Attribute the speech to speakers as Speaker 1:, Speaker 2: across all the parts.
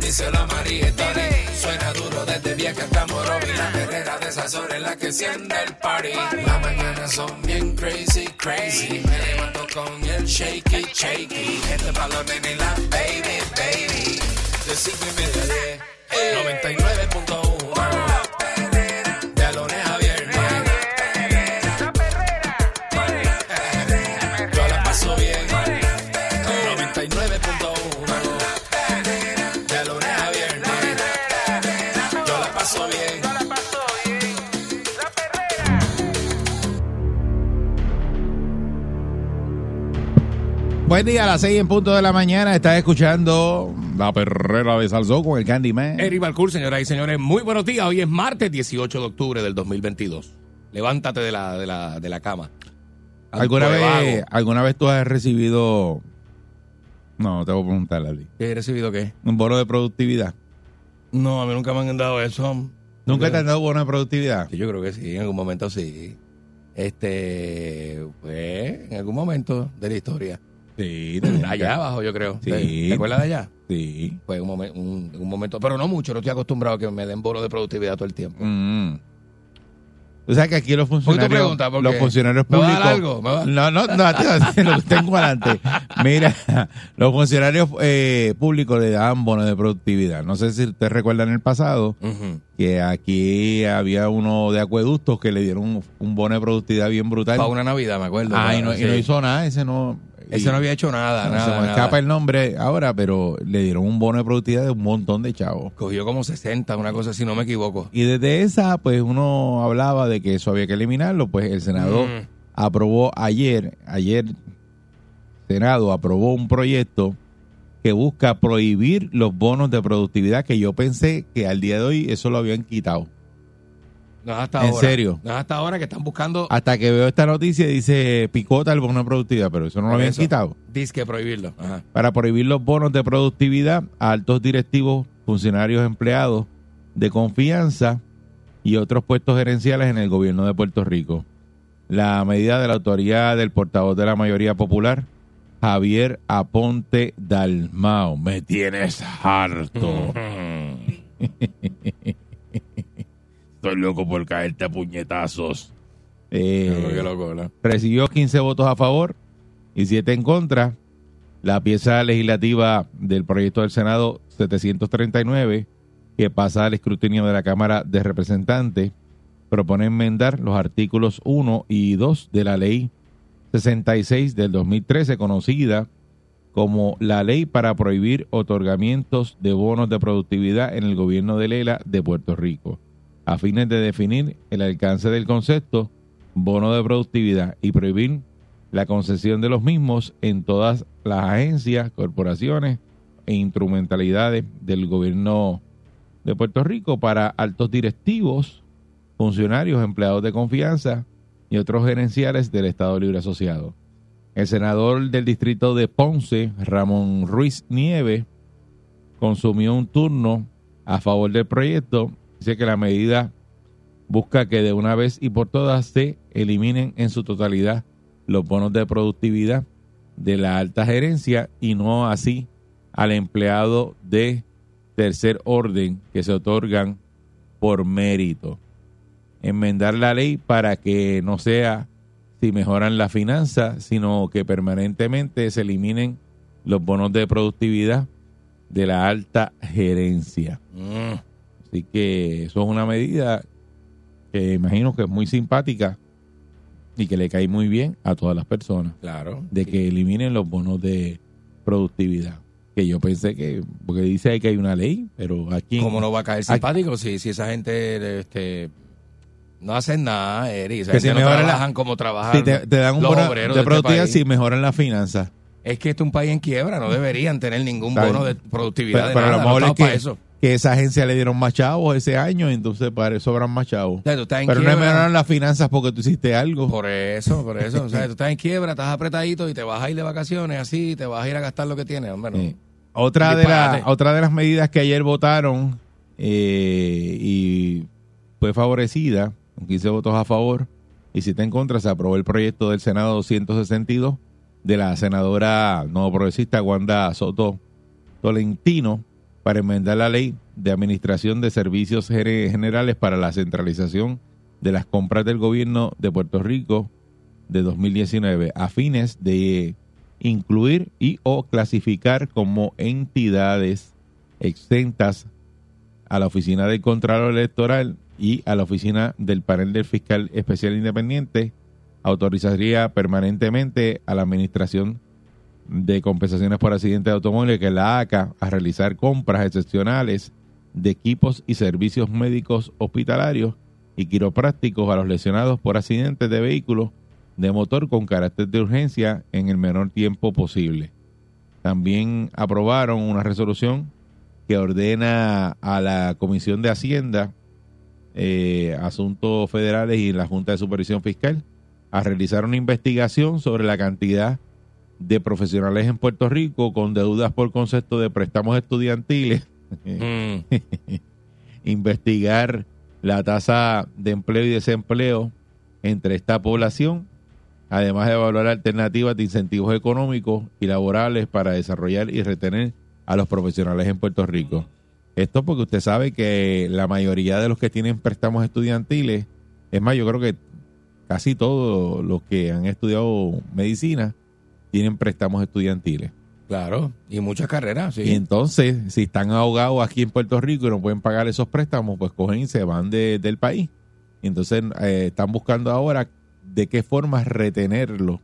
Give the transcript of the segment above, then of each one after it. Speaker 1: díselo a María y Tony. Suena duro desde vieja hasta morobi. La perrera de esas horas es la que enciende el party. Las mañanas son bien crazy, crazy. Me levanto con el shaky, shaky. Este es pa' los nenes y la baby, baby. De cinco y media a diez. 99.1 La perrera De lunes a viernes
Speaker 2: la perrera,
Speaker 1: yo la paso bien. 99.1. De lunes a viernes. Yo la paso bien.
Speaker 2: la pasó bien. La perrera,
Speaker 3: Buen día, a las 6 en punto de la mañana. Estás escuchando La Perrera de Salzó con el Candyman.
Speaker 4: Eric Balcour, señoras y señores, muy buenos días. Hoy es martes 18 de octubre del 2022. Levántate de la, de la, de la cama. Tanto
Speaker 3: ¿Alguna
Speaker 4: de
Speaker 3: vez,
Speaker 4: vago.
Speaker 3: ¿Alguna vez tú has recibido... No, te voy a preguntar, Lali.
Speaker 4: ¿He recibido qué?
Speaker 3: ¿Un bono de productividad?
Speaker 4: No, a mí nunca me han dado eso.
Speaker 3: ¿Nunca te
Speaker 4: Yo-
Speaker 3: han dado bono de productividad?
Speaker 4: Yo creo que sí, en algún momento sí. Este, pues, en algún momento de la historia.
Speaker 3: Sí,
Speaker 4: Allá abajo, yo creo.
Speaker 3: Sí.
Speaker 4: ¿Te, te acuerdas de allá?
Speaker 3: Sí.
Speaker 4: Fue un, momen- un- un momento, pero no mucho, no estoy acostumbrado a que me den bono de productividad todo el tiempo.
Speaker 3: Mm. Tú sabes que aquí los funcionarios,
Speaker 4: pregunta, porque
Speaker 3: los funcionarios
Speaker 4: me va a
Speaker 3: públicos,
Speaker 4: dar algo, me va-
Speaker 3: no, no, no, te voy a decir lo que tengo adelante. Mira, los funcionarios eh, públicos le dan bonos de productividad. No sé si ustedes recuerdan en el pasado que aquí había uno de acueductos que le dieron un, un bono de productividad bien brutal.
Speaker 4: Para una Navidad, me acuerdo.
Speaker 3: Ah, y no, y no
Speaker 4: Sí.
Speaker 3: hizo nada, ese no.
Speaker 4: Ese
Speaker 3: y-
Speaker 4: no había hecho nada,
Speaker 3: no,
Speaker 4: nada,
Speaker 3: se me
Speaker 4: nada.
Speaker 3: escapa el nombre ahora, pero le dieron un bono de productividad de un montón de chavos.
Speaker 4: Cogió como 60, una cosa si no me equivoco.
Speaker 3: Y desde esa, pues uno hablaba de que eso había que eliminarlo, pues el Senado
Speaker 4: Mm.
Speaker 3: aprobó ayer, ayer Senado aprobó un proyecto que busca prohibir los bonos de productividad que yo pensé que al día de hoy eso lo habían quitado.
Speaker 4: No es hasta
Speaker 3: ¿En
Speaker 4: ahora.
Speaker 3: serio? Ah,
Speaker 4: No es hasta ahora que están buscando
Speaker 3: Hasta que veo esta noticia dice picota el bono de productividad, pero eso no lo habían
Speaker 4: Eso.
Speaker 3: quitado.
Speaker 4: disque prohibirlo. Ajá.
Speaker 3: para prohibir los bonos de productividad a altos directivos, funcionarios empleados de confianza y otros puestos gerenciales en el gobierno de Puerto Rico. La medida de la autoridad del portavoz de la mayoría popular, Javier Aponte Dalmao. Me tienes harto. Estoy loco por caerte a puñetazos. Eh,
Speaker 4: Qué loco, ¿no?
Speaker 3: recibió 15 votos a favor y 7 en contra. La pieza legislativa del proyecto del Senado 739, que pasa al escrutinio de la Cámara de Representantes, propone enmendar los artículos 1 y 2 de la Ley 66 del 2013, conocida como la Ley para prohibir otorgamientos de bonos de productividad en el gobierno de Lela de Puerto Rico, a fines de definir el alcance del concepto bono de productividad y prohibir la concesión de los mismos en todas las agencias, corporaciones e instrumentalidades del gobierno de Puerto Rico para altos directivos, funcionarios, empleados de confianza y otros gerenciales del Estado Libre Asociado. El senador del distrito de Ponce, Ramón Ruiz Nieves, consumió un turno a favor del proyecto. Dice que la medida busca que de una vez y por todas se eliminen en su totalidad los bonos de productividad de la alta gerencia y no así al empleado de tercer orden que se otorgan por mérito. Enmendar la ley para que no sea si mejoran la finanza, sino que permanentemente se eliminen los bonos de productividad de la alta gerencia.
Speaker 4: Mm.
Speaker 3: Así que eso es una medida que imagino que es muy simpática y que le cae muy bien a todas las personas,
Speaker 4: Claro.
Speaker 3: de que eliminen los bonos de productividad. Que yo pensé que, porque dice ahí que hay una ley, pero aquí...
Speaker 4: ¿Cómo no va a caer
Speaker 3: Aquí-
Speaker 4: simpático si, si esa gente este, no hacen nada, Eri? Esa
Speaker 3: Que
Speaker 4: gente
Speaker 3: si
Speaker 4: no
Speaker 3: mejora la-
Speaker 4: trabajan como trabajan
Speaker 3: Si te, te dan un
Speaker 4: los
Speaker 3: bono
Speaker 4: obreros
Speaker 3: de
Speaker 4: este
Speaker 3: productividad
Speaker 4: país.
Speaker 3: si mejoran las finanzas.
Speaker 4: Es que este es un país en quiebra, no deberían tener ningún
Speaker 3: Está
Speaker 4: bono de
Speaker 3: bien.
Speaker 4: productividad.
Speaker 3: Pero- pero a lo mejor es que-
Speaker 4: eso.
Speaker 3: que esa agencia le dieron más chavos ese año, entonces para eso habrán más chavos.
Speaker 4: O sea, tú estás en
Speaker 3: Pero no
Speaker 4: quiebra.
Speaker 3: mejoraron las finanzas porque tú hiciste algo.
Speaker 4: Por eso, por eso. O sea, tú estás en quiebra, estás apretadito y te vas a ir de vacaciones así, te vas a ir a gastar lo que tienes, hombre. no.
Speaker 3: Sí. Otra, de la-
Speaker 4: Disparate.
Speaker 3: otra de las medidas que ayer votaron eh, y fue favorecida, con 15 votos a favor y 7 en contra, se aprobó el proyecto del Senado 262 de la senadora no progresista Wanda Soto Tolentino para enmendar la ley de administración de servicios gere- generales para la centralización de las compras del gobierno de Puerto Rico de 2019 a fines de incluir y o clasificar como entidades exentas a la oficina del Contralor Electoral y a la oficina del panel del fiscal especial independiente autorizaría permanentemente a la administración de compensaciones por accidentes de automóviles que es la ACA a realizar compras excepcionales de equipos y servicios médicos hospitalarios y quiroprácticos a los lesionados por accidentes de vehículos de motor con carácter de urgencia en el menor tiempo posible. También aprobaron una resolución que ordena a la Comisión de Hacienda, eh, Asuntos Federales y la Junta de Supervisión Fiscal a realizar una investigación sobre la cantidad de profesionales en Puerto Rico con deudas por concepto de préstamos estudiantiles
Speaker 4: Mm.
Speaker 3: investigar la tasa de empleo y desempleo entre esta población, además de evaluar alternativas de incentivos económicos y laborales para desarrollar y retener a los profesionales en Puerto Rico. Esto porque usted sabe que la mayoría de los que tienen préstamos estudiantiles, es más, yo creo que casi todos los que han estudiado medicina tienen préstamos estudiantiles.
Speaker 4: Claro, y muchas carreras, sí.
Speaker 3: Y entonces, si están ahogados aquí en Puerto Rico y no pueden pagar esos préstamos, pues cogen y se van de- del país. Y entonces eh, están buscando ahora de qué forma retenerlos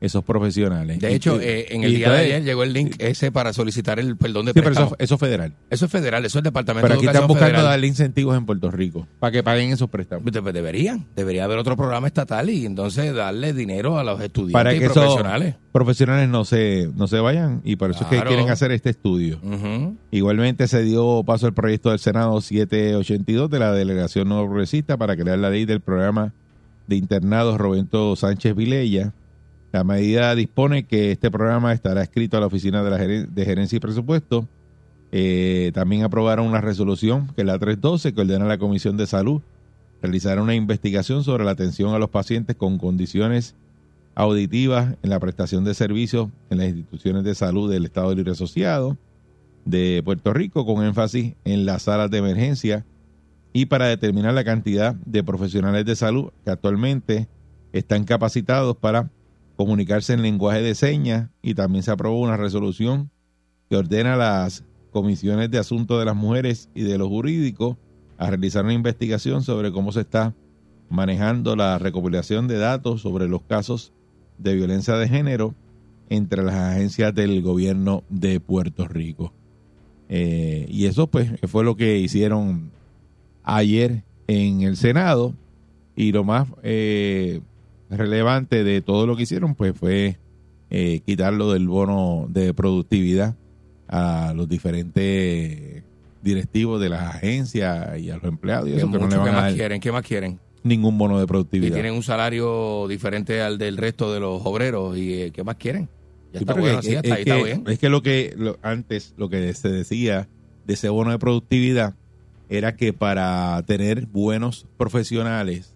Speaker 3: esos profesionales.
Speaker 4: De
Speaker 3: Y-
Speaker 4: hecho,
Speaker 3: y-
Speaker 4: eh, en
Speaker 3: y
Speaker 4: el día de
Speaker 3: entonces-
Speaker 4: ayer llegó el link ese para solicitar el perdón de
Speaker 3: Sí, pero
Speaker 4: préstamo.
Speaker 3: eso, eso es federal.
Speaker 4: Eso es federal, eso es Departamento
Speaker 3: Pero aquí
Speaker 4: de
Speaker 3: están
Speaker 4: Educación
Speaker 3: buscando
Speaker 4: Federal.
Speaker 3: darle incentivos en Puerto Rico para que paguen esos préstamos.
Speaker 4: De- pues Deberían, debería haber otro programa estatal y entonces darle dinero a los estudiantes
Speaker 3: Para
Speaker 4: y
Speaker 3: que esos
Speaker 4: profesionales.
Speaker 3: profesionales no se, no se vayan y por eso es que
Speaker 4: Claro.
Speaker 3: quieren hacer este estudio.
Speaker 4: Ujú.
Speaker 3: Igualmente se dio paso al proyecto del Senado 782 de la Delegación No Progresista para crear la ley del programa de internados Roberto Sánchez Vilella. La medida dispone que este programa estará escrito a la Oficina de, la Geren- de Gerencia y Presupuesto. Eh, también aprobaron una resolución, que es la 312, que ordena a la Comisión de Salud realizar una investigación sobre la atención a los pacientes con condiciones auditivas en la prestación de servicios en las instituciones de salud del Estado Libre Asociado de Puerto Rico con énfasis en las salas de emergencia y para determinar la cantidad de profesionales de salud que actualmente están capacitados para comunicarse en lenguaje de señas y también se aprobó una resolución que ordena a las comisiones de asuntos de las mujeres y de los jurídicos a realizar una investigación sobre cómo se está manejando la recopilación de datos sobre los casos de violencia de género entre las agencias del gobierno de Puerto Rico. Eh, y eso pues fue lo que hicieron ayer en el Senado y lo más eh, relevante de todo lo que hicieron pues fue eh, quitarlo del bono de productividad a los diferentes directivos de las agencias y a los empleados y
Speaker 4: Que
Speaker 3: eso que no
Speaker 4: mucho,
Speaker 3: le van
Speaker 4: ¿Qué
Speaker 3: a
Speaker 4: más
Speaker 3: dar
Speaker 4: quieren? ¿Qué más quieren?
Speaker 3: ningún bono de
Speaker 4: Y
Speaker 3: productividad.
Speaker 4: tienen un salario diferente al del resto de los obreros. ¿Y eh, qué más quieren? Ya
Speaker 3: Sí,
Speaker 4: está
Speaker 3: porque
Speaker 4: bueno,
Speaker 3: es-
Speaker 4: sí, hasta
Speaker 3: es
Speaker 4: ahí
Speaker 3: que-
Speaker 4: está bien.
Speaker 3: Es que lo que lo- antes lo que se decía de ese bono de productividad era que para tener buenos profesionales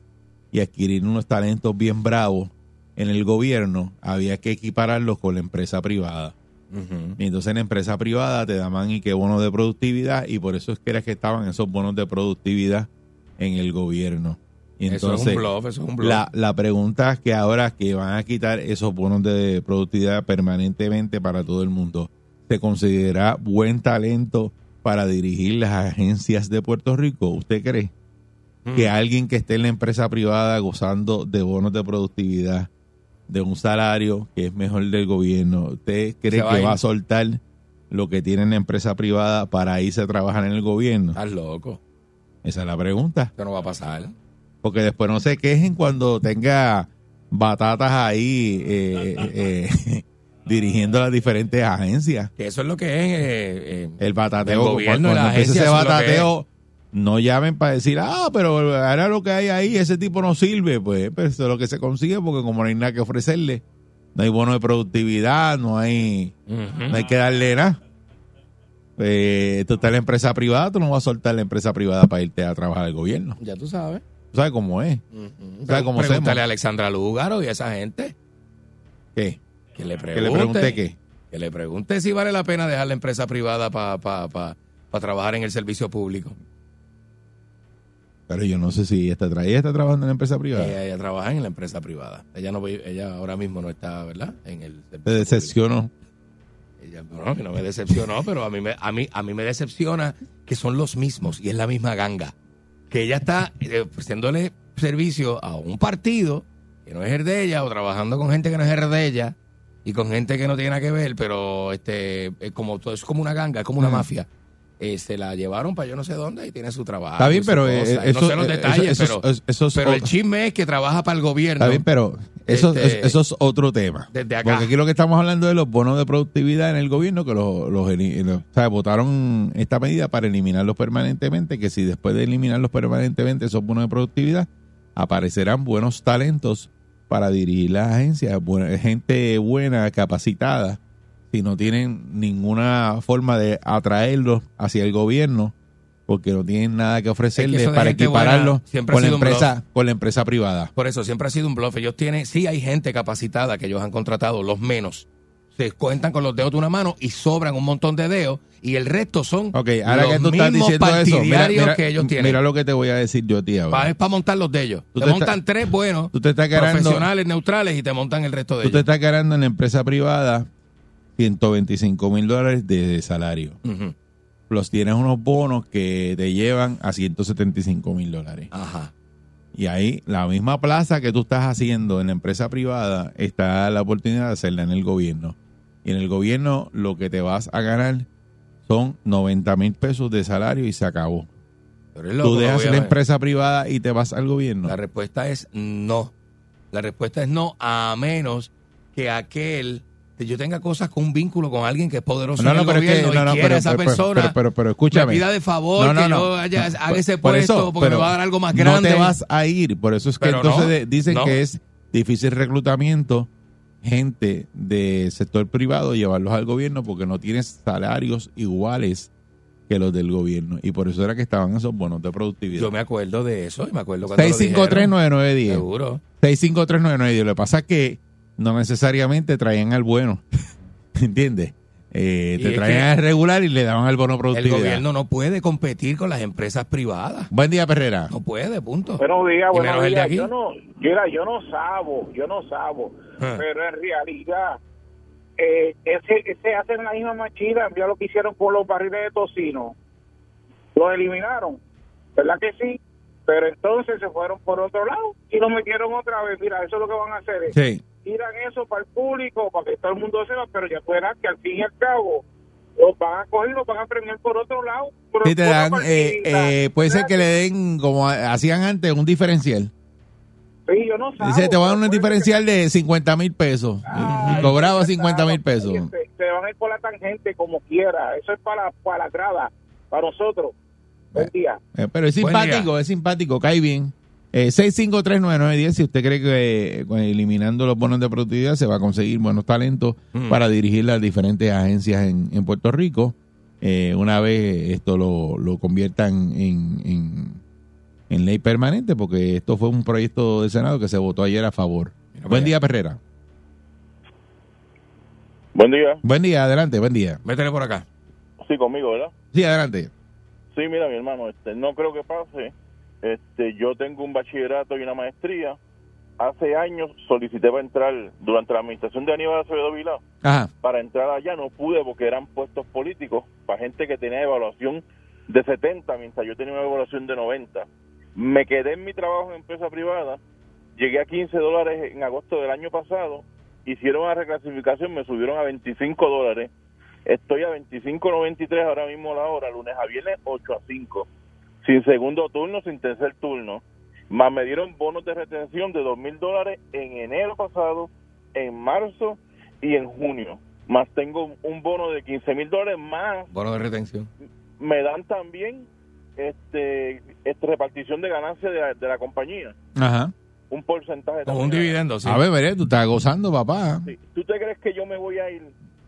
Speaker 3: y adquirir unos talentos bien bravos en el gobierno, había que equipararlos con la empresa privada.
Speaker 4: Ujú.
Speaker 3: Y entonces en empresa privada te daban y qué bonos de productividad y por eso es que era que estaban esos bonos de productividad en el gobierno. Y
Speaker 4: Eso es
Speaker 3: entonces,
Speaker 4: un bluff, eso es un bluff.
Speaker 3: la, la pregunta es que ahora que van a quitar esos bonos de productividad permanentemente para todo el mundo, ¿se considera buen talento para dirigir las agencias de Puerto Rico? ¿Usted cree
Speaker 4: Mm.
Speaker 3: que alguien que esté en la empresa privada gozando de bonos de productividad, de un salario que es mejor del gobierno, ¿usted cree
Speaker 4: Se va a
Speaker 3: que
Speaker 4: ir.
Speaker 3: va a soltar lo que tiene en la empresa privada para irse a trabajar en el gobierno?
Speaker 4: Estás loco.
Speaker 3: Esa es la pregunta.
Speaker 4: Eso no va a pasar.
Speaker 3: Porque después no se quejen cuando tenga batatas ahí eh, eh, dirigiendo las diferentes agencias.
Speaker 4: Que eso es lo que es. eh, eh,
Speaker 3: El batateo.
Speaker 4: Del gobierno,
Speaker 3: cuando
Speaker 4: la
Speaker 3: empiece
Speaker 4: agencia,
Speaker 3: ese
Speaker 4: eso es lo que
Speaker 3: batateo, no llamen para decir, ah, pero ahora lo que hay ahí, ese tipo no sirve. Pues, pues, eso es lo que se consigue, porque como no hay nada que ofrecerle, no hay bono de productividad, no hay,
Speaker 4: ujú.
Speaker 3: no hay que darle nada. Eh, tú estás en la empresa privada, tú no vas a soltar la empresa privada para irte a trabajar al gobierno.
Speaker 4: Ya tú sabes.
Speaker 3: Tú sabes cómo es.
Speaker 4: Ujú.
Speaker 3: ¿Sabe cómo
Speaker 4: Pregúntale
Speaker 3: hacemos?
Speaker 4: a Alexandra Lugaro y a esa gente.
Speaker 3: ¿Qué?
Speaker 4: Que le pregunte.
Speaker 3: Que le pregunté qué.
Speaker 4: Que le pregunte si vale la pena dejar la empresa privada para trabajar en el servicio público.
Speaker 3: Pero yo no sé si está, tra- ella está trabajando en la empresa privada.
Speaker 4: Ella, ella trabaja en la empresa privada. Ella no vi- ella ahora mismo no está, ¿verdad? En el
Speaker 3: Te
Speaker 4: servicio
Speaker 3: decepcionó.
Speaker 4: público. Ella- no, no me decepcionó, pero a mí me, a mí, a mí me decepciona que son los mismos y es la misma ganga. Que ella está eh, ofreciéndole servicio a un partido que no es el de ella o trabajando con gente que no es el de ella y con gente que no tiene nada que ver, pero este es como todo es como una ganga, es como una
Speaker 3: Ujú.
Speaker 4: mafia. Eh, se la llevaron para yo no sé dónde y tiene su trabajo.
Speaker 3: Está bien,
Speaker 4: y su
Speaker 3: pero
Speaker 4: cosa.
Speaker 3: eh,
Speaker 4: Y
Speaker 3: eso,
Speaker 4: no sé los
Speaker 3: eh,
Speaker 4: detalles,
Speaker 3: eso-
Speaker 4: pero
Speaker 3: eso- eso es
Speaker 4: pero el
Speaker 3: o-
Speaker 4: chisme es que trabaja para el gobierno.
Speaker 3: Está bien, pero eso,
Speaker 4: Este-
Speaker 3: es- eso es otro tema.
Speaker 4: Desde acá.
Speaker 3: Porque aquí lo que estamos hablando es los bonos de productividad en el gobierno que los, los eli- los- o sea, votaron esta medida para eliminarlos permanentemente, que si después de eliminarlos permanentemente esos bonos de productividad, aparecerán buenos talentos para dirigir las agencias, buena- gente buena, capacitada, si no tienen ninguna forma de atraerlos hacia el gobierno, porque no tienen nada que ofrecerles
Speaker 4: eso de
Speaker 3: para
Speaker 4: gente
Speaker 3: equipararlos
Speaker 4: buena siempre ha
Speaker 3: con la
Speaker 4: sido un bluff.
Speaker 3: empresa, con la empresa privada.
Speaker 4: Por eso siempre ha sido un bluff. Ellos tienen, sí hay gente capacitada que ellos han contratado, los menos. Se cuentan con los dedos de una mano y sobran un montón de dedos y el resto son
Speaker 3: Ok, ahora
Speaker 4: los
Speaker 3: que tú estás
Speaker 4: mismos
Speaker 3: diciendo eso, mira,
Speaker 4: partidarios
Speaker 3: mira-
Speaker 4: que ellos tienen.
Speaker 3: mira lo que te voy a decir yo a ti ahora.
Speaker 4: Pa- es para montar los de ellos.
Speaker 3: Tú
Speaker 4: Te,
Speaker 3: te
Speaker 4: montan
Speaker 3: estás-
Speaker 4: tres buenos,
Speaker 3: Tú te estás quedando,
Speaker 4: profesionales, neutrales y te montan el resto de
Speaker 3: tú te
Speaker 4: ellos.
Speaker 3: estás quedando en la empresa privada 125 mil dólares de, de salario.
Speaker 4: Ujú.
Speaker 3: Los tienes unos bonos que te llevan a 175 mil dólares.
Speaker 4: Ajá.
Speaker 3: Y ahí, la misma plaza que tú estás haciendo en la empresa privada, está la oportunidad de hacerla en el gobierno. Y en el gobierno lo que te vas a ganar son 90 mil pesos de salario y se acabó.
Speaker 4: Pero es loco,
Speaker 3: tú
Speaker 4: lo
Speaker 3: dejas
Speaker 4: voy a
Speaker 3: la
Speaker 4: ver.
Speaker 3: empresa privada y te vas al gobierno.
Speaker 4: La respuesta es no. La respuesta es no, a menos que aquel que yo tenga cosas con un vínculo con alguien que es poderoso en el gobierno y quiera a esa
Speaker 3: pero- pero-
Speaker 4: persona.
Speaker 3: Pero, pero, pero escúchame.
Speaker 4: Me pida de favor que yo haya- haga ese
Speaker 3: Por eso,
Speaker 4: puesto porque me
Speaker 3: pero
Speaker 4: va a dar algo más
Speaker 3: No
Speaker 4: grande.
Speaker 3: te vas a ir. Por eso es que
Speaker 4: Pero
Speaker 3: entonces
Speaker 4: no,
Speaker 3: de- dicen
Speaker 4: no.
Speaker 3: que es difícil reclutamiento gente del sector privado llevarlos al gobierno porque no tienes salarios iguales que los del gobierno. Y por eso era que estaban esos bonos de productividad.
Speaker 4: Yo me acuerdo de eso y me acuerdo cuando lo dijeron.
Speaker 3: 6539910.
Speaker 4: Seguro.
Speaker 3: 6539910. Lo que pasa es que no necesariamente traían al bueno. ¿Entiendes? Eh,
Speaker 4: Y
Speaker 3: te
Speaker 4: es
Speaker 3: traían al regular y le daban al bono
Speaker 4: El
Speaker 3: productividad.
Speaker 4: gobierno no puede competir con las empresas privadas.
Speaker 3: Buen día, Perrera.
Speaker 4: No puede, punto.
Speaker 5: Buenos días,
Speaker 4: Y
Speaker 5: buenos
Speaker 4: menos el de
Speaker 5: días.
Speaker 4: aquí.
Speaker 5: Yo no, mira, yo no sabo, yo no sabo,
Speaker 4: Ah.
Speaker 5: pero en realidad eh, ese, se hacen la misma machida, mira lo que hicieron con los barriles de tocino, los eliminaron, ¿verdad que sí? Pero entonces se fueron por otro lado y los metieron otra vez, mira, eso es lo que van a hacer, es
Speaker 3: Sí.
Speaker 5: tiran eso para el público, para que todo el mundo sepa, pero ya verás que al fin y al cabo los van a coger, y los van a premiar por otro lado. por
Speaker 3: Sí, te
Speaker 5: otra
Speaker 3: dan, eh,
Speaker 5: partidita.
Speaker 3: eh, puede ser que le den, como hacían antes, un diferencial.
Speaker 5: Sí, yo no sabo.
Speaker 3: Dice, te van a dar un
Speaker 5: Acuérdate que-
Speaker 3: diferencial de 50 mil pesos. Y cobraba 50 mil pesos.
Speaker 5: Oye, Te, te van a ir por la tangente como quiera. Eso es para, para la grada, para nosotros. Buen día.
Speaker 3: Eh, pero es
Speaker 4: Buen
Speaker 3: simpático, es simpático, cae bien. Eh, 6539910, si usted cree que eh, con- eliminando los bonos de productividad se va a conseguir buenos talentos
Speaker 4: Mm.
Speaker 3: para dirigir las diferentes agencias en, en Puerto Rico, eh, una vez esto lo, lo conviertan en, en, en ley permanente, porque esto fue un proyecto del Senado que se votó ayer a favor.
Speaker 4: Mira para
Speaker 3: buen
Speaker 4: allá.
Speaker 3: día, Perrera.
Speaker 6: Buen día.
Speaker 3: Buen día, adelante, buen día.
Speaker 4: Métele por acá.
Speaker 6: Sí, conmigo, ¿verdad?
Speaker 3: Sí, adelante.
Speaker 6: Sí, mira, mi hermano, este, no creo que pase. Este, yo tengo un bachillerato y una maestría. Hace años solicité para entrar durante la administración de Aníbal Acevedo Vilá.
Speaker 3: Ajá.
Speaker 6: Para entrar allá no pude porque eran puestos políticos para gente que tenía evaluación de 70, mientras yo tenía una evaluación de 90. Me quedé en mi trabajo en empresa privada. Llegué a 15 dólares en agosto del año pasado. Hicieron una reclasificación, me subieron a 25 dólares. Estoy a 25.93 ahora mismo la hora, lunes a viernes 8 a 5. Sin segundo turno, sin tercer turno. Más me dieron bonos de retención de 2.000 dólares en enero pasado, en marzo y en junio. Más tengo un bono de 15 mil dólares más.
Speaker 4: Bono de retención.
Speaker 6: Me dan también este, este repartición de ganancias de la, de la compañía.
Speaker 3: Ajá.
Speaker 6: Un porcentaje.
Speaker 4: Como
Speaker 6: también.
Speaker 4: un dividendo, sí.
Speaker 3: A ver, veré, tú estás gozando, papá.
Speaker 6: Sí. ¿Tú te crees que yo me voy a ir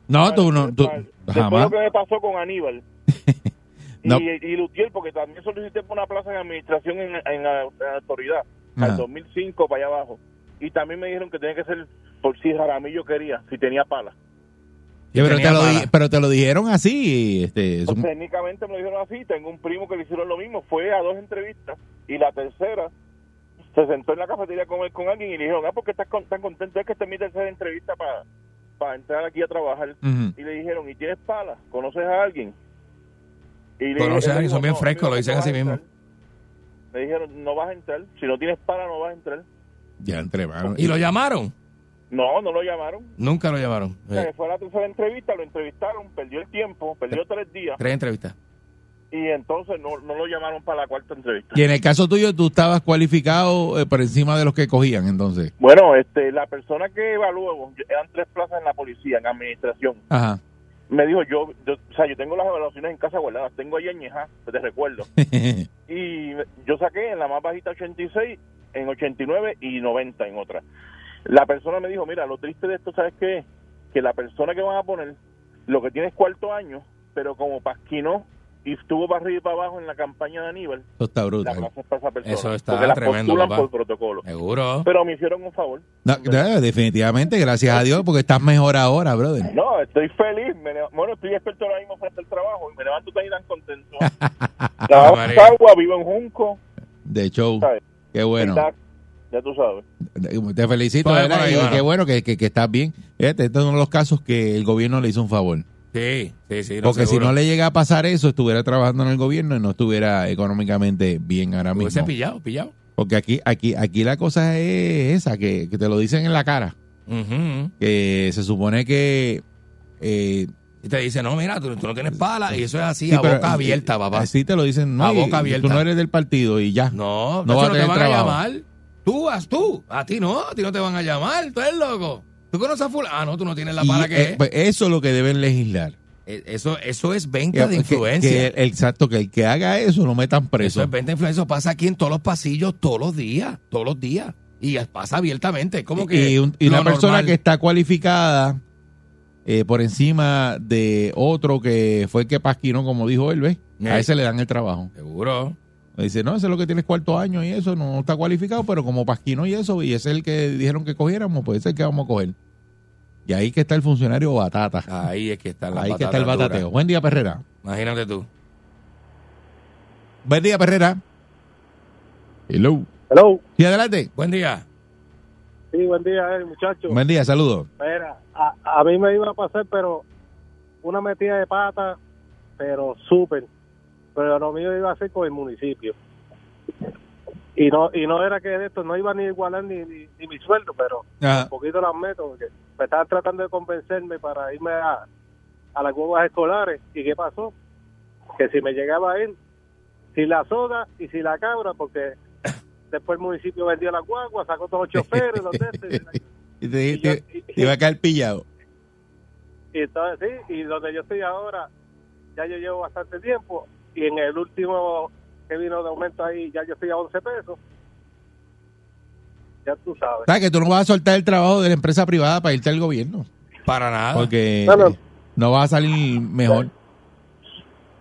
Speaker 3: No,
Speaker 6: Para-
Speaker 3: Ah, tú no. Tú,
Speaker 6: para- después
Speaker 3: jamás.
Speaker 6: lo que me pasó con Aníbal. y,
Speaker 3: No.
Speaker 6: y Lutiel, porque también solicité por una plaza en administración en, en la, en la autoridad,
Speaker 3: Ajá.
Speaker 6: al 2005 para allá abajo. Y también me dijeron que tenía que ser por si Jaramillo quería, si tenía pala.
Speaker 3: Sí, pero,
Speaker 4: Tenía
Speaker 3: te lo di-
Speaker 4: mala.
Speaker 3: pero te lo dijeron así. Este, es
Speaker 6: Pues
Speaker 3: un-
Speaker 6: técnicamente me lo dijeron así. Tengo un primo que le hicieron lo mismo. Fue a dos entrevistas y la tercera se sentó en la cafetería a comer con alguien y le dijeron, ah, ¿por qué estás con- tan contento? Es que esta es mi tercera entrevista para, para entrar aquí a trabajar.
Speaker 3: Ujú.
Speaker 6: y le dijeron, ¿y tienes pala? ¿Conoces a alguien? Y le-
Speaker 4: Conoces a
Speaker 6: él
Speaker 4: alguien,
Speaker 6: dijo,
Speaker 4: son bien
Speaker 6: "No,
Speaker 4: frescos,
Speaker 6: amigo,
Speaker 4: lo dicen
Speaker 6: no
Speaker 4: así
Speaker 6: vas a
Speaker 4: mismo".
Speaker 6: entrar". Le dijeron, no vas a entrar, si no tienes pala no vas a entrar.
Speaker 3: Ya entre mano.
Speaker 4: ¿Y lo llamaron?
Speaker 6: No, no lo llamaron.
Speaker 4: Nunca lo llamaron.
Speaker 6: O sea,
Speaker 4: Eh,
Speaker 6: que fue la tercera entrevista, lo entrevistaron, perdió el tiempo, perdió tres días
Speaker 4: Tres entrevistas.
Speaker 6: y entonces no, no lo llamaron para la cuarta entrevista.
Speaker 3: Y en el caso tuyo, tú estabas cualificado eh, por encima de los que cogían, entonces.
Speaker 6: Bueno, este, la persona que evaluó, eran tres plazas en la policía, en administración,
Speaker 3: Ajá.
Speaker 6: me dijo, yo, yo- o sea, yo tengo las evaluaciones en casa guardadas, tengo ahí añejas, te recuerdo. y yo saqué en la más bajita 86, en 89 y 90 en otra. La persona me dijo, mira, lo triste de esto, ¿sabes qué? es? Que la persona que van a poner, lo que tiene es cuarto año, pero como pasquinó y estuvo para arriba y para abajo en la campaña de Aníbal,
Speaker 3: Eso está
Speaker 6: la
Speaker 3: brutal.
Speaker 6: plaza es para esa persona.
Speaker 4: Eso está
Speaker 6: porque la
Speaker 4: tremendo,
Speaker 6: postulan
Speaker 4: papá.
Speaker 6: por protocolo.
Speaker 4: Seguro.
Speaker 6: Pero me hicieron un favor.
Speaker 3: No, no, definitivamente, gracias a Dios, porque estás mejor ahora, brother.
Speaker 6: No, estoy feliz. me leva- bueno, estoy experto ahora mismo frente al trabajo y me levanto tan y tan contento. Trabajo en
Speaker 4: María.
Speaker 6: Cagua, vivo en Junco.
Speaker 3: De show.
Speaker 6: ¿sabes?
Speaker 3: Qué bueno.
Speaker 6: Está- Ya tú sabes.
Speaker 3: Te felicito,
Speaker 4: Vale,
Speaker 3: ¿verdad?
Speaker 4: vale,
Speaker 3: Y
Speaker 4: bueno.
Speaker 3: qué bueno que, que- que estás bien. Este, este es uno de los casos que el gobierno le hizo un favor.
Speaker 4: Sí, sí, sí.
Speaker 3: Porque si no le llega a pasar eso, estuviera trabajando en el gobierno y no estuviera económicamente bien ahora
Speaker 4: Hubiese
Speaker 3: mismo.
Speaker 4: pillado, pillado.
Speaker 3: Porque aquí, aquí, aquí la cosa es esa, que, que te lo dicen en la cara.
Speaker 4: Ujú.
Speaker 3: Que se supone que... eh,
Speaker 4: Y te dice, no, mira, tú, tú no tienes pala. Y eso es así,
Speaker 3: sí,
Speaker 4: a
Speaker 3: pero-
Speaker 4: boca abierta, papá.
Speaker 3: Así te lo dicen. No,
Speaker 4: A
Speaker 3: y-
Speaker 4: boca
Speaker 3: y
Speaker 4: abierta.
Speaker 3: Tú no eres del partido y ya.
Speaker 4: No,
Speaker 3: No
Speaker 4: no,
Speaker 3: va a
Speaker 4: no te
Speaker 3: tener
Speaker 4: van
Speaker 3: trabajo.
Speaker 4: a llamar. Tú vas tú. A ti no, a ti no te van a llamar. Tú eres loco. Tú conoces a fulano. Ah, no, tú no tienes la
Speaker 3: Y,
Speaker 4: para que
Speaker 3: eh, pues, eso es lo que deben legislar.
Speaker 4: Eh, Eso, eso es venta de
Speaker 3: Que- que-
Speaker 4: influencia.
Speaker 3: que el- exacto, que el que haga eso lo metan
Speaker 4: eso
Speaker 3: preso.
Speaker 4: es venta de influencia. Eso pasa aquí en todos los pasillos, todos los días, todos los días. Y pasa abiertamente. Es como que.
Speaker 3: y un- y
Speaker 4: lo
Speaker 3: una persona
Speaker 4: normal.
Speaker 3: que está cualificada eh, por encima de otro que fue el que pasquino, como dijo él, ¿ves? A
Speaker 4: Eh.
Speaker 3: ese le dan el trabajo.
Speaker 4: Seguro.
Speaker 3: Le Dice, no, ese es lo que tienes cuarto año y eso, no está cualificado, pero como pasquino y eso, y ese es el que dijeron que cogiéramos, pues ese es el que vamos a coger. Y ahí que está el funcionario batata.
Speaker 4: Ahí es que está la
Speaker 3: ahí
Speaker 4: patata
Speaker 3: que está el
Speaker 4: dura.
Speaker 3: batateo. Buen día, Perrera.
Speaker 4: Imagínate tú.
Speaker 3: Buen día, Perrera. Hello.
Speaker 5: Hello.
Speaker 3: Sí, adelante.
Speaker 4: Buen día.
Speaker 5: Sí, buen día, eh, muchachos.
Speaker 3: Buen día, saludos.
Speaker 5: Mira, a, a mí me iba a pasar, pero una metida de pata, pero Oh, súper. Pero lo mío iba a ser con el municipio. Y no y no era que de esto, no iba ni a igualar ni, ni, ni mi sueldo, pero
Speaker 3: Ajá.
Speaker 5: un poquito las meto, porque me estaban tratando de convencerme para irme a, a las huevas escolares. ¿Y qué pasó? Que si me llegaba a ir, si la soda y si la cabra, porque después el municipio vendió las guaguas, sacó todos los choferes, los de este, estos, y la-
Speaker 3: Y te,
Speaker 5: Y yo-
Speaker 3: te- te iba a caer pillado.
Speaker 5: Y entonces sí, y donde yo estoy ahora, ya yo llevo bastante tiempo, y en el último que vino de aumento ahí, ya yo estoy a 11 pesos. Ya tú sabes.
Speaker 3: ¿Sabes Ah, que tú no vas a soltar el trabajo de la empresa privada para irte al gobierno?
Speaker 4: Para nada.
Speaker 3: Porque
Speaker 5: No, no.
Speaker 3: eh, no vas a salir mejor.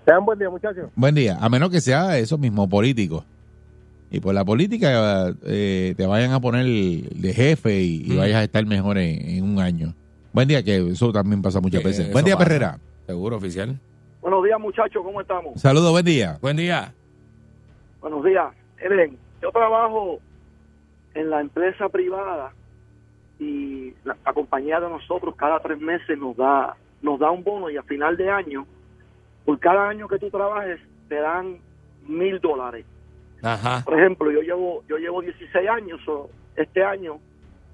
Speaker 5: Sean buen día, muchachos.
Speaker 3: Buen día. A menos que sea eso mismo, político. Y por la política eh, te vayan a poner de jefe y, y
Speaker 4: Mm.
Speaker 3: vayas a estar mejor en, en un año. Buen día, que eso también pasa muchas
Speaker 4: Que
Speaker 3: veces.
Speaker 4: Eh, eso
Speaker 3: Buen día,
Speaker 4: pasa.
Speaker 3: Perrera.
Speaker 4: Seguro, oficial.
Speaker 7: Buenos días, muchachos, ¿cómo estamos?
Speaker 3: Saludos, buen día.
Speaker 4: Buen día.
Speaker 7: Buenos días. Miren, yo trabajo en la empresa privada y la, la compañía de nosotros cada tres meses nos da nos da un bono y a final de año, por cada año que tú trabajes, te dan mil dólares.
Speaker 3: Ah.
Speaker 4: Ajá.
Speaker 7: Por ejemplo, yo llevo yo llevo 16 años, so, este año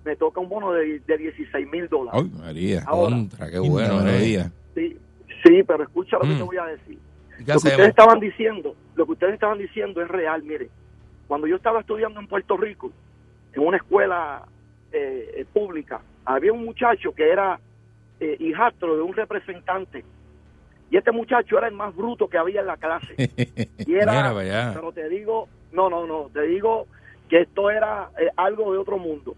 Speaker 7: me toca un bono de, de 16 mil dólares.
Speaker 3: Ay, María.
Speaker 7: Ahora.
Speaker 4: Contra, qué bueno.
Speaker 3: Buen
Speaker 4: eh.
Speaker 3: día.
Speaker 7: Sí, sí, pero escucha lo que
Speaker 4: Mm.
Speaker 7: te voy a decir.
Speaker 4: ¿Qué
Speaker 7: lo que ustedes
Speaker 4: hacemos?
Speaker 7: estaban diciendo, lo que ustedes estaban diciendo es real, mire. Cuando yo estaba estudiando en Puerto Rico, en una escuela eh, eh, pública, había un muchacho que era eh, hijastro de un representante. Y este muchacho era el más bruto que había en la clase. Y era,
Speaker 4: Mira para allá.
Speaker 7: pero te digo, no, no, no, te digo que esto era eh, algo de otro mundo.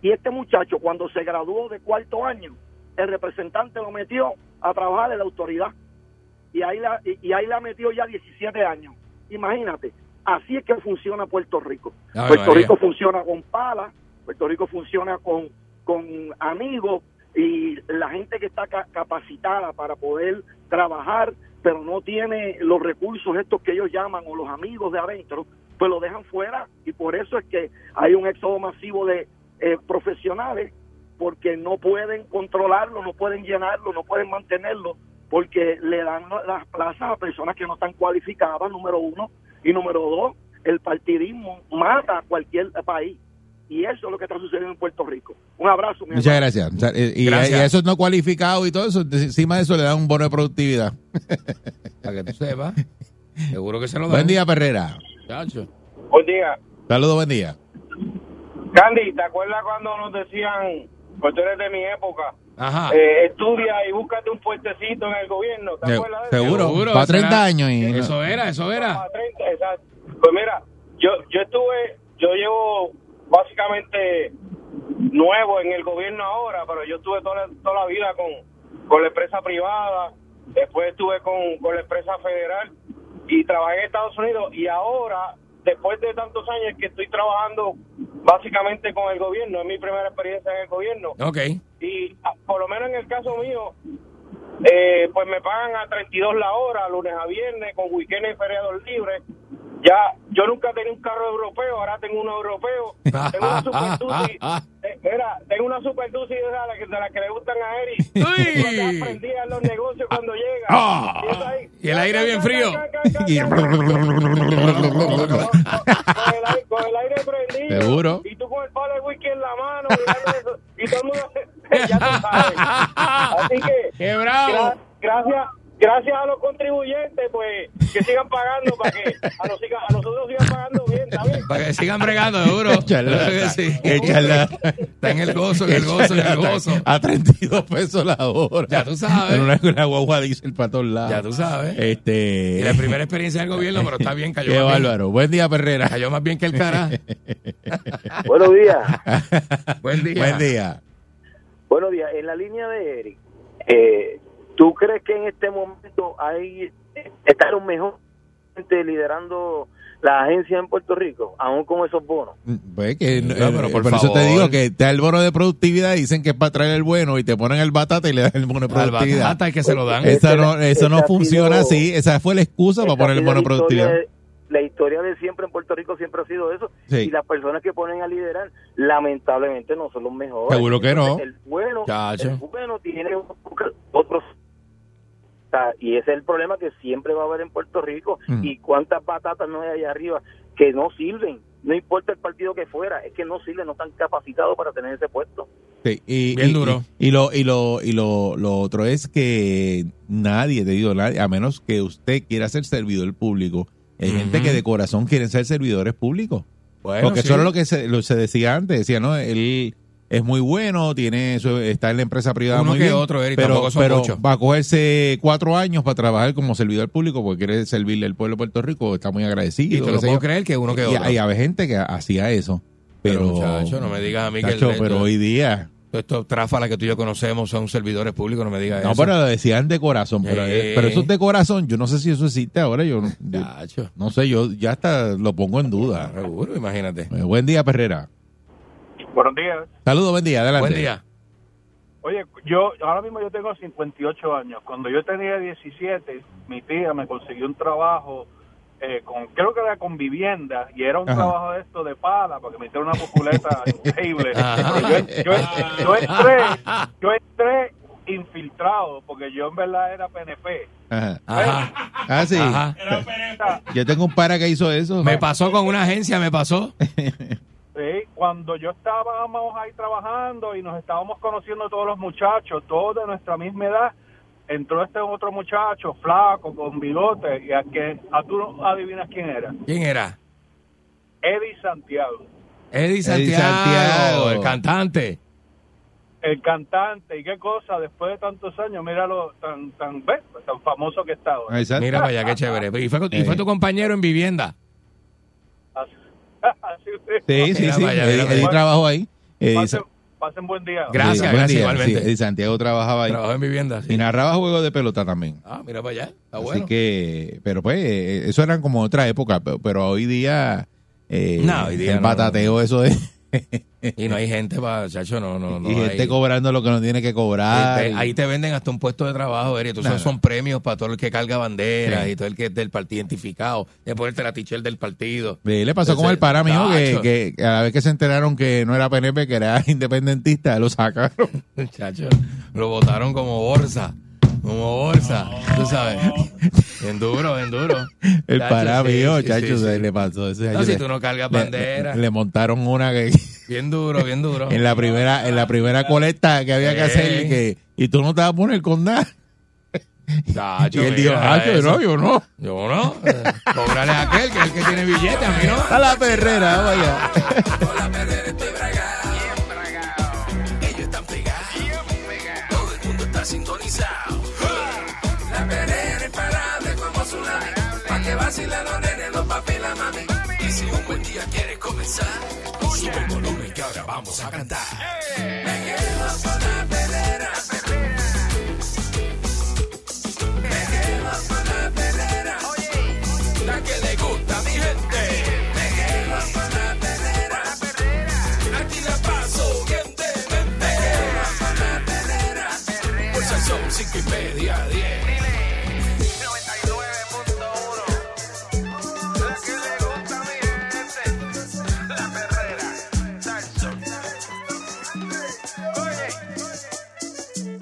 Speaker 7: Y este muchacho, cuando se graduó de cuarto año, el representante lo metió a trabajar en la autoridad. Y ahí la, y, y ahí la metió ya 17 años. Imagínate, así es que funciona Puerto Rico.
Speaker 4: Ave
Speaker 7: Puerto
Speaker 4: María.
Speaker 7: Rico funciona con palas, Puerto Rico funciona con, con amigos y la gente que está ca- capacitada para poder trabajar, pero no tiene los recursos estos que ellos llaman o los amigos de adentro, pues lo dejan fuera y por eso es que hay un éxodo masivo de eh, profesionales porque no pueden controlarlo, no pueden llenarlo, no pueden mantenerlo, porque le dan la- las plazas a personas que no están cualificadas, número uno, y número dos, el partidismo mata a cualquier país. Y eso es lo que está sucediendo en Puerto Rico. Un abrazo, mi
Speaker 3: Muchas
Speaker 7: hermano.
Speaker 3: gracias. O sea, eh, Y,
Speaker 4: Gracias.
Speaker 3: a- y a esos no cualificados y todo eso, de- encima de eso le dan un bono de productividad.
Speaker 4: Para que tú sepas. Seguro que se lo dan.
Speaker 3: Buen día, Perrera.
Speaker 4: Chacho.
Speaker 5: Buen día.
Speaker 3: Saludos, buen día.
Speaker 5: Candy, ¿te acuerdas cuando nos decían, pues tú eres de mi época,
Speaker 4: Ajá.
Speaker 5: eh, estudia y búscate un puestecito en el gobierno? ¿Te
Speaker 3: Se-
Speaker 5: acuerdas de eso?
Speaker 3: seguro.
Speaker 4: Seguro,
Speaker 3: Para
Speaker 4: será.
Speaker 3: 30 años. Y,
Speaker 4: Eso era, eso era.
Speaker 5: A 30, exacto. Pues mira, yo, yo estuve, yo llevo básicamente nuevo en el gobierno ahora, pero yo estuve toda la, toda la vida con, con la empresa privada, después estuve con, con la empresa federal y trabajé en Estados Unidos y ahora, después de tantos años que estoy trabajando básicamente con el gobierno, es mi primera experiencia en el gobierno
Speaker 4: Ok.
Speaker 5: y ah, por lo menos en el caso mío, eh, pues me pagan a 32 la hora, lunes a viernes, con weekends y feriados libres. Ya, yo nunca tenía un carro europeo, ahora tengo uno europeo. Tengo una Super Duty, eh, mira, tengo una Super Duty de las que, de las que le gustan a Eric.
Speaker 4: Uy.
Speaker 5: Prendía en los negocios cuando llega.
Speaker 4: Ah.
Speaker 5: Y eso ahí,
Speaker 4: Y el aire bien frío.
Speaker 3: Y-
Speaker 5: con el aire- con el aire prendido.
Speaker 3: Seguro.
Speaker 5: Y tú con el palo de whisky en la mano. mirando eso, Y todo el mundo. ya tú sabes. Así que.
Speaker 4: ¡Qué bravo!
Speaker 5: gra- gracias. Gracias a los contribuyentes, pues, que sigan pagando para que a, nos siga- a nosotros sigan pagando bien, ¿está bien?
Speaker 4: Para que sigan bregando, seguro.
Speaker 3: Qué charlatán.
Speaker 4: Claro que sí.
Speaker 3: Qué charlatán.
Speaker 4: Está en el gozo, en el gozo, en el gozo.
Speaker 3: A 32 pesos la hora.
Speaker 4: Ya tú sabes.
Speaker 3: En una, una guagua diésel para todos lados.
Speaker 4: Ya tú sabes.
Speaker 3: Este.
Speaker 4: Y la primera experiencia del gobierno, pero está bien, cayó.
Speaker 3: Qué
Speaker 4: más bien.
Speaker 3: bárbaro. Buen día, Perrera.
Speaker 4: Cayó más bien que el cara.
Speaker 7: Buenos días.
Speaker 4: Buen día.
Speaker 3: Buen día.
Speaker 7: Buenos días. En la línea de Eric, eh, ¿tú crees que en este momento hay está los mejor gente liderando la agencia en Puerto Rico, aún con esos bonos?
Speaker 3: Pues que,
Speaker 4: No,
Speaker 3: eh,
Speaker 4: pero por
Speaker 3: por, eso te
Speaker 4: favor.
Speaker 3: digo que te da el bono de productividad, dicen que es para traer el bueno y te ponen el batata y le das el bono de
Speaker 4: Al
Speaker 3: productividad.
Speaker 4: batata es que se lo dan.
Speaker 3: Esa no,
Speaker 7: Ese-
Speaker 3: eso
Speaker 7: ese
Speaker 3: no
Speaker 7: ha
Speaker 3: funciona
Speaker 7: sido- este
Speaker 3: así. Esa fue la excusa para poner el bono de productividad.
Speaker 7: La historia de siempre en Puerto Rico siempre ha sido eso.
Speaker 3: Sí.
Speaker 7: Y las personas que ponen a liderar, lamentablemente, no son los mejores.
Speaker 3: Seguro que no.
Speaker 7: El bueno,
Speaker 4: Chacho.
Speaker 7: el bueno tiene otros. o sea, Y ese es el problema que siempre va a haber en Puerto Rico.
Speaker 3: Mm.
Speaker 7: Y cuántas patatas no hay allá arriba que no sirven. No importa el partido que fuera, es que no sirven, no están capacitados para tener ese puesto.
Speaker 3: Sí, y,
Speaker 4: Bien
Speaker 3: y-
Speaker 4: duro.
Speaker 3: Y, y lo, y, lo, y lo, lo otro es que nadie, te digo, nadie, a menos que usted quiera ser servidor público. Hay
Speaker 4: Ujú.
Speaker 3: gente que de corazón quieren ser servidores públicos. porque eso era lo que se, lo- se decía antes. Decía, no, él es muy bueno, tiene su- está en la empresa privada
Speaker 4: Uno
Speaker 3: muy
Speaker 4: que
Speaker 3: bien,
Speaker 4: otro, Eric,
Speaker 3: pero,
Speaker 4: tampoco son
Speaker 3: pero
Speaker 4: muchos.
Speaker 3: va a cogerse cuatro años para trabajar como servidor público porque quiere servirle al pueblo de Puerto Rico. Está muy
Speaker 4: Y
Speaker 3: agradecido.
Speaker 4: te
Speaker 3: qué
Speaker 4: lo
Speaker 3: sé
Speaker 4: puedo
Speaker 3: yo.
Speaker 4: creer que uno que
Speaker 3: y,
Speaker 4: otro.
Speaker 3: y había gente que hacía eso. Pero,
Speaker 4: Pero, muchacho, no me digas a mí que el-
Speaker 3: Chacho, pero
Speaker 4: el-
Speaker 3: hoy día...
Speaker 4: Estos tráfalas que tú y yo conocemos son servidores públicos, no me digas
Speaker 3: No,
Speaker 4: eso.
Speaker 3: pero lo decían de corazón. Pero,
Speaker 4: Eh.
Speaker 3: pero eso es de corazón. Yo no sé si eso existe ahora. Yo, yo-
Speaker 4: Chacho,
Speaker 3: no sé, yo ya hasta lo pongo en duda.
Speaker 4: Ah, seguro, imagínate.
Speaker 3: Eh, buen día, Perrera.
Speaker 5: Buenos días.
Speaker 3: Saludos, buen día. Adelante.
Speaker 4: Buen día.
Speaker 5: Oye, yo ahora mismo yo tengo 58 años. Cuando yo tenía 17, mi tía me consiguió un trabajo eh, con creo que era con vivienda y era un
Speaker 3: Ajá.
Speaker 5: trabajo de esto de pala porque me hicieron una populeta increíble.
Speaker 4: Ajá.
Speaker 5: Pero yo, yo- yo entré, yo entré infiltrado porque yo en verdad era PNP.
Speaker 3: Ajá.
Speaker 4: Ajá.
Speaker 3: Ah, sí.
Speaker 4: Ajá.
Speaker 3: Yo tengo un para que hizo eso.
Speaker 4: Me pasó con una agencia, me pasó.
Speaker 5: Sí, cuando yo estábamos ahí trabajando y nos estábamos conociendo todos los muchachos, todos de nuestra misma edad, entró este otro muchacho flaco, con bigote, y a que a tú no adivinas quién era.
Speaker 4: ¿Quién era?
Speaker 5: Eddie Santiago.
Speaker 4: Eddie Santiago,
Speaker 3: Santiago.
Speaker 4: el cantante.
Speaker 8: el cantante y qué cosa, después de tantos años, míralo tan tan ¿ves? tan famoso que está ahora.
Speaker 3: Exacto.
Speaker 4: Mira vaya,
Speaker 5: Ah,
Speaker 4: qué chévere. Y fue, y
Speaker 3: Sí.
Speaker 4: fue tu compañero en vivienda.
Speaker 8: Así- así mismo.
Speaker 3: Sí, sí,
Speaker 4: Mira,
Speaker 3: sí.
Speaker 4: vaya,
Speaker 3: Eddie,
Speaker 4: mira,
Speaker 3: Eddie
Speaker 4: vaya.
Speaker 3: trabajó ahí. Eddie Sa-
Speaker 8: Pasen, pasen buen día.
Speaker 4: Gracias,
Speaker 3: Eddie-
Speaker 4: gracias,
Speaker 3: buen día.
Speaker 4: igualmente.
Speaker 3: Sí, Eddie Santiago trabajaba ahí.
Speaker 4: Trabajó en vivienda. sí.
Speaker 3: Y narraba juegos de pelota también.
Speaker 4: Ah, mira para allá. Está
Speaker 3: Así
Speaker 4: bueno.
Speaker 3: que, pero pues, eh, eso eran como otra época, pe- pero, hoy día, eh,
Speaker 4: No, hoy día
Speaker 3: el
Speaker 4: no,
Speaker 3: patateo, eso de
Speaker 4: Y no hay gente para, chacho, no, no, no.
Speaker 3: y gente
Speaker 4: hay-
Speaker 3: cobrando lo que no tiene que cobrar.
Speaker 4: Ahí te, ahí te venden hasta un puesto de trabajo, Eri. Tú
Speaker 3: No,
Speaker 4: sabes,
Speaker 3: no.
Speaker 4: son premios para todo el que carga banderas
Speaker 3: Sí.
Speaker 4: y todo el que es del partido identificado. De ponerte la tichel del partido.
Speaker 3: Sí, le pasó con el para mío que,
Speaker 4: Tacho.
Speaker 3: que a la vez que se enteraron que no era PNP, que era independentista, lo sacaron.
Speaker 4: Chacho, lo votaron como bolsa. Como bolsa. Tú sabes. Bien duro, bien duro.
Speaker 3: El
Speaker 4: Chacho,
Speaker 3: para
Speaker 4: sí,
Speaker 3: mío,
Speaker 4: sí,
Speaker 3: chacho,
Speaker 4: sí,
Speaker 3: se
Speaker 4: sí.
Speaker 3: le pasó. Ese
Speaker 4: No,
Speaker 3: chacho
Speaker 4: si
Speaker 3: le-
Speaker 4: tú no cargas
Speaker 3: le-
Speaker 4: bandera.
Speaker 3: Le, montaron una que
Speaker 4: Bien duro, bien duro.
Speaker 3: en la primera en la primera colecta que había que
Speaker 4: Sí.
Speaker 3: hacerle que y tú no te vas a poner con nada. Y
Speaker 4: Chacho,
Speaker 3: él dijo,
Speaker 4: mira
Speaker 3: "Ah, yo
Speaker 4: eso".
Speaker 3: no, yo no.
Speaker 4: Yo no. eh, Cobrarle a aquel, que es el que tiene billete, a mí no.
Speaker 3: A la perrera, vaya.
Speaker 1: Con la perrera estoy bragado. Ellos están pegados. Todo el mundo está sintonizado. La perrera es imparable como tsunami. Pa' que vacilen los nenes, los papi y la mami. Y si un buen día quieres comenzar, sube el volumen que ahora vamos a cantar. Me quedo con la perrera. Me quedo con la perrera. La que le gusta a mi gente. Me quedo con la perrera. Aquí la paso bien de mente. Pues ya son cinco y media, diez.
Speaker 2: 99.1. La que le gusta a mi gente. La perrera. Salso. Oye.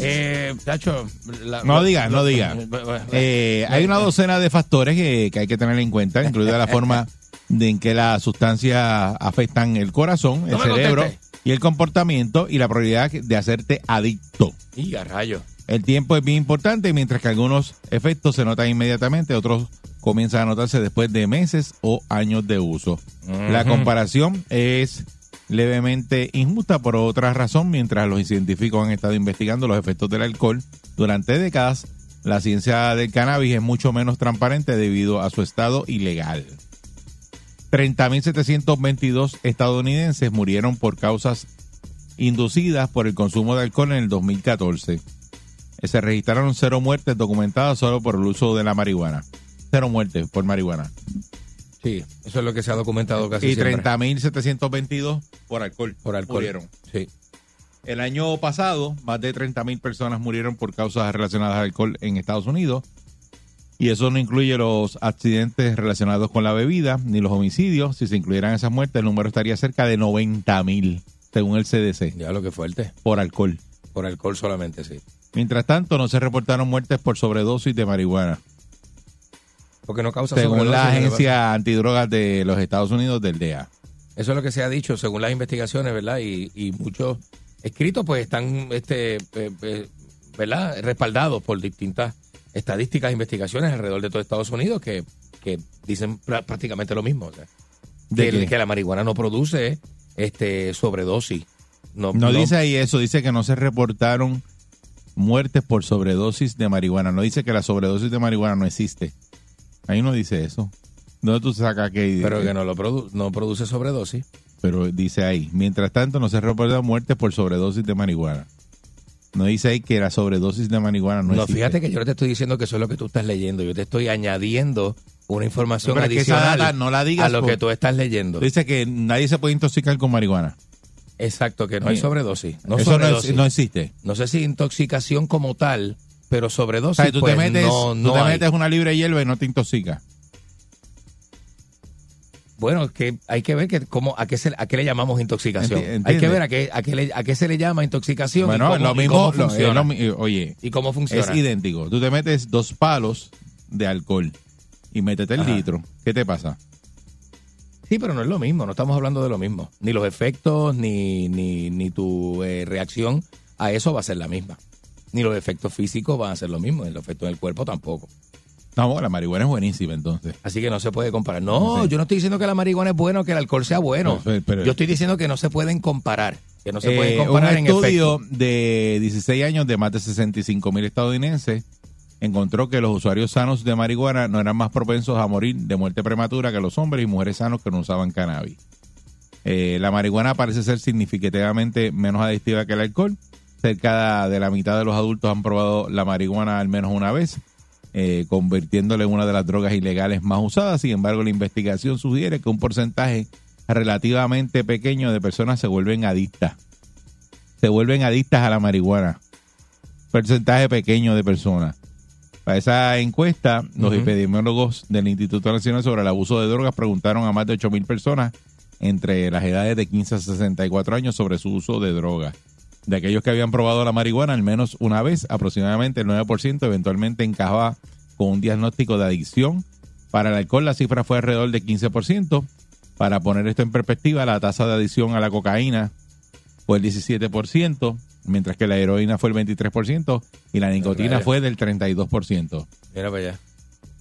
Speaker 4: Eh, chacho, la-
Speaker 3: No diga, no diga.
Speaker 4: Bueno,
Speaker 3: Eh, hay una docena de factores que, que hay que tener en cuenta, incluida la forma de en que las sustancias afectan el corazón, el
Speaker 4: me
Speaker 3: cerebro
Speaker 4: conteste.
Speaker 3: y el comportamiento y la probabilidad de hacerte adicto.
Speaker 4: Y a rayos.
Speaker 3: El tiempo es bien importante, mientras que algunos efectos se notan inmediatamente, otros comienzan a notarse después de meses o años de uso. La comparación es levemente injusta por otra razón, mientras los científicos han estado investigando los efectos del alcohol durante décadas, la ciencia del cannabis es mucho menos transparente debido a su estado ilegal. 30.722 estadounidenses murieron por causas inducidas por el consumo de alcohol en el 2014. Eh, Se registraron cero muertes documentadas solo por el uso de la marihuana. Cero muertes por marihuana.
Speaker 4: Sí, eso es lo que se ha documentado casi
Speaker 3: Y
Speaker 4: siempre.
Speaker 3: 30.722 por alcohol.
Speaker 4: por alcohol.
Speaker 3: Murieron.
Speaker 4: Sí.
Speaker 3: El año pasado, más de 30.000 personas murieron por causas relacionadas al alcohol en Estados Unidos. Y eso no incluye los accidentes relacionados con la bebida ni los homicidios. Si se incluyeran esas muertes, el número estaría cerca de 90.000, según el CDC,
Speaker 4: Ya lo que fuerte.
Speaker 3: por alcohol.
Speaker 4: Por alcohol solamente, sí.
Speaker 3: Mientras tanto, no se reportaron muertes por sobredosis de marihuana,
Speaker 4: Porque no causa
Speaker 3: según
Speaker 4: sobredosis,
Speaker 3: la
Speaker 4: lo que
Speaker 3: agencia antidrogas de los Estados Unidos del DEA.
Speaker 4: pasa- Eso es lo que se ha dicho según las investigaciones, ¿verdad? Y, y muchos escritos pues están, este, eh, eh, ¿verdad? Respaldados por distintas estadísticas e investigaciones alrededor de todo Estados Unidos que, que dicen prá- prácticamente lo mismo. o sea,
Speaker 3: ¿De
Speaker 4: que,
Speaker 3: qué?
Speaker 4: que la marihuana no produce este sobredosis. No, no-
Speaker 3: No dice ahí eso, dice que no se reportaron muertes por sobredosis de marihuana. No dice que la sobredosis de marihuana no existe. Ahí no dice eso. ¿Dónde tú sacas que.?
Speaker 4: Pero que no, lo produ- no produce sobredosis.
Speaker 3: Pero dice ahí. Mientras tanto, no se reportaron muertes por sobredosis de marihuana. No dice ahí que la sobredosis de marihuana no,
Speaker 4: No,
Speaker 3: existe.
Speaker 4: fíjate que yo no te estoy diciendo que eso es lo que tú estás leyendo. Yo te estoy añadiendo una información
Speaker 3: Pero es que esa
Speaker 4: adicional
Speaker 3: data no la digas,
Speaker 4: a lo
Speaker 3: porque-
Speaker 4: que tú estás leyendo.
Speaker 3: Dice que nadie se puede intoxicar con marihuana.
Speaker 4: Exacto, que no hay
Speaker 3: Sí.
Speaker 4: sobredosis. No
Speaker 3: eso no es-
Speaker 4: sobredosis.
Speaker 3: no
Speaker 4: No,
Speaker 3: existe.
Speaker 4: sé si intoxicación como tal, pero
Speaker 3: O
Speaker 4: sobredosis
Speaker 3: sea, tú
Speaker 4: pues,
Speaker 3: te metes,
Speaker 4: no,
Speaker 3: tú
Speaker 4: no
Speaker 3: te
Speaker 4: hay.
Speaker 3: metes una libre de hierba y no te intoxicas.
Speaker 4: Bueno, es que hay que ver que cómo, a, qué se- a qué le llamamos intoxicación.
Speaker 3: Enti- entiende.
Speaker 4: hay que ver a qué, a, qué le- a qué se le llama intoxicación y
Speaker 3: Bueno,
Speaker 4: cómo,
Speaker 3: es lo
Speaker 4: y
Speaker 3: mismo.
Speaker 4: cómo
Speaker 3: lo- es
Speaker 4: funciona.
Speaker 3: lo mi- eh, oye,
Speaker 4: y cómo
Speaker 3: Es
Speaker 4: funciona.
Speaker 3: idéntico. Tú te metes dos palos de alcohol y métete el
Speaker 4: Ajá.
Speaker 3: litro. ¿Qué te pasa?
Speaker 4: Sí, pero no es lo mismo, no estamos hablando de lo mismo. Ni los efectos, ni, ni, ni tu eh, reacción a eso va a ser la misma. Ni los efectos físicos van a ser lo mismo, ni los efectos del cuerpo tampoco.
Speaker 3: No, bueno, la marihuana es buenísima entonces.
Speaker 4: Así que no se puede comparar. No,
Speaker 3: Sí.
Speaker 4: yo no estoy diciendo que la marihuana es buena o que el alcohol sea bueno.
Speaker 3: Pero- pero-
Speaker 4: yo estoy diciendo que no se pueden comparar. Que no se
Speaker 3: Eh,
Speaker 4: pueden comparar
Speaker 3: un
Speaker 4: en
Speaker 3: estudio
Speaker 4: efecto.
Speaker 3: de 16 años de más de 65 mil estadounidenses encontró que los usuarios sanos de marihuana no eran más propensos a morir de muerte prematura que los hombres y mujeres sanos que no usaban cannabis. Eh, la marihuana parece ser significativamente menos adictiva que el alcohol. Cerca de la mitad de los adultos han probado la marihuana al menos una vez, eh, convirtiéndole en una de las drogas ilegales más usadas. Sin embargo, la investigación sugiere que un porcentaje relativamente pequeño de personas se vuelven adictas se vuelven adictas a la marihuana. Porcentaje pequeño de personas. Para esa encuesta, los
Speaker 4: Ujú.
Speaker 3: epidemiólogos del Instituto Nacional sobre el Abuso de Drogas preguntaron a más de 8.000 personas entre las edades de 15 a 64 años sobre su uso de drogas. De aquellos que habían probado la marihuana al menos una vez, aproximadamente el 9% eventualmente encajaba con un diagnóstico de adicción. Para el alcohol la cifra fue alrededor de 15%. Para poner esto en perspectiva, la tasa de adicción a la cocaína fue el 17%, mientras que la heroína fue el 23% y la nicotina
Speaker 4: Rayos.
Speaker 3: fue del 32%.
Speaker 4: Mira para allá.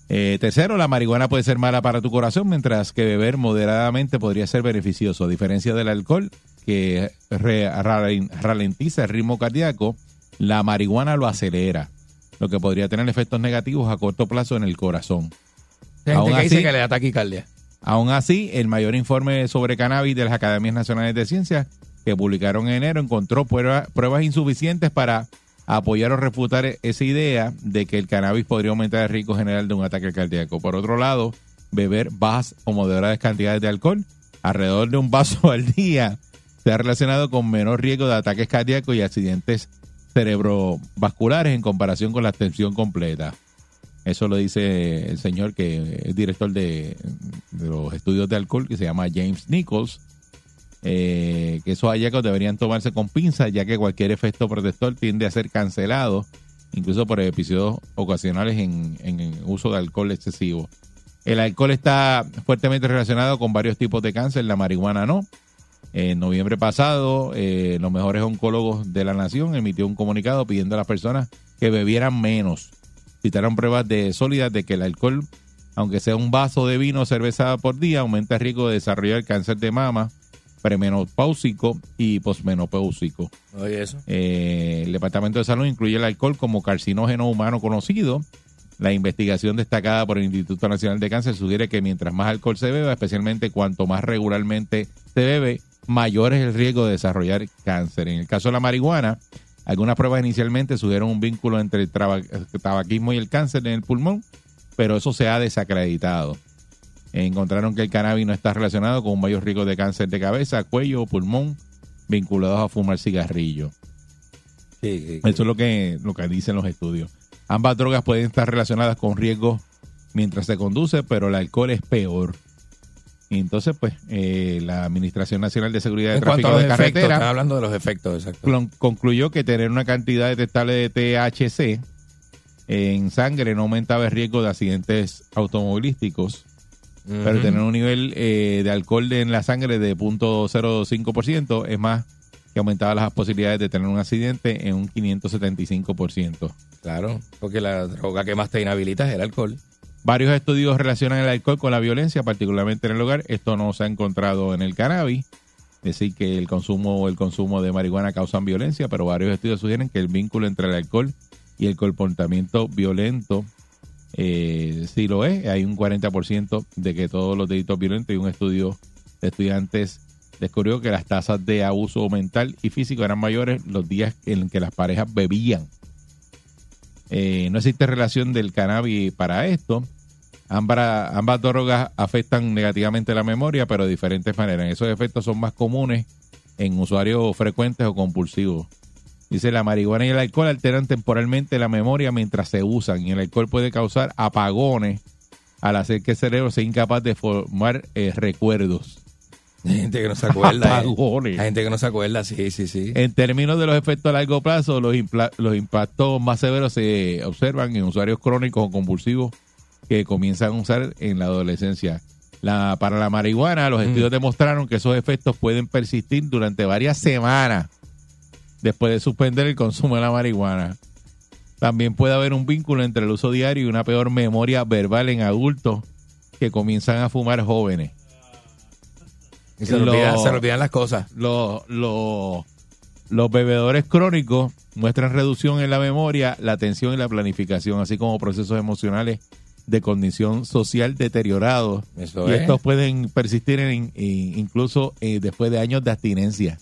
Speaker 3: Eh, tercero, la marihuana puede ser mala para tu corazón, mientras que beber moderadamente podría ser beneficioso, a diferencia del alcohol, que re- ralen- ralentiza el ritmo cardíaco, la marihuana lo acelera, lo que podría tener efectos negativos a corto plazo en el corazón.
Speaker 4: Hay gente
Speaker 3: Aún
Speaker 4: que dice
Speaker 3: así-
Speaker 4: que le da taquicardia.
Speaker 3: Aún así, el mayor informe sobre cannabis de las Academias Nacionales de Ciencias que publicaron en enero encontró prueba- pruebas insuficientes para apoyar o refutar e- esa idea de que el cannabis podría aumentar el riesgo general de un ataque cardíaco. Por otro lado, beber bajas o moderadas cantidades de alcohol, alrededor de un vaso al día, se ha relacionado con menor riesgo de ataques cardíacos y accidentes cerebrovasculares en comparación con la abstención completa. Eso lo dice el señor que es director de, de los estudios de alcohol, que se llama James Nichols, eh, que esos hallazgos deberían tomarse con pinzas, ya que cualquier efecto protector tiende a ser cancelado, incluso por episodios ocasionales en, en uso de alcohol excesivo. El alcohol está fuertemente relacionado con varios tipos de cáncer, la marihuana no. En noviembre pasado, eh, los mejores oncólogos de la nación emitió un comunicado pidiendo a las personas que bebieran menos. Citaron pruebas de sólidas de que el alcohol, aunque sea un vaso de vino o cerveza por día, aumenta el riesgo de desarrollar cáncer de mama, premenopáusico y posmenopáusico.
Speaker 4: Oye, eso.
Speaker 3: Eh, el Departamento de Salud incluye el alcohol como carcinógeno humano conocido. La investigación destacada por el Instituto Nacional de Cáncer sugiere que mientras más alcohol se beba, especialmente cuanto más regularmente se bebe, mayor es el riesgo de desarrollar cáncer. En el caso de la marihuana, algunas pruebas inicialmente sugirieron un vínculo entre el traba- tabaquismo y el cáncer en el pulmón, pero eso se ha desacreditado. Encontraron que el cannabis no está relacionado con un mayor riesgo de cáncer de cabeza, cuello o pulmón vinculados a fumar cigarrillo. Eso es lo que, lo que dicen los estudios. Ambas drogas pueden estar relacionadas con riesgos mientras se conduce, pero el alcohol es peor. Y entonces, pues, eh, la Administración Nacional de Seguridad de
Speaker 4: En cuanto a
Speaker 3: Tráfico
Speaker 4: los
Speaker 3: de
Speaker 4: efectos, están
Speaker 3: Carretera
Speaker 4: hablando de los efectos, exacto.
Speaker 3: clon- concluyó que tener una cantidad detectable de THC en sangre no aumentaba el riesgo de accidentes automovilísticos pero
Speaker 4: Ujú.
Speaker 3: tener un nivel eh, de alcohol de- en la sangre de 0.05% es más que aumentaba las posibilidades de tener un accidente en un 575%.
Speaker 4: Claro, porque la droga que más te inhabilita es el alcohol.
Speaker 3: Varios estudios relacionan el alcohol con la violencia, particularmente en el hogar. Esto no se ha encontrado en el cannabis. Decir que el consumo o el consumo de marihuana causan violencia, pero varios estudios sugieren que el vínculo entre el alcohol y el comportamiento violento eh, sí lo es. Hay un 40% de que todos los delitos violentos y un estudio de estudiantes descubrió que las tasas de abuso mental y físico eran mayores los días en que las parejas bebían. Eh, no existe relación del cannabis para esto. Ambas, ambas drogas afectan negativamente la memoria, pero de diferentes maneras. Esos efectos son más comunes en usuarios frecuentes o compulsivos. Dice, la marihuana y el alcohol alteran temporalmente la memoria mientras se usan y el alcohol puede causar apagones al hacer que el cerebro sea incapaz de formar eh, recuerdos.
Speaker 4: Hay gente que no se acuerda. eh.
Speaker 3: Apagones.
Speaker 4: Hay gente que no se acuerda, sí, sí, sí.
Speaker 3: En términos de los efectos a largo plazo, los, impla- los impactos más severos se observan en usuarios crónicos o convulsivos que comienzan a usar en la adolescencia. La- para la marihuana, los estudios demostraron que esos efectos pueden persistir durante varias semanas después de suspender el consumo de la marihuana. También puede haber un vínculo entre el uso diario y una peor memoria verbal en adultos que comienzan a fumar jóvenes.
Speaker 4: Y se, le olvida-
Speaker 3: Lo-
Speaker 4: se le olvidan las cosas.
Speaker 3: los, los- los bebedores crónicos muestran reducción en la memoria, la atención y la planificación, así como procesos emocionales de condición social deteriorados.
Speaker 4: Eso
Speaker 3: y
Speaker 4: es.
Speaker 3: estos pueden persistir en, en- incluso eh, después de años de abstinencia.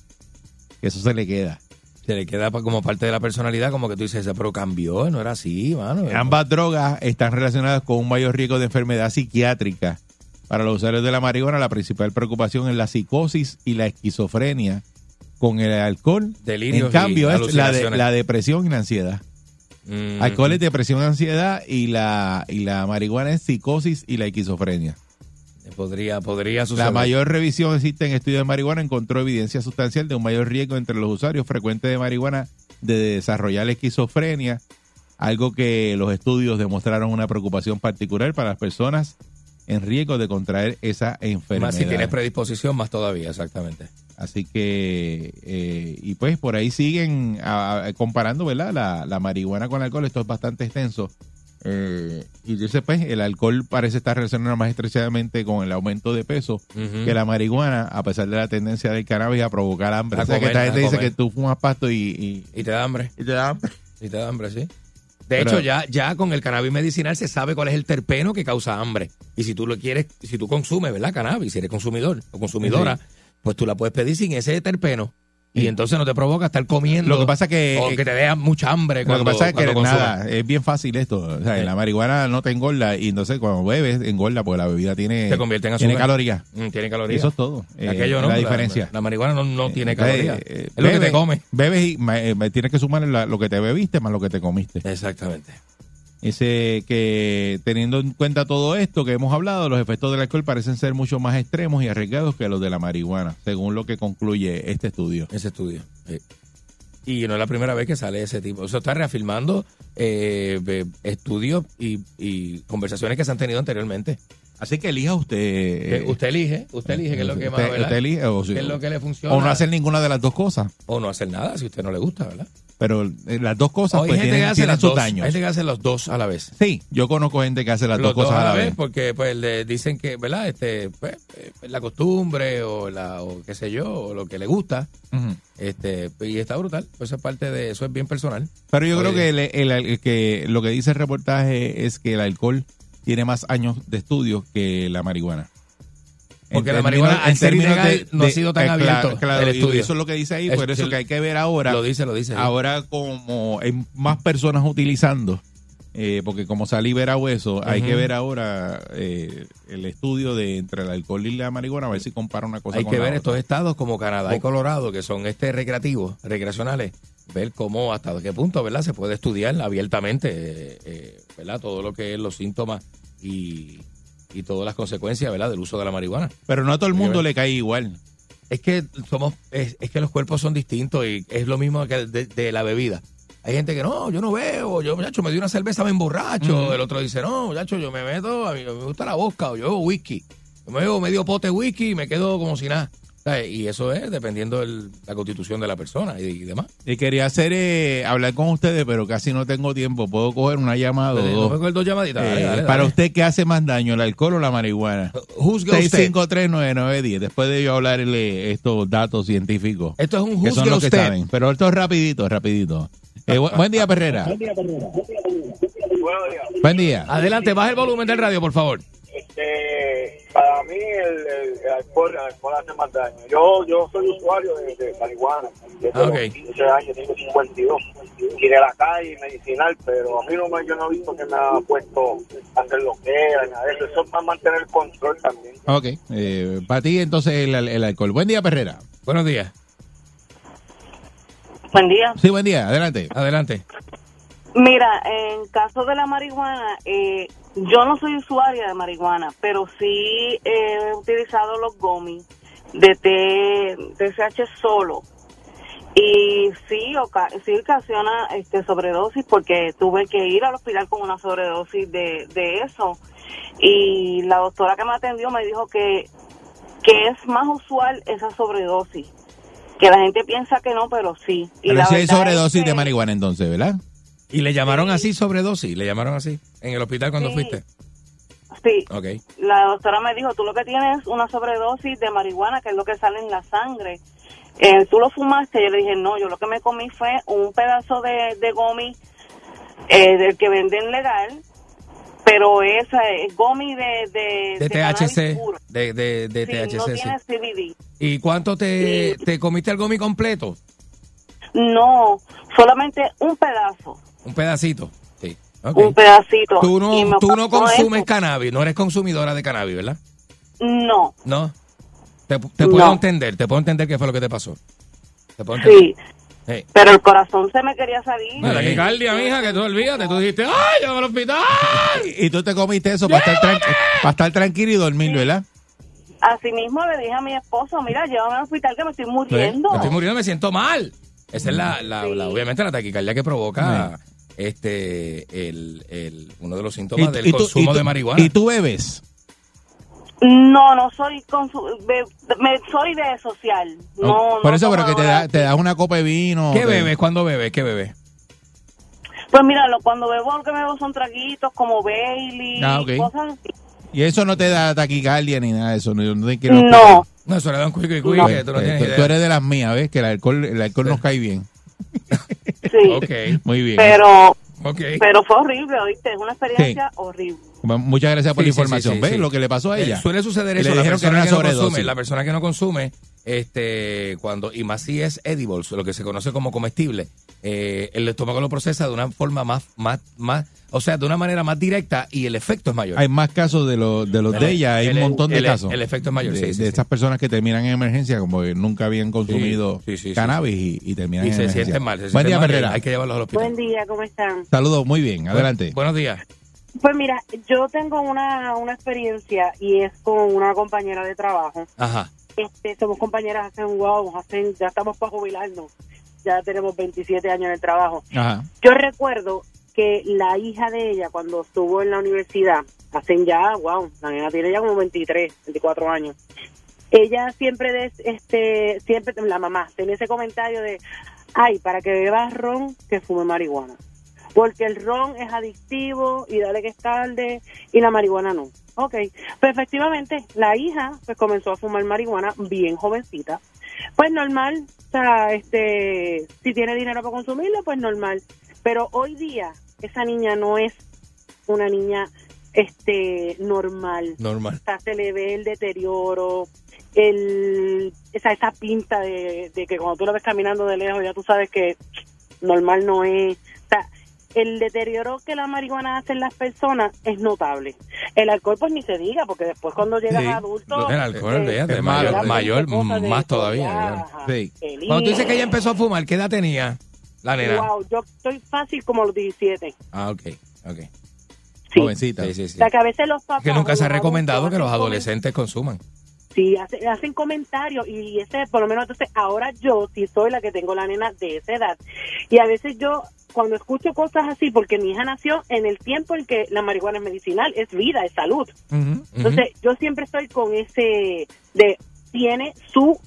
Speaker 3: Eso se le queda.
Speaker 4: Se le queda pa- como parte de la personalidad, como que tú dices, pero cambió, no era así, mano.
Speaker 3: Ambas drogas están relacionadas con un mayor riesgo de enfermedad psiquiátrica. Para los usuarios de la marihuana, la principal preocupación es la psicosis y la esquizofrenia. Con el alcohol,
Speaker 4: Delirios
Speaker 3: en cambio,
Speaker 4: y
Speaker 3: es la, de-
Speaker 4: alucinaciones.
Speaker 3: la depresión y la ansiedad.
Speaker 4: Mm.
Speaker 3: Alcohol es depresión, ansiedad y la, y la marihuana es psicosis y la esquizofrenia.
Speaker 4: Mm, Podría, podría suceder.
Speaker 3: La mayor revisión existe en estudios de marihuana encontró evidencia sustancial de un mayor riesgo entre los usuarios frecuentes de marihuana de desarrollar la esquizofrenia, algo que los estudios demostraron una preocupación particular para las personas en riesgo de contraer esa enfermedad.
Speaker 4: Más si tienes predisposición, más todavía, exactamente.
Speaker 3: Así que, eh, y pues por ahí siguen ah, ah, comparando, ¿verdad? La, la marihuana con el alcohol, esto es bastante extenso. Eh, y dice, pues, el alcohol parece estar relacionado más estrechamente con el aumento de peso
Speaker 4: Mm.
Speaker 3: que la marihuana, a pesar de la tendencia del cannabis a provocar hambre.
Speaker 4: A
Speaker 3: o sea,
Speaker 4: comer,
Speaker 3: que esta
Speaker 4: a
Speaker 3: gente dice
Speaker 4: comer.
Speaker 3: que tú fumas pasto y...
Speaker 4: Y te da hambre.
Speaker 3: y te da hambre.
Speaker 4: Y te da hambre, sí. De
Speaker 3: Pero-
Speaker 4: hecho, ya, ya con el cannabis medicinal se sabe cuál es el terpeno que causa hambre. Y si tú lo quieres, si tú consumes, ¿verdad? Cannabis, si eres consumidor o consumidora, pues tú la puedes pedir sin ese terpeno. Y
Speaker 3: Sí.
Speaker 4: entonces no te provoca estar comiendo.
Speaker 3: Lo que pasa que-
Speaker 4: O que te dé mucha hambre.
Speaker 3: Lo
Speaker 4: Cuando,
Speaker 3: que pasa es que
Speaker 4: cuando consumas.
Speaker 3: nada, es bien fácil esto. O sea,
Speaker 4: Sí.
Speaker 3: La marihuana no te engorda y entonces cuando bebes engorda porque la bebida tiene,
Speaker 4: Te convierte en
Speaker 3: tiene
Speaker 4: azúcar.
Speaker 3: calorías.
Speaker 4: Mm, tiene calorías.
Speaker 3: Eso es todo. Eh,
Speaker 4: Aquello no.
Speaker 3: La diferencia.
Speaker 4: La, marihuana no, no tiene
Speaker 3: Entonces,
Speaker 4: calorías.
Speaker 3: eh,
Speaker 4: es lo que
Speaker 3: bebes-
Speaker 4: te come.
Speaker 3: Bebes y ma- eh, tienes que sumar la- lo que te bebiste más lo que te comiste.
Speaker 4: Exactamente.
Speaker 3: Dice que teniendo en cuenta todo esto que hemos hablado, los efectos del alcohol parecen ser mucho más extremos y arriesgados que los de la marihuana, según lo que concluye este estudio.
Speaker 4: Ese estudio. sí. Y no es la primera vez que sale ese tipo. Eso está reafirmando eh, eh, estudios y, y conversaciones que se han tenido anteriormente.
Speaker 3: Así que elija usted.
Speaker 4: Que usted elige, usted elige qué es lo que más,
Speaker 3: Eh, usted-
Speaker 4: ¿verdad?
Speaker 3: usted elige, o, si-
Speaker 4: ¿Qué es lo que le funciona?
Speaker 3: o no hacer ninguna de las dos cosas.
Speaker 4: O no hacer nada si a usted no le gusta, ¿verdad?
Speaker 3: Pero eh, las dos cosas
Speaker 4: O hay
Speaker 3: pues,
Speaker 4: gente que
Speaker 3: tienen,
Speaker 4: hace
Speaker 3: tienen
Speaker 4: las
Speaker 3: sus
Speaker 4: dos. Hay
Speaker 3: daños.
Speaker 4: gente que hace los dos a la vez.
Speaker 3: Sí, yo conozco gente que hace las
Speaker 4: los
Speaker 3: dos cosas a la vez.
Speaker 4: porque pues le dicen que, ¿verdad? Este, pues, eh, la costumbre o la o qué sé yo, o lo que le gusta,
Speaker 3: Ujú.
Speaker 4: este, y está brutal. Pues eso es parte de eso es bien personal.
Speaker 3: Pero yo
Speaker 4: Oye.
Speaker 3: creo que, el- el- el- que lo que dice el reportaje es que el alcohol tiene más años de estudio que la marihuana.
Speaker 4: Porque la
Speaker 3: términos-
Speaker 4: marihuana, al ser
Speaker 3: términos
Speaker 4: ilegal, no ha sido tan
Speaker 3: eh, cla-
Speaker 4: abierto
Speaker 3: claro,
Speaker 4: el
Speaker 3: y
Speaker 4: estudio.
Speaker 3: Eso es lo que dice ahí,
Speaker 4: Es-
Speaker 3: por eso que hay que ver ahora,
Speaker 4: lo dice, lo dice.
Speaker 3: ahora como hay más personas utilizando, eh, porque como se ha liberado eso, hay
Speaker 4: Ujú.
Speaker 3: que ver ahora eh, el estudio de entre el alcohol y la marihuana, a ver si compara una cosa
Speaker 4: Hay
Speaker 3: Pues con
Speaker 4: que
Speaker 3: la
Speaker 4: ver
Speaker 3: otra.
Speaker 4: estos estados como Canadá y Colorado, que son este recreativos, recreacionales, ver cómo, hasta qué punto, ¿verdad? Se puede estudiar abiertamente, eh, eh, ¿verdad? Todo lo que es los síntomas y, y todas las consecuencias, ¿verdad? Del uso de la marihuana.
Speaker 3: Pero no a todo el
Speaker 4: Hay que
Speaker 3: mundo
Speaker 4: ver.
Speaker 3: le cae igual.
Speaker 4: Es que somos, es, es que los cuerpos son distintos y es lo mismo que de, de la bebida. Hay gente que no, yo no veo, yo muchacho me di una cerveza, me emborracho. El otro dice, no, muchacho, yo me meto, a mí me gusta la vodka o yo bebo whisky. Yo me bebo medio pote de whisky y me quedo como si nada. ¿Sabes? Y eso es dependiendo de la constitución de la persona y, y demás.
Speaker 3: Y quería hacer eh, hablar con ustedes, pero casi no tengo tiempo. Puedo coger una llamada o
Speaker 4: Entonces,
Speaker 3: dos.
Speaker 4: no me acuerdo dos llamaditas. Dale,
Speaker 3: Eh,
Speaker 4: dale,
Speaker 3: para
Speaker 4: dale.
Speaker 3: usted, ¿qué hace más daño, el alcohol o la marihuana?
Speaker 4: Juzgue usted.
Speaker 3: 6539910. Después de yo hablarle estos datos científicos,
Speaker 4: Esto es un
Speaker 3: que son
Speaker 4: juzgue
Speaker 3: los que
Speaker 4: usted.
Speaker 3: saben. Pero esto es rapidito, rapidito. Eh, bu- buen día, Perrera.
Speaker 5: Buenos días.
Speaker 3: Buen día.
Speaker 4: Adelante, baja el volumen del radio, por favor.
Speaker 5: Este, para mí el, el- el alcohol, el alcohol hace más daño. Yo yo soy usuario de, de marihuana. Desde
Speaker 4: Ah, ok.
Speaker 5: los 15 años, tengo 52. Y de la calle medicinal, pero a mí no me, yo no he visto que me ha puesto a hacer lo que era, nada de eso. Eso es para mantener el control también.
Speaker 3: Ok. Eh, para ti, entonces, el, el alcohol. Buen día, Perrera.
Speaker 4: Buenos días.
Speaker 9: Buen día.
Speaker 3: Sí, buen día. Adelante.
Speaker 4: Adelante.
Speaker 9: Mira, en caso de la marihuana, eh, yo no soy usuaria de marihuana, pero sí he utilizado los gomis de té, TCH solo. Y sí, oca- sí ocasiona este, sobredosis porque tuve que ir al hospital con una sobredosis de, de eso. Y la doctora que me atendió me dijo que, que es más usual esa sobredosis. Que la gente piensa que no, pero sí. Y
Speaker 3: Pero
Speaker 9: la
Speaker 3: si hay
Speaker 9: verdad es
Speaker 3: sobredosis
Speaker 9: que-
Speaker 3: de marihuana, entonces, ¿verdad?
Speaker 4: ¿Y le llamaron así sobredosis? ¿Le llamaron así? ¿En el hospital cuando
Speaker 9: Sí.
Speaker 4: fuiste?
Speaker 9: Sí,
Speaker 4: Ok.
Speaker 9: la doctora me dijo, tú lo que tienes es una sobredosis de marihuana, que es lo que sale en la sangre. Eh, ¿Tú lo fumaste? Yo le dije, no, yo lo que me comí fue un pedazo de, de gomi eh, del que venden legal, pero esa es gomi de... De,
Speaker 4: De
Speaker 9: de cannabis
Speaker 4: THC.
Speaker 9: puro.
Speaker 4: De, de, de
Speaker 9: Sí,
Speaker 4: THC,
Speaker 9: no
Speaker 4: sí.
Speaker 9: tiene CBD.
Speaker 4: ¿Y cuánto te, te comiste el gomi completo?
Speaker 9: No, solamente un pedazo,
Speaker 4: Un pedacito. Sí. Ok.
Speaker 9: un pedacito.
Speaker 4: Tú
Speaker 9: Y
Speaker 4: no,
Speaker 9: me
Speaker 4: tú no
Speaker 9: pasó
Speaker 4: consumes
Speaker 9: eso.
Speaker 4: cannabis, no eres consumidora de cannabis, ¿verdad?
Speaker 9: No,
Speaker 4: No. Te, te puedo
Speaker 9: No.
Speaker 4: entender, te puedo entender qué fue lo que te pasó. Te puedo entender.
Speaker 9: sí,
Speaker 4: Hey.
Speaker 9: pero el corazón se me quería salir.
Speaker 4: Mira,
Speaker 3: Sí.
Speaker 4: que caldia, mija, que tú olvídate. Tú dijiste, ¡ay, llévame al hospital!
Speaker 3: Y tú te comiste eso para estar, tran- para estar tranquilo y dormir, ¿verdad?
Speaker 9: Así mismo le dije a mi esposo, mira, llévame al hospital que me estoy muriendo.
Speaker 4: Me estoy muriendo, me siento mal. Esa es la, la-
Speaker 9: Sí.
Speaker 4: la- obviamente, la taquicardia que provoca este el, el- uno de los síntomas del
Speaker 3: y
Speaker 4: consumo
Speaker 3: y
Speaker 4: de marihuana.
Speaker 3: Y tú bebes.
Speaker 9: No, no soy consu- be- me, soy de social. No,
Speaker 3: Por
Speaker 9: no
Speaker 3: eso, pero que te,
Speaker 9: tomadora.
Speaker 3: da, te das una copa de vino.
Speaker 4: ¿Qué
Speaker 3: te-
Speaker 4: bebes? ¿Cuándo bebes? ¿Qué bebes?
Speaker 9: Pues mira, lo- cuando bebo lo que bebo son traguitos como Bailey,
Speaker 3: Ah, ok.
Speaker 9: cosas así.
Speaker 3: Y eso no te da taquicardia ni nada de eso. No, no te quiero explicar.
Speaker 9: No,
Speaker 4: No, eso le da un cuico y
Speaker 9: No.
Speaker 4: que tú no tienes
Speaker 3: tú,
Speaker 4: idea.
Speaker 3: tú eres de las mías, ¿ves? Que el alcohol, el alcohol nos cae bien.
Speaker 9: sí.
Speaker 4: Ok,
Speaker 3: Muy bien.
Speaker 9: Pero
Speaker 4: ok.
Speaker 9: pero fue horrible, ¿oíste? Es una experiencia horrible.
Speaker 3: Muchas gracias por
Speaker 4: Sí,
Speaker 3: la
Speaker 4: sí,
Speaker 3: información.
Speaker 4: sí, sí,
Speaker 3: ¿Ves
Speaker 4: sí.
Speaker 3: lo que le pasó a
Speaker 4: Eh,
Speaker 3: ella?
Speaker 4: suele suceder
Speaker 3: Le
Speaker 4: eso. La
Speaker 3: dijeron que era
Speaker 4: persona que,
Speaker 3: una
Speaker 4: no
Speaker 3: sobredosis.
Speaker 4: consume, la persona que no consume, este, cuando, y más si es edibles, lo que se conoce como comestible, eh, el estómago lo procesa de una forma más, más, más, o sea, de una manera más directa y el efecto es mayor.
Speaker 3: Hay más casos de, los de los
Speaker 4: El-
Speaker 3: de ella. Hay
Speaker 4: el- e-
Speaker 3: un montón de
Speaker 4: el-
Speaker 3: casos.
Speaker 4: el efecto es mayor,
Speaker 3: De,
Speaker 4: sí, sí, sí.
Speaker 3: de estas personas que terminan en emergencia como que nunca habían consumido
Speaker 4: sí, sí, sí,
Speaker 3: cannabis y- Y, terminan
Speaker 4: y
Speaker 3: en
Speaker 4: se
Speaker 3: emergencia.
Speaker 4: sienten mal, se
Speaker 3: Buen
Speaker 4: sienten
Speaker 3: día,
Speaker 4: mal y
Speaker 3: Herrera.
Speaker 4: Hay que llevarlos al hospital.
Speaker 10: Buen día, ¿cómo están?
Speaker 3: Saludos. Muy bien. Adelante.
Speaker 4: Buenos días.
Speaker 10: Pues mira, yo tengo una, una experiencia y es con una compañera de trabajo.
Speaker 4: Ajá.
Speaker 10: Este, somos compañeras hace un wow, hacen, ya estamos para jubilarnos. Ya tenemos 27 años en el trabajo.
Speaker 3: Ajá.
Speaker 10: Yo recuerdo que la hija de ella, cuando estuvo en la universidad, hacen ya, wow, la nena tiene ya como 23, 24 años. Ella siempre, des- este, siempre, la mamá, tenía ese comentario de, ay, para que bebas ron, que fume marihuana. Porque el ron es adictivo y dale que es tarde y la marihuana no. Ok, pues efectivamente la hija pues comenzó a fumar marihuana bien jovencita. Pues normal, o sea, este, si tiene dinero para consumirlo, pues normal. Pero hoy día esa niña no es una niña este normal.
Speaker 4: Normal.
Speaker 10: O sea, se le ve el deterioro, el, esa, esa pinta de, de que cuando tú lo ves caminando de lejos ya tú sabes que normal no es. O sea, el deterioro que la marihuana hace en las personas es notable. El alcohol pues ni se diga, porque después cuando llegas
Speaker 3: Sí,
Speaker 10: a adulto...
Speaker 4: lo del alcohol, olvídate,
Speaker 10: te
Speaker 3: mayor-
Speaker 10: da
Speaker 4: mayor, mm,
Speaker 10: muchas cosas este, de
Speaker 4: más
Speaker 10: esto,
Speaker 4: todavía,
Speaker 10: ya,
Speaker 4: claro.
Speaker 10: ajá,
Speaker 3: Sí.
Speaker 10: feliz.
Speaker 4: Cuando tú dices que ella empezó a fumar, ¿qué edad tenía la nena?
Speaker 10: Wow, yo estoy fácil como a los 17.
Speaker 4: Ah, ok, ok.
Speaker 10: Sí.
Speaker 3: Jovencita.
Speaker 4: Sí, sí, sí.
Speaker 10: O sea, que a veces los papás...
Speaker 4: Que nunca se ha
Speaker 10: los
Speaker 4: recomendado
Speaker 10: adultos
Speaker 4: que los
Speaker 10: hacen comentarios
Speaker 4: adolescentes consuman.
Speaker 10: Sí, hace- hacen comentarios y ese, por lo menos entonces, ahora yo sí soy la que tengo la nena de esa edad. Y a veces yo, cuando escucho cosas así, porque mi hija nació en el tiempo en que la marihuana es medicinal, es vida, es salud. Entonces, yo siempre estoy con ese de, tiene su,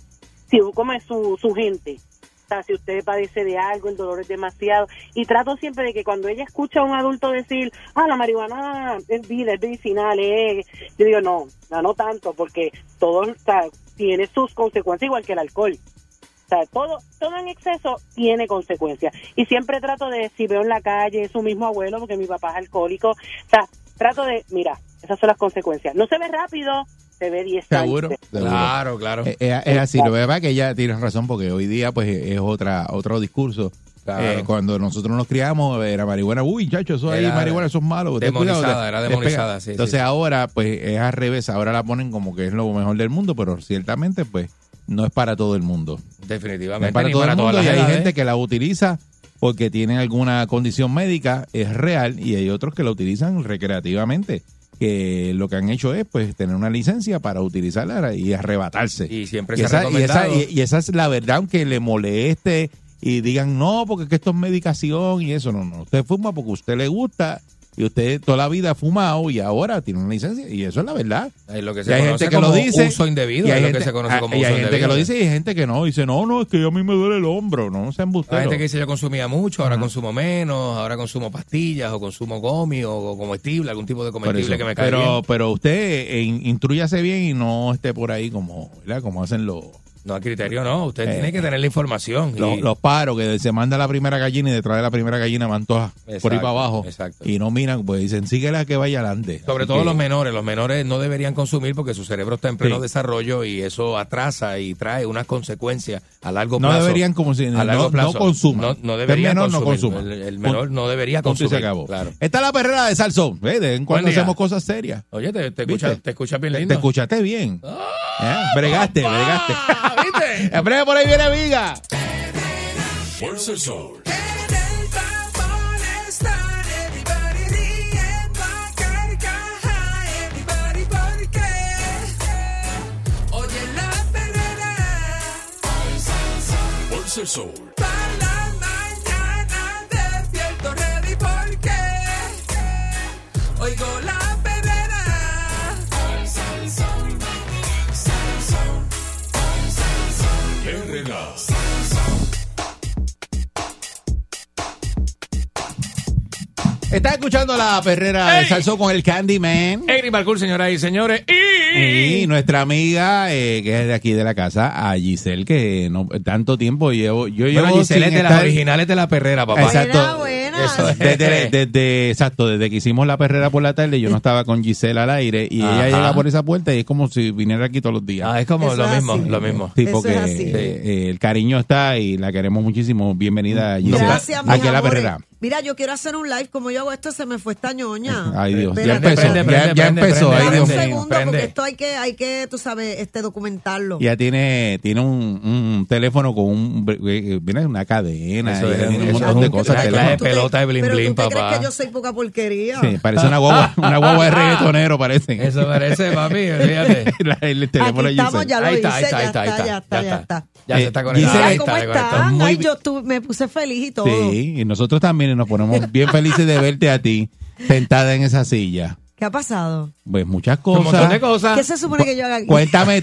Speaker 10: si como es su, su gente. O sea, si usted padece de algo, el dolor es demasiado. Y trato siempre de que cuando ella escucha a un adulto decir, ah, la marihuana es vida, es medicinal, eh", yo digo, no, no, no tanto, porque todo o sea, tiene sus consecuencias igual que el alcohol. O sea, todo, todo en exceso tiene consecuencias. Y siempre trato de, si veo en la calle su mismo abuelo, porque mi papá es alcohólico, o sea, trato de, mira, esas son las consecuencias. No se ve rápido, se ve 10 años.
Speaker 3: Seguro. Seguro.
Speaker 4: Claro, claro.
Speaker 3: Eh, eh, Es así, lo que pasa es que ella tiene razón porque hoy día pues eh, es otra otro discurso.
Speaker 4: Claro.
Speaker 3: Eh, cuando nosotros nos criamos era marihuana, uy, chacho, eso ahí
Speaker 4: Era
Speaker 3: marihuana, eso es malo. ten
Speaker 4: demonizada,
Speaker 3: cuidado, te-
Speaker 4: era
Speaker 3: te
Speaker 4: demonizada,
Speaker 3: pega.
Speaker 4: sí, sí,
Speaker 3: Entonces
Speaker 4: sí.
Speaker 3: ahora pues es al revés, ahora la ponen como que es lo mejor del mundo, pero ciertamente pues no es para todo el mundo. No
Speaker 4: Definitivamente.
Speaker 3: es para
Speaker 4: ni
Speaker 3: todo el
Speaker 4: todas
Speaker 3: mundo y
Speaker 4: las
Speaker 3: hay
Speaker 4: edades.
Speaker 3: gente que la utiliza porque tiene alguna condición médica, es real, y hay otros que la utilizan recreativamente, que lo que han hecho es pues tener una licencia para utilizarla y arrebatarse.
Speaker 4: Y siempre
Speaker 3: Y
Speaker 4: se ha
Speaker 3: esa, y, esa,
Speaker 4: recomendado.
Speaker 3: y- y esa es la verdad, aunque le moleste y digan no, porque es que esto es medicación y eso. No, no. Usted fuma porque a usted le gusta Y usted toda la vida ha fumado y ahora tiene una licencia. Y eso es la verdad.
Speaker 4: Es lo que
Speaker 3: Y
Speaker 4: se
Speaker 3: hay
Speaker 4: conoce
Speaker 3: gente que
Speaker 4: como
Speaker 3: lo dice.
Speaker 4: uso indebido,
Speaker 3: y
Speaker 4: es
Speaker 3: hay
Speaker 4: lo que
Speaker 3: gente- ah,
Speaker 4: se conoce como
Speaker 3: y
Speaker 4: uso
Speaker 3: hay gente que
Speaker 4: indebido.
Speaker 3: lo dice y hay gente que no. Dice, no, no, es que a mí me duele el hombro. No sean
Speaker 4: Hay
Speaker 3: busteros.
Speaker 4: gente que dice yo consumía mucho, ahora consumo menos, ahora consumo pastillas o consumo gomi o, o comestible, algún tipo de
Speaker 3: Por
Speaker 4: comestible
Speaker 3: eso.
Speaker 4: que me cae
Speaker 3: pero,
Speaker 4: bien.
Speaker 3: pero usted eh, in- intrúyase bien y no esté por ahí como, ¿verdad? como hacen los,
Speaker 4: No, a criterio no, usted
Speaker 3: Eh,
Speaker 4: tiene que tener la información. y-
Speaker 3: los, los paros que se manda la primera gallina y detrás de la primera gallina van todas por ahí
Speaker 4: Exacto,
Speaker 3: para abajo.
Speaker 4: exacto.
Speaker 3: Y no miran, pues dicen, síguela que vaya adelante.
Speaker 4: Sobre
Speaker 3: Así
Speaker 4: todo
Speaker 3: que-
Speaker 4: los menores. Los menores no deberían consumir porque su cerebro está en pleno
Speaker 3: Sí.
Speaker 4: desarrollo y eso atrasa y trae unas consecuencias a largo
Speaker 3: No
Speaker 4: plazo.
Speaker 3: deberían consumir,
Speaker 4: A largo
Speaker 3: no- no
Speaker 4: plazo.
Speaker 3: consuman.
Speaker 4: No, no
Speaker 3: El
Speaker 4: deberían
Speaker 3: menor no
Speaker 4: consumir.
Speaker 3: consuma.
Speaker 4: El, el menor no debería
Speaker 3: Punto y
Speaker 4: consumir.
Speaker 3: se acabó.
Speaker 4: Claro.
Speaker 3: Está la perrera de Salsón. ¿ves? De vez en cuando
Speaker 4: día.
Speaker 3: hacemos cosas serias.
Speaker 4: Oye, te, te,
Speaker 3: ¿Viste?
Speaker 4: escuchas, te escuchas bien
Speaker 3: Te-
Speaker 4: lindo.
Speaker 3: Te escuchaste bien. ¿Eh? Bregaste, bregaste.
Speaker 4: Ah, ¿Viste?
Speaker 3: En breve por ahí viene Viga.
Speaker 11: Fuerza el sol. Fuerza el sol.
Speaker 1: Oigo la perrera. Con Salsón, Salsón, con Salsón.
Speaker 11: Herrera.
Speaker 3: Estás escuchando la perrera de Salsón con el Candyman.
Speaker 4: Egri Parkour, señoras y señores. Y...
Speaker 3: Y nuestra amiga, eh, que es de aquí de la casa, a Giselle, que no, tanto tiempo llevo. Yo
Speaker 4: Bueno,
Speaker 3: llevo
Speaker 4: Giselle es
Speaker 3: sin
Speaker 4: de las
Speaker 3: estar-
Speaker 4: originales de la perrera, papá.
Speaker 3: Exacto.
Speaker 4: Eso es.
Speaker 3: Desde, desde- exacto, desde que hicimos la perrera por la tarde, yo no estaba con Giselle al aire y
Speaker 4: Ajá.
Speaker 3: ella llega por esa puerta y es como si viniera aquí todos los días.
Speaker 4: Ah, es como
Speaker 12: Eso
Speaker 4: lo
Speaker 12: es
Speaker 4: mismo,
Speaker 12: así.
Speaker 4: lo mismo.
Speaker 3: Tipo
Speaker 12: eso
Speaker 3: que
Speaker 12: es así.
Speaker 3: eh, eh, el cariño está y la queremos muchísimo.
Speaker 4: Mm.
Speaker 3: Bienvenida, Giselle.
Speaker 12: Gracias, mis
Speaker 3: aquí a la
Speaker 12: amores.
Speaker 3: perrera.
Speaker 12: Mira, yo quiero hacer un live. Como yo hago esto, se me fue esta ñoña.
Speaker 4: Ah,
Speaker 3: Ay, Dios. Ya
Speaker 12: Espérate,
Speaker 3: empezó.
Speaker 4: prende,
Speaker 3: ya
Speaker 4: prende,
Speaker 3: ya
Speaker 4: prende,
Speaker 3: empezó.
Speaker 4: prende,
Speaker 3: Ay,
Speaker 12: Dame
Speaker 3: Dios
Speaker 12: un
Speaker 4: prende.
Speaker 3: mío.
Speaker 12: segundo, porque esto hay que, hay que, tú sabes, este documentarlo.
Speaker 3: Ya tiene, tiene un, un teléfono con un. Viene una cadena.
Speaker 4: Eso
Speaker 3: y
Speaker 4: es,
Speaker 3: tiene un
Speaker 4: eso
Speaker 3: montón
Speaker 4: es
Speaker 3: de
Speaker 4: un-
Speaker 3: cosas.
Speaker 12: Pero tú
Speaker 4: la clase
Speaker 3: el
Speaker 4: de
Speaker 3: teléfono.
Speaker 12: te-
Speaker 4: pelota de bling
Speaker 12: pero tú
Speaker 4: bling,
Speaker 12: te
Speaker 4: papá.
Speaker 12: crees que yo soy poca porquería.
Speaker 3: Sí, parece una guagua, una guagua de reggaetonero, parece.
Speaker 4: Eso parece, papi, olvídate.
Speaker 3: La- el teléfono
Speaker 12: Aquí
Speaker 3: de Giselle.
Speaker 12: estamos, ya lo
Speaker 4: Ahí
Speaker 12: hice,
Speaker 4: está, ahí está,
Speaker 12: ya
Speaker 4: ahí está, ahí
Speaker 12: está,
Speaker 4: está,
Speaker 12: ya está, ya está.
Speaker 4: Ya se
Speaker 3: Eh,
Speaker 4: está conectado.
Speaker 3: Giselle,
Speaker 4: ahí
Speaker 12: Ay,
Speaker 4: está,
Speaker 12: ¿cómo
Speaker 4: ahí conectado.
Speaker 12: están?
Speaker 3: Muy
Speaker 12: Ay,
Speaker 3: bien.
Speaker 12: yo estuve- me puse feliz y todo.
Speaker 3: Sí, y nosotros también y nos ponemos bien felices de verte a ti sentada en esa silla.
Speaker 12: ¿Qué ha pasado?
Speaker 3: Pues muchas
Speaker 4: Un montón de
Speaker 3: cosas.
Speaker 4: cosas.
Speaker 12: ¿Qué se supone que yo haga aquí?
Speaker 3: Cuéntame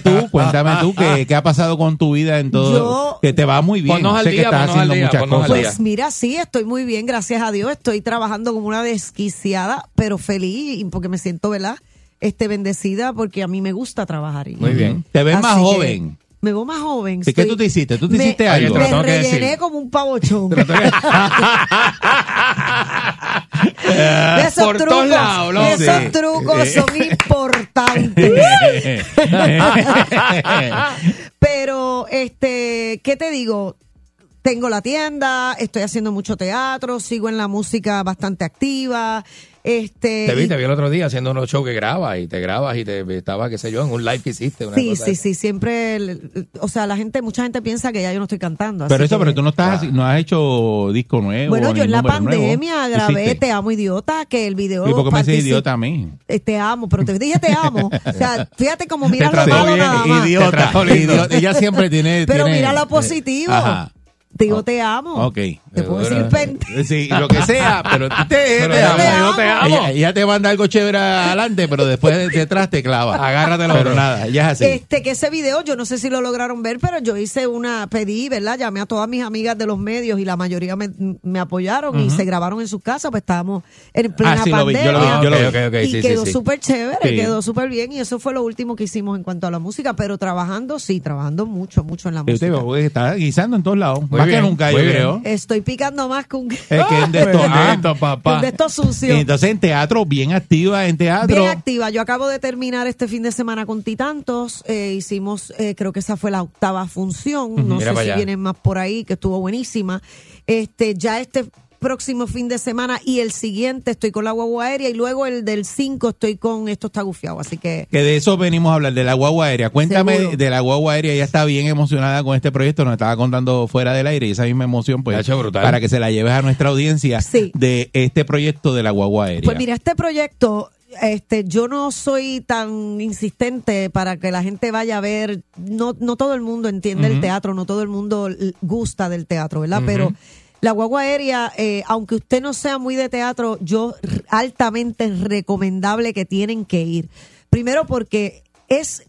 Speaker 3: tú, cuéntame tú qué, qué ha pasado con tu vida en todo.
Speaker 12: Yo-
Speaker 3: que te va muy bien.
Speaker 4: Ponnos al
Speaker 3: sé que
Speaker 4: día,
Speaker 3: estás
Speaker 4: ponnos al
Speaker 3: haciendo
Speaker 4: día,
Speaker 3: muchas
Speaker 4: ponnos al
Speaker 3: cosas.
Speaker 4: día.
Speaker 12: Pues mira, sí, estoy muy bien, gracias a Dios. Estoy trabajando como una desquiciada, pero feliz y porque me siento, ¿verdad? Este, bendecida porque a mí me gusta trabajar. Y-
Speaker 3: Muy bien. Te ves
Speaker 12: Así
Speaker 3: más
Speaker 12: que
Speaker 3: joven.
Speaker 12: Me veo más joven.
Speaker 3: ¿Y qué tú te hiciste? ¿Tú te
Speaker 12: me-
Speaker 3: hiciste
Speaker 4: Oye, te
Speaker 3: algo?
Speaker 4: lo
Speaker 12: Me
Speaker 4: tengo que decir.
Speaker 12: rellené como un pavochón.
Speaker 3: Eh,
Speaker 12: Esos
Speaker 4: Por todos
Speaker 12: trucos,
Speaker 4: lados, loco.
Speaker 12: esos
Speaker 3: Sí.
Speaker 12: trucos son importantes. Pero, este, ¿qué te digo? Tengo la tienda, estoy haciendo mucho teatro, sigo en la música bastante activa. Este,
Speaker 4: Te
Speaker 12: y-
Speaker 4: vi, te vi el otro día haciendo unos shows que grabas y te grabas y te estaba, qué sé yo, en un live que hiciste. Una
Speaker 12: Sí,
Speaker 4: cosa
Speaker 12: sí,
Speaker 4: así.
Speaker 12: sí, siempre, el- el- o sea, la gente, mucha gente piensa que ya yo no estoy cantando. así
Speaker 3: Pero eso,
Speaker 12: que-
Speaker 3: pero tú no estás, así- no has hecho disco nuevo.
Speaker 12: Bueno,
Speaker 3: ni
Speaker 12: yo en la
Speaker 3: número nuevo.
Speaker 12: pandemia grabé
Speaker 3: Hiciste.
Speaker 12: Te amo idiota, que el video...
Speaker 3: ¿Y por qué me dices
Speaker 12: participa-
Speaker 3: idiota a mí?
Speaker 12: Eh, Te amo, pero te dije te amo. O sea, fíjate como miras
Speaker 3: Te
Speaker 12: lo
Speaker 3: trató
Speaker 12: malo nada más.
Speaker 3: idiota,
Speaker 4: Te trató lindo.
Speaker 3: idiota. Ella siempre tiene.
Speaker 12: Pero
Speaker 3: tiene- eh,
Speaker 12: mira lo positivo.
Speaker 3: Ajá. Oh.
Speaker 12: Digo te amo.
Speaker 3: Ok.
Speaker 12: Te puedo decir pente.
Speaker 3: Sí, lo que sea, pero te,
Speaker 4: Pero
Speaker 3: te
Speaker 4: yo
Speaker 3: amo.
Speaker 4: te amo.
Speaker 3: Ella, ella te manda algo chévere adelante, pero después detrás te clava.
Speaker 4: Agárratelo,
Speaker 3: Pero
Speaker 4: bro.
Speaker 3: nada, ya es así.
Speaker 12: Este, que ese video, yo no sé si lo lograron ver, pero yo hice una, pedí, ¿verdad? Llamé a todas mis amigas de los medios y la mayoría me, me apoyaron y se grabaron en sus casas, pues estábamos en plena
Speaker 3: Ah, sí, lo vi, yo lo vi,
Speaker 12: pandemia.
Speaker 3: yo lo vi.
Speaker 4: Ok, ok, ok,
Speaker 12: y
Speaker 4: sí, sí,
Speaker 12: quedó
Speaker 4: sí.
Speaker 12: súper chévere,
Speaker 3: Sí.
Speaker 12: quedó súper bien y eso fue lo último que hicimos en cuanto a la música, pero trabajando, sí, trabajando mucho, mucho en la
Speaker 3: Usted
Speaker 12: música.
Speaker 3: pues, está guisando en todos lados.
Speaker 4: Muy
Speaker 3: Más
Speaker 4: bien,
Speaker 3: que nunca, yo
Speaker 4: muy bien.
Speaker 3: creo.
Speaker 12: Estoy picando más con
Speaker 3: Es que en de esto,
Speaker 4: Ah,
Speaker 3: ah,
Speaker 4: esto, papá.
Speaker 12: con de estos sucios.
Speaker 3: Entonces en teatro, bien activa en teatro.
Speaker 12: Bien activa. Yo acabo de terminar este fin de semana con Titantos. Eh, hicimos, eh, creo que esa fue la octava función. No
Speaker 4: Mira
Speaker 12: sé
Speaker 4: para
Speaker 12: si
Speaker 4: allá.
Speaker 12: vienen más por ahí, que estuvo buenísima. Este, ya este próximo fin de semana y el siguiente estoy con la guagua aérea y luego el del 5 estoy con esto está gufiado. Así que
Speaker 3: Que de eso venimos a hablar, de la guagua aérea. Cuéntame
Speaker 12: Seguro.
Speaker 3: de la guagua aérea. Ella está bien emocionada con este proyecto. Nos estaba contando fuera del aire y esa misma emoción,
Speaker 4: Ha
Speaker 3: pues,
Speaker 4: hecho brutal.
Speaker 3: para que se la lleves a nuestra audiencia
Speaker 12: Sí.
Speaker 3: de este proyecto de la guagua aérea.
Speaker 12: Pues mira, este proyecto, este, yo no soy tan insistente para que la gente vaya a ver. No, no todo el mundo entiende el teatro, no todo el mundo l- gusta del teatro, ¿verdad? Pero La guagua aérea, eh, aunque usted no sea muy de teatro, yo r- altamente recomendable que tienen que ir. Primero porque es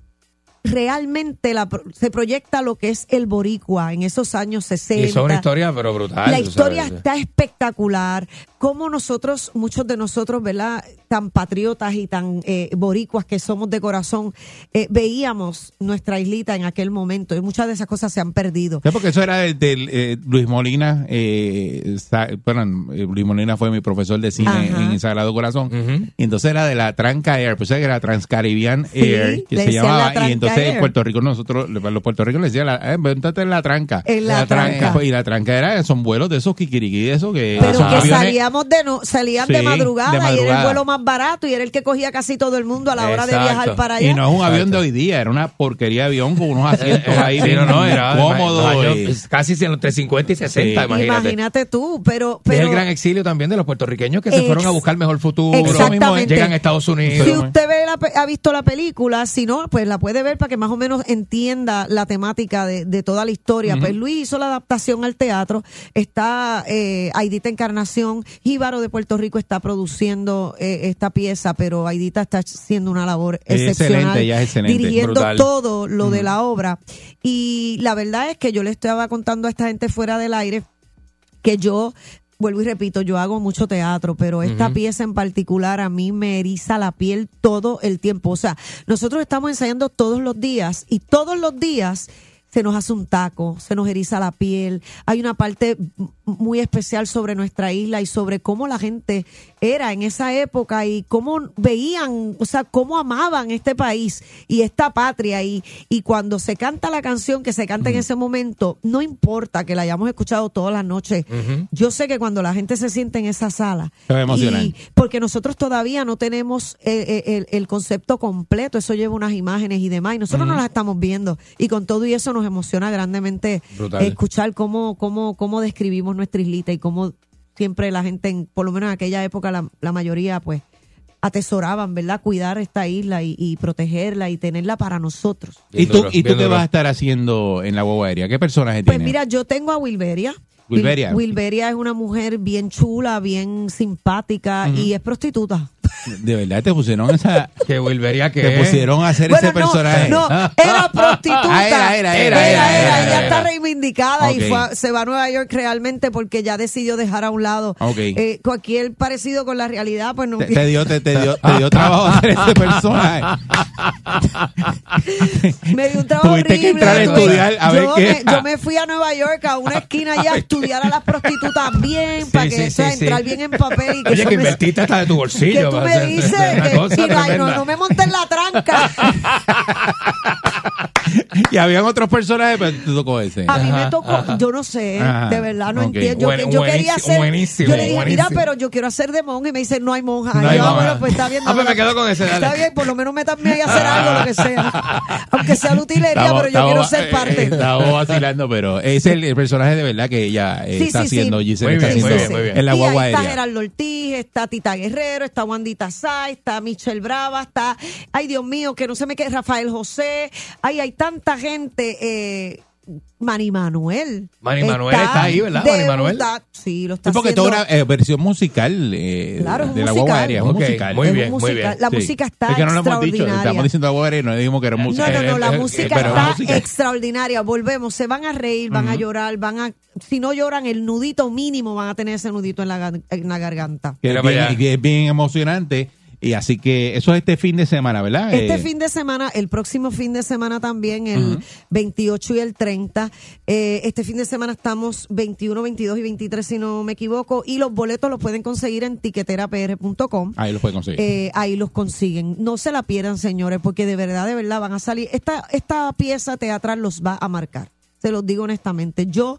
Speaker 12: realmente la, pro- se proyecta lo que es el boricua en esos años 60.
Speaker 4: Y eso es una historia, pero brutal.
Speaker 12: La
Speaker 4: tú
Speaker 12: historia
Speaker 4: sabes.
Speaker 12: está espectacular. Como nosotros, muchos de nosotros, ¿verdad? Tan patriotas y tan eh, boricuas que somos de corazón, eh, veíamos nuestra islita en aquel momento y muchas de esas cosas se han perdido.
Speaker 3: No, porque eso era del, del, eh, Luis Molina. eh, sa- bueno, eh, Luis Molina fue mi profesor de cine
Speaker 12: Ajá.
Speaker 3: en el Sagrado Corazón. Y entonces era de la Tranca Air, pues era la Transcaribbean
Speaker 12: Sí,
Speaker 3: Air, que
Speaker 12: le
Speaker 3: se
Speaker 12: decían la
Speaker 3: llamaba.
Speaker 12: Tranca
Speaker 3: Y entonces
Speaker 12: Air.
Speaker 3: en Puerto Rico nosotros, los puertorriqueños le decían, eh, véntate en la Tranca.
Speaker 12: En la Tranca.
Speaker 3: pues, y la Tranca era, son vuelos de esos kikiriki, de esos que...
Speaker 12: Pero
Speaker 3: son
Speaker 12: que
Speaker 3: aviones-
Speaker 12: salíamos de no, salían de,
Speaker 3: Sí,
Speaker 12: madrugada,
Speaker 3: de
Speaker 12: y era el
Speaker 3: madrugada.
Speaker 12: vuelo más barato y era el que cogía casi todo el mundo a la hora de
Speaker 3: Exacto.
Speaker 12: viajar para allá.
Speaker 3: Y no es un avión de hoy día, era una porquería de avión con unos asientos
Speaker 4: Era-
Speaker 3: ahí
Speaker 4: sí, no, no, era
Speaker 3: cómodos.
Speaker 4: no, yo-
Speaker 3: y-
Speaker 4: pues, casi entre 50 y 60,
Speaker 3: Sí.
Speaker 4: imagínate.
Speaker 12: Imagínate tú, pero,
Speaker 4: Es
Speaker 12: pero
Speaker 4: el gran exilio también de los puertorriqueños que se
Speaker 12: Ex-
Speaker 4: fueron a buscar mejor futuro.
Speaker 12: Exactamente.
Speaker 4: Llegan a Estados Unidos.
Speaker 12: Si usted ve la pe- ha visto la película, si no, pues la puede ver para que más o menos entienda la temática de, de toda la historia.
Speaker 13: Ujú.
Speaker 12: Pues Luis hizo la adaptación al teatro, está eh, Aidita Encarnación, Jíbaro de Puerto Rico está produciendo eh, esta pieza, pero Aidita está haciendo una labor
Speaker 3: Es
Speaker 12: excepcional,
Speaker 3: excelente, ella es excelente,
Speaker 12: dirigiendo
Speaker 3: brutal.
Speaker 12: todo lo de la obra. Y la verdad es que yo le estaba contando a esta gente fuera del aire que yo vuelvo y repito, yo hago mucho teatro, pero esta
Speaker 13: Ujú.
Speaker 12: pieza en particular a mí me eriza la piel todo el tiempo. O sea, nosotros estamos ensayando todos los días y todos los días se nos hace un taco, se nos eriza la piel. Hay una parte m- muy especial sobre nuestra isla y sobre cómo la gente era en esa época y cómo veían, o sea, cómo amaban este país y esta patria. Y, y cuando se canta la canción que se canta en ese momento, no importa que la hayamos escuchado todas las noches
Speaker 13: Ujú.
Speaker 12: yo sé que cuando la gente se siente en esa sala,
Speaker 3: Se va a emocionar.
Speaker 12: y- porque nosotros todavía no tenemos eh, eh, el, el concepto completo, eso lleva unas imágenes y demás, y nosotros no
Speaker 13: Ujú.
Speaker 12: las estamos viendo, y con todo y eso nos emociona grandemente
Speaker 13: Brutal.
Speaker 12: escuchar cómo, cómo, cómo describimos nuestra islita y cómo siempre la gente, en- por lo menos en aquella época, la, la mayoría, pues atesoraban, ¿verdad? Cuidar esta isla y, y protegerla y tenerla para nosotros.
Speaker 3: ¿Y tú,
Speaker 4: duro,
Speaker 3: ¿y tú
Speaker 4: bien
Speaker 3: qué
Speaker 4: duro.
Speaker 3: vas a estar haciendo en la guagua aérea? ¿Qué personaje
Speaker 12: Pues
Speaker 3: tienes?
Speaker 12: mira, yo tengo a Wilberia. Wil-
Speaker 3: Wilberia.
Speaker 12: Wilberia es una mujer bien chula, bien simpática
Speaker 3: Ujú.
Speaker 12: y es prostituta.
Speaker 3: De verdad te pusieron esa...
Speaker 4: que volvería que...
Speaker 3: Te pusieron a hacer
Speaker 12: Bueno,
Speaker 3: ese personaje.
Speaker 12: No, era prostituta.
Speaker 3: Ah, era, era,
Speaker 12: Era,
Speaker 3: era, era,
Speaker 12: era,
Speaker 3: era,
Speaker 12: ya
Speaker 3: era.
Speaker 12: está reivindicada
Speaker 3: Ok.
Speaker 12: y fue a- se va a Nueva York realmente porque ya decidió dejar a un lado
Speaker 3: Ok.
Speaker 12: eh, cualquier parecido con la realidad, pues no.
Speaker 3: Te, te dio, te, te dio, te dio trabajo hacer ese personaje.
Speaker 12: me dio un trabajo
Speaker 3: Tuviste
Speaker 12: horrible.
Speaker 3: que entrar a
Speaker 12: tuve-
Speaker 3: estudiar, a ver
Speaker 12: yo,
Speaker 3: qué-
Speaker 12: Me, yo me fui a Nueva York a una esquina ya a estudiar a las prostitutas bien para que
Speaker 4: sí,
Speaker 12: o sea,
Speaker 4: sí, sí.
Speaker 12: entrar bien en papel y que
Speaker 4: Oye,
Speaker 12: eso
Speaker 4: que
Speaker 12: me-
Speaker 4: invertiste hasta de tu
Speaker 12: que
Speaker 4: bolsillo.
Speaker 12: tú
Speaker 4: va a
Speaker 12: me
Speaker 4: ser-
Speaker 12: dices
Speaker 3: este,
Speaker 4: una
Speaker 12: que
Speaker 4: cosa
Speaker 12: y no, ay, no,
Speaker 4: tremenda.
Speaker 12: no me montes la tranca.
Speaker 3: Y habían otros personajes, pero te tocó ese.
Speaker 12: A mí me tocó, yo no sé,
Speaker 3: Ajá,
Speaker 12: de verdad no
Speaker 3: ok.
Speaker 12: entiendo. Yo,
Speaker 3: Buen-
Speaker 12: yo quería
Speaker 3: buenísimo,
Speaker 12: hacer,
Speaker 3: buenísimo,
Speaker 12: yo le dije, mira,
Speaker 3: buenísimo".
Speaker 12: pero yo quiero hacer de monja y me dice, no hay monja.
Speaker 3: No
Speaker 12: Y
Speaker 3: hay
Speaker 12: yo, ah,
Speaker 3: monja.
Speaker 12: bueno, pues está bien.
Speaker 4: Ah, pues
Speaker 12: dámela.
Speaker 4: me quedo con ese, dale.
Speaker 12: Está bien, por lo menos métame ahí a hacer
Speaker 3: Ah.
Speaker 12: algo, lo que sea. Aunque sea la utilería,
Speaker 3: Estaba-
Speaker 12: pero yo
Speaker 3: estaba-
Speaker 12: quiero ser
Speaker 3: eh,
Speaker 12: parte.
Speaker 3: estaba vacilando, pero ese es el, el personaje de verdad que ella eh,
Speaker 12: Sí,
Speaker 3: está
Speaker 12: sí, sí.
Speaker 3: haciendo, Giselle
Speaker 4: Muy
Speaker 3: está
Speaker 4: bien, muy
Speaker 3: haciendo
Speaker 4: bien, muy bien.
Speaker 3: en la
Speaker 12: y
Speaker 3: guagua
Speaker 12: ahí está
Speaker 3: aérea.
Speaker 12: Gerardo Ortiz, está Tita Guerrero, está Wandita Sá, está Michelle Brava, está, ay Dios mío, que no se me quede Rafael José, ay, hay tanta gente, eh, Manny Manuel.
Speaker 4: Manny Manuel está ahí, ¿verdad,
Speaker 12: de
Speaker 4: Manny Manuel?
Speaker 12: verdad, sí, lo está
Speaker 3: Sí, porque
Speaker 12: haciendo.
Speaker 3: toda una eh, versión musical eh,
Speaker 12: Claro, es un
Speaker 3: de la
Speaker 12: musical.
Speaker 3: guagua aérea. Es un
Speaker 4: Ok,
Speaker 3: musical.
Speaker 4: muy
Speaker 12: Es un
Speaker 4: bien, muy bien.
Speaker 12: musical. La música está
Speaker 3: Es que no lo hemos dicho.
Speaker 12: extraordinaria.
Speaker 3: Estamos diciendo guagua aérea y no dijimos que era
Speaker 12: No,
Speaker 3: música.
Speaker 12: no, no, la
Speaker 3: Eh, eh,
Speaker 12: música
Speaker 3: pero
Speaker 12: está
Speaker 3: la música-
Speaker 12: extraordinaria. Volvemos, se van a reír, van a llorar, van a, si no lloran, el nudito mínimo van a tener ese nudito en la, gar- en la garganta.
Speaker 3: que
Speaker 4: Mira
Speaker 3: es
Speaker 4: para
Speaker 3: bien,
Speaker 4: allá.
Speaker 3: que es bien emocionante. Y así que eso es este fin de semana, ¿verdad?
Speaker 12: Este
Speaker 3: Eh,
Speaker 12: fin de semana, el próximo fin de semana también, el 28 y el 30. eh, este fin de semana estamos 21, 22 y 23, si no me equivoco. Y los boletos los pueden conseguir en tiqueterapr.com.
Speaker 3: Ahí los puede conseguir.
Speaker 12: Eh, ahí los consiguen. No se la pierdan, señores, porque de verdad, de verdad van a salir. Esta, esta pieza teatral los va a marcar. Se los digo honestamente. Yo,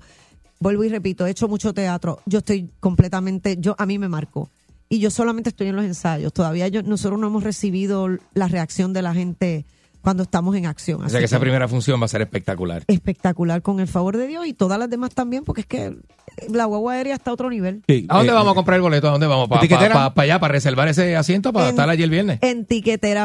Speaker 12: vuelvo y repito, he hecho mucho teatro. Yo estoy completamente, yo a mí me marcó. Y yo solamente estoy en los ensayos. Todavía yo, nosotros no hemos recibido la reacción de la gente cuando estamos en acción.
Speaker 4: O sea
Speaker 12: Así
Speaker 4: que esa
Speaker 12: que
Speaker 4: primera función va a ser espectacular.
Speaker 12: espectacular con el favor de Dios y todas las demás también, porque es que la guagua aérea está a otro nivel.
Speaker 3: sí,
Speaker 4: ¿A dónde
Speaker 3: eh,
Speaker 4: vamos a comprar el boleto? ¿A dónde vamos? ¿Para
Speaker 3: ¿Tiquetera?
Speaker 4: allá? ¿Para reservar ese asiento? ¿Para
Speaker 12: En-
Speaker 4: estar allí el viernes?
Speaker 12: En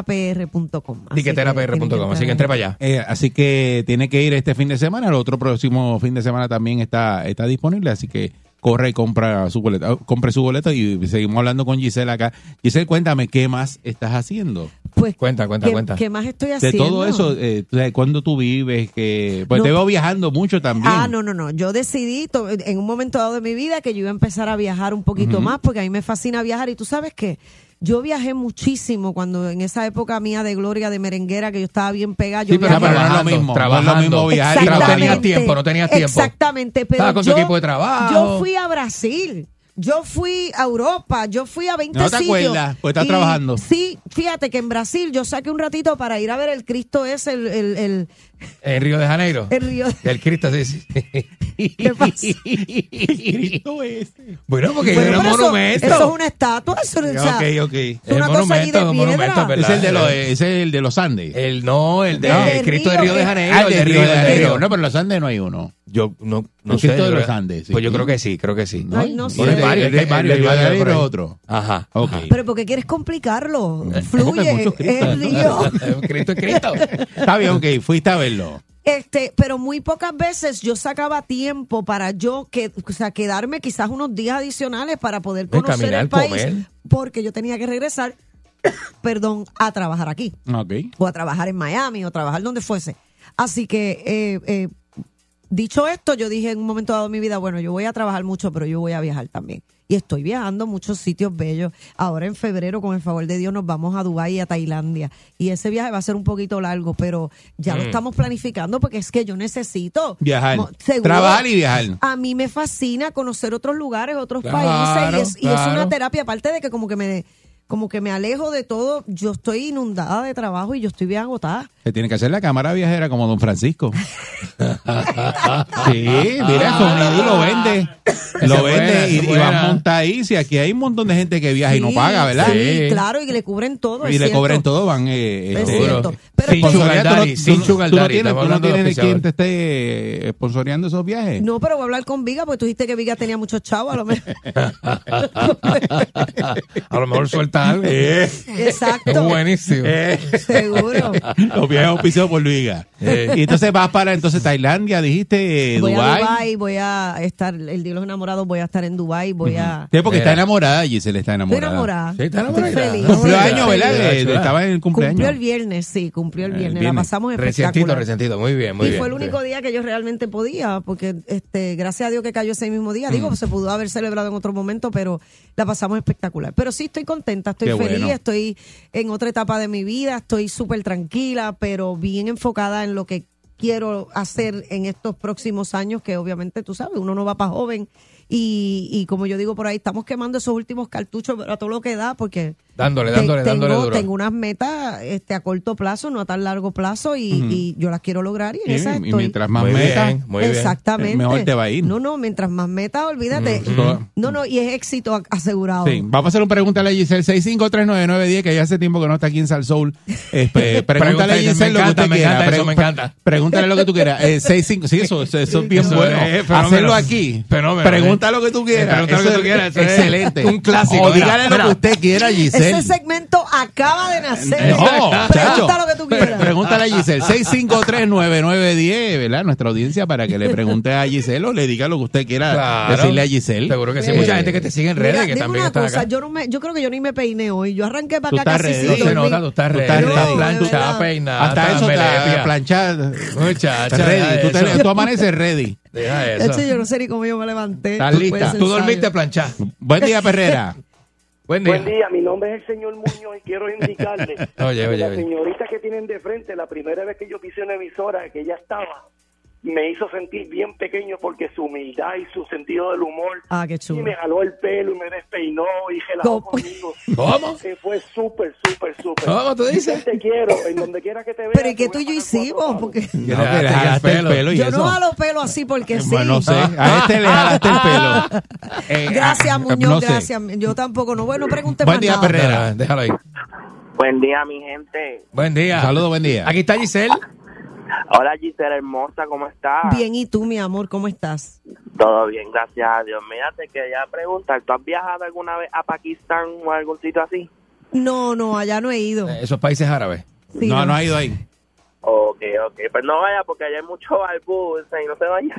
Speaker 12: tiqueterapr.com. Así que tienen que
Speaker 4: Tiqueterapr.com. Así
Speaker 12: entrar
Speaker 4: que entre para allá.
Speaker 3: Eh, así que tiene que ir este fin de semana. El otro próximo fin de semana también está, está disponible. Así que corre y compra su boleta, compre su boleto y seguimos hablando con Giselle acá. Giselle, cuéntame, ¿qué más estás haciendo?
Speaker 12: Pues,
Speaker 3: cuenta, cuenta,
Speaker 12: ¿Qué,
Speaker 3: cuenta.
Speaker 12: qué más estoy
Speaker 3: de
Speaker 12: haciendo?
Speaker 3: todo eso, eh, tú sabes, ¿cuándo tú vives? Que, pues
Speaker 12: No.
Speaker 3: te veo viajando mucho también.
Speaker 12: Ah, no, no, no. Yo decidí to- en un momento dado de mi vida que yo iba a empezar a viajar un poquito
Speaker 3: Ujú.
Speaker 12: más porque a mí me fascina viajar. Y tú sabes que yo viajé muchísimo cuando en esa época mía de gloria de merenguera que yo estaba bien pegada. Yo
Speaker 4: Sí, pero,
Speaker 12: viajaba-
Speaker 4: pero no es lo
Speaker 3: Trabajando,
Speaker 4: mismo. No
Speaker 3: trabajando.
Speaker 4: es lo mismo viajar. y No
Speaker 12: Exactamente.
Speaker 4: tenías tiempo, no tenías tiempo.
Speaker 12: Exactamente, pero
Speaker 4: Estaba con
Speaker 12: yo,
Speaker 4: tu equipo de trabajo.
Speaker 12: Yo fui a Brasil. Yo fui a Europa, yo fui a 20
Speaker 3: No te
Speaker 12: sitios.
Speaker 3: acuerdas, pues estás
Speaker 12: Y
Speaker 3: trabajando.
Speaker 12: Sí, fíjate que en Brasil yo saqué un ratito para ir a ver el Cristo ese, el, el, el-
Speaker 4: En Río de Janeiro.
Speaker 12: el Río.
Speaker 4: El Cristo, sí, sí.
Speaker 12: ¿Qué pasa?
Speaker 4: Bueno, porque
Speaker 12: Bueno,
Speaker 4: era un
Speaker 12: pero eso-
Speaker 4: monumento.
Speaker 12: Eso, es una estatua. Eso, o sea,
Speaker 3: ok, ok.
Speaker 12: es una cosa allí de
Speaker 4: monumento,
Speaker 12: piedra.
Speaker 4: monumento, ¿verdad?
Speaker 3: Es el, de los, es el de los Andes.
Speaker 4: El no, el de
Speaker 3: No.
Speaker 4: el Cristo de Río de Janeiro.
Speaker 3: Ah, el de Río de
Speaker 4: el
Speaker 3: Janeiro. No, pero en los Andes no hay uno.
Speaker 4: Yo no, no
Speaker 3: El
Speaker 4: sé.
Speaker 3: Cristo de
Speaker 4: yo
Speaker 3: los
Speaker 4: creo-
Speaker 3: Andes, sí.
Speaker 4: Pues yo creo que sí, creo que sí.
Speaker 12: No, Ay, no sé.
Speaker 3: Hay varios,
Speaker 4: El de-
Speaker 3: hay
Speaker 4: el de
Speaker 3: varios. Río de
Speaker 4: Río de
Speaker 3: Janeiro es
Speaker 4: por ahí.
Speaker 3: otro.
Speaker 4: Ajá.
Speaker 3: Ok.
Speaker 12: Pero porque quieres complicarlo.
Speaker 3: porque
Speaker 12: Fluye. Es
Speaker 3: muchos cristos,
Speaker 12: río.
Speaker 4: Cristo es Cristo.
Speaker 3: Está bien, ok, fuiste a verlo.
Speaker 12: Este, pero muy pocas veces yo sacaba tiempo para yo que, o sea, quedarme quizás unos días adicionales para poder
Speaker 4: No, y
Speaker 12: conocer
Speaker 4: caminar,
Speaker 12: el país.
Speaker 4: comer.
Speaker 12: Porque yo tenía que regresar, perdón, a trabajar aquí.
Speaker 3: Ok.
Speaker 12: o a trabajar en Miami o trabajar donde fuese. Así que, eh, eh, dicho esto, yo dije en un momento dado de mi vida, bueno, yo voy a trabajar mucho, pero yo voy a viajar también. Y estoy viajando a muchos sitios bellos. Ahora en febrero, con el favor de Dios, nos vamos a Dubái y a Tailandia. Y ese viaje va a ser un poquito largo, pero ya lo
Speaker 3: Mm.
Speaker 12: estamos planificando porque es que yo necesito
Speaker 3: Viajar.
Speaker 12: mo- seguro.
Speaker 3: Trabajar y viajar.
Speaker 12: A mí me fascina conocer otros lugares, otros
Speaker 3: Claro,
Speaker 12: países. Y es, y es una
Speaker 3: claro.
Speaker 12: terapia, aparte de que como que me como que me alejo de todo, yo estoy inundada de trabajo y yo estoy bien agotada.
Speaker 3: Se tiene que hacer la cámara viajera como Don Francisco. sí, mira,
Speaker 4: Ah.
Speaker 3: sonido lo vende. Lo
Speaker 4: es buena, esa
Speaker 3: vende
Speaker 4: es
Speaker 3: y, y
Speaker 4: buena.
Speaker 3: va a montar ahí. Si aquí hay un montón de gente que viaja y no
Speaker 12: Sí,
Speaker 3: paga, ¿verdad?
Speaker 12: Sí, claro, y que le cubren todo.
Speaker 3: Y
Speaker 12: es
Speaker 3: le
Speaker 12: cierto.
Speaker 3: cobran todo, van. eh,
Speaker 12: Es
Speaker 3: este,
Speaker 12: cierto.
Speaker 4: Pero Sin
Speaker 3: Sponsoría,
Speaker 4: sugar
Speaker 3: tú no-
Speaker 4: daddy,
Speaker 3: tú
Speaker 4: sin
Speaker 3: no-
Speaker 4: sugar
Speaker 3: tú no
Speaker 4: daddy,
Speaker 3: tienes-
Speaker 4: estamos
Speaker 3: tú no
Speaker 4: hablando de los
Speaker 3: tienes quien
Speaker 4: auspiciadores.
Speaker 3: te esté eh, sponsoreando esos viajes.
Speaker 12: No, pero voy a hablar con Viga, porque tú dijiste que Viga tenía muchos chavos, a lo mejor.
Speaker 4: A lo mejor suelta algo.
Speaker 3: Eh.
Speaker 12: Exacto.
Speaker 4: Buenísimo.
Speaker 12: Seguro.
Speaker 3: Los viajes auspiciados por Luiga.
Speaker 4: Eh.
Speaker 3: Y entonces vas para entonces Tailandia, dijiste, eh,
Speaker 12: Voy a
Speaker 3: Dubái.
Speaker 12: Dubái, voy a estar, el día de los enamorados, voy a estar en Dubái, voy a...
Speaker 3: Sí, porque está
Speaker 4: Mira.
Speaker 3: enamorada, Giselle está
Speaker 12: Estoy
Speaker 3: enamorada.
Speaker 12: enamorada.
Speaker 4: Sí, está enamorada.
Speaker 12: Estoy feliz.
Speaker 4: Está enamorada.
Speaker 3: Cumpleaños, ¿verdad?
Speaker 4: Sí,
Speaker 3: Eh,
Speaker 4: chula.
Speaker 3: Estaba en el
Speaker 12: Cumplió
Speaker 3: cumpleaños. Eh,
Speaker 12: el viernes, sí, cumplió el
Speaker 3: El
Speaker 12: viernes. La
Speaker 3: viernes.
Speaker 12: pasamos
Speaker 4: Resientido,
Speaker 12: espectacular.
Speaker 4: resientido. Muy bien, muy
Speaker 12: y
Speaker 4: bien.
Speaker 12: fue el único día que yo realmente podía, porque este, gracias a Dios que cayó ese mismo día.
Speaker 4: Mm.
Speaker 12: Digo, se pudo haber celebrado en otro momento, pero la pasamos espectacular. Pero sí estoy contenta, estoy
Speaker 3: Qué
Speaker 12: feliz,
Speaker 3: bueno.
Speaker 12: estoy en otra etapa de mi vida, estoy súper tranquila, pero bien enfocada en lo que quiero hacer en estos próximos años, que obviamente tú sabes, uno no va para joven. Y, y como yo digo por ahí, estamos quemando esos últimos cartuchos, pero a todo lo que da, porque
Speaker 4: Dándole,
Speaker 3: Pues
Speaker 12: te-
Speaker 4: dándole,
Speaker 12: tengo,
Speaker 4: dándole duro.
Speaker 12: tengo unas metas este, a corto plazo, no a tan largo plazo, y,
Speaker 3: Ujú.
Speaker 12: y yo las quiero lograr y en
Speaker 3: Y-
Speaker 12: esas
Speaker 3: y
Speaker 12: estoy.
Speaker 3: mientras más
Speaker 4: Muy
Speaker 3: metas,
Speaker 4: bien, muy bien.
Speaker 12: Exactamente.
Speaker 3: eh, mejor te va a ir.
Speaker 12: No, no, mientras más metas, olvídate.
Speaker 3: Ujú.
Speaker 12: No, no, y es éxito ac- asegurado.
Speaker 3: Sí, vamos a hacer un pregúntale a Giselle 6539910 que ya hace tiempo que no está aquí en Sal Soul. Eh, pe- pregúntale a
Speaker 4: Pregúntale,
Speaker 3: Giselle
Speaker 4: me
Speaker 3: lo que
Speaker 4: encanta,
Speaker 3: usted
Speaker 4: me
Speaker 3: quiera.
Speaker 4: encanta, eso
Speaker 3: Pre-
Speaker 4: me encanta.
Speaker 3: Pregúntale lo que tú quieras. Eh, 65, sí, eso, eso- eso es bien
Speaker 4: Eso
Speaker 3: bueno.
Speaker 4: es fenómeno.
Speaker 3: Hacerlo aquí.
Speaker 4: Fenómeno,
Speaker 3: Pregunta
Speaker 4: eh.
Speaker 3: lo que tú quieras.
Speaker 4: Pregunta lo que
Speaker 3: Eso
Speaker 4: tú
Speaker 3: es
Speaker 4: quieras, eso es
Speaker 3: Excelente.
Speaker 4: un clásico,
Speaker 3: O
Speaker 4: mira,
Speaker 3: dígale lo
Speaker 4: mira.
Speaker 3: que usted quiera, Giselle. Eh, oh.
Speaker 12: Ese segmento acaba de nacer.
Speaker 3: No, chacho.
Speaker 12: Pregunta lo que tú quieras.
Speaker 3: Pregúntale a Giselle 6539910, ¿verdad? Nuestra audiencia para que le pregunte a Giselle o le diga lo que usted quiera
Speaker 4: Claro.
Speaker 3: decirle a Giselle.
Speaker 4: Seguro que sí.
Speaker 3: Eh,
Speaker 4: Mucha gente que te sigue en redes
Speaker 12: Mira,
Speaker 4: que
Speaker 12: dime
Speaker 4: también
Speaker 12: una
Speaker 4: está
Speaker 12: cosa,
Speaker 4: acá.
Speaker 12: yo no me, yo creo que yo ni me peiné hoy. Yo arranqué
Speaker 3: Tú
Speaker 12: para acá
Speaker 3: estás
Speaker 12: casi
Speaker 3: ready,
Speaker 12: sin
Speaker 4: No se
Speaker 12: dormir.
Speaker 4: nota, tú estás
Speaker 3: Tú
Speaker 4: ready,
Speaker 3: estás
Speaker 4: estás
Speaker 3: ready.
Speaker 4: planchada,
Speaker 12: No, de verdad.
Speaker 4: peinada,
Speaker 3: hasta eso está
Speaker 4: melepia.
Speaker 3: planchada.
Speaker 4: Muchacha,
Speaker 3: Estás ready.
Speaker 4: deja
Speaker 3: Tú, te-
Speaker 4: eso.
Speaker 3: tú amaneces ready.
Speaker 4: Deja
Speaker 12: De
Speaker 4: eso.
Speaker 12: hecho, yo no sé ni cómo yo me levanté.
Speaker 3: Estás
Speaker 12: después
Speaker 3: lista.
Speaker 12: del
Speaker 4: Tú
Speaker 12: ensayo.
Speaker 4: dormiste planchada.
Speaker 3: Buen día, Perrera.
Speaker 4: Buen día.
Speaker 7: Buen día, mi nombre es el señor Muñoz y quiero indicarle
Speaker 4: Oye,
Speaker 7: que
Speaker 4: oye,
Speaker 7: la
Speaker 4: oye.
Speaker 7: señorita que tienen de frente, la primera vez que yo pise una emisora que ella estaba, me hizo sentir bien pequeño porque su humildad y su sentido del humor
Speaker 12: Ah, qué
Speaker 7: y
Speaker 12: chulo.
Speaker 7: me jaló el pelo y me despeinó y gelado
Speaker 12: No.
Speaker 7: conmigo.
Speaker 4: ¿Cómo?
Speaker 7: Se fue súper, súper, súper.
Speaker 4: ¿Cómo tú dices?
Speaker 7: Te quiero, en donde quiera que te vea.
Speaker 12: Pero ¿y
Speaker 7: te
Speaker 12: qué
Speaker 7: voy
Speaker 12: tú
Speaker 7: a
Speaker 12: y yo
Speaker 7: pagar
Speaker 12: hicimos?
Speaker 7: cuatro
Speaker 12: Porque
Speaker 3: No,
Speaker 4: le
Speaker 3: que le jalaste el pelo y
Speaker 12: yo no
Speaker 3: eso. Eh,
Speaker 12: jalo pelo así porque sí.
Speaker 3: Bueno, no sé. A este le jalaste el pelo. Eh,
Speaker 12: Gracias,
Speaker 3: ah,
Speaker 12: Muñoz,
Speaker 3: no sé.
Speaker 12: gracias. Yo tampoco, no, bueno, pregunte
Speaker 3: Buen
Speaker 12: más
Speaker 3: día,
Speaker 12: nada.
Speaker 3: Perrera.
Speaker 4: Espera, déjalo ahí.
Speaker 13: Buen día, mi gente.
Speaker 4: Buen día.
Speaker 3: Saludos, buen día.
Speaker 4: Aquí está Giselle.
Speaker 13: Hola, Gisela hermosa, ¿cómo estás?
Speaker 12: Bien, ¿y tú, mi amor, cómo estás?
Speaker 13: Todo bien, gracias a Dios. Mira, te quería preguntar, ¿tú has viajado alguna vez a Pakistán o a algún sitio así?
Speaker 12: No, no, allá no he ido.
Speaker 4: Eh, Esos países árabes.
Speaker 12: Sí,
Speaker 3: no, no ha ido ahí.
Speaker 13: Ok, ok. Pues no vaya porque allá hay mucho balbuce y no se vaya.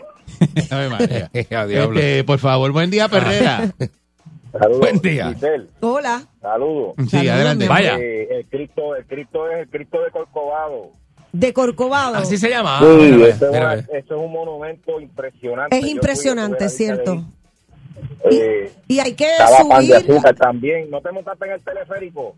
Speaker 3: Ave María. Este, por favor, buen día,
Speaker 13: Ah.
Speaker 3: Perrera.
Speaker 6: Saludos.
Speaker 3: Buen día.
Speaker 6: Giselle,
Speaker 12: Hola.
Speaker 6: saludos.
Speaker 3: Sí, Saludos, adelante. mi amor. Vaya.
Speaker 6: Eh, el Cristo, el Cristo es el Cristo de Corcovado.
Speaker 12: De Corcovado.
Speaker 4: Así se llama.
Speaker 6: Sí,
Speaker 4: Ah, mira, mira,
Speaker 6: esto es,
Speaker 4: mira,
Speaker 6: una-
Speaker 4: mira.
Speaker 6: esto es un monumento impresionante.
Speaker 12: Es
Speaker 6: Yo
Speaker 12: impresionante,
Speaker 6: fui, yo
Speaker 12: ¿cierto?
Speaker 6: estuve ahí, eh,
Speaker 12: Y hay que
Speaker 6: estaba pan de
Speaker 12: subir.
Speaker 6: azúcar también. No te montaste en el teleférico.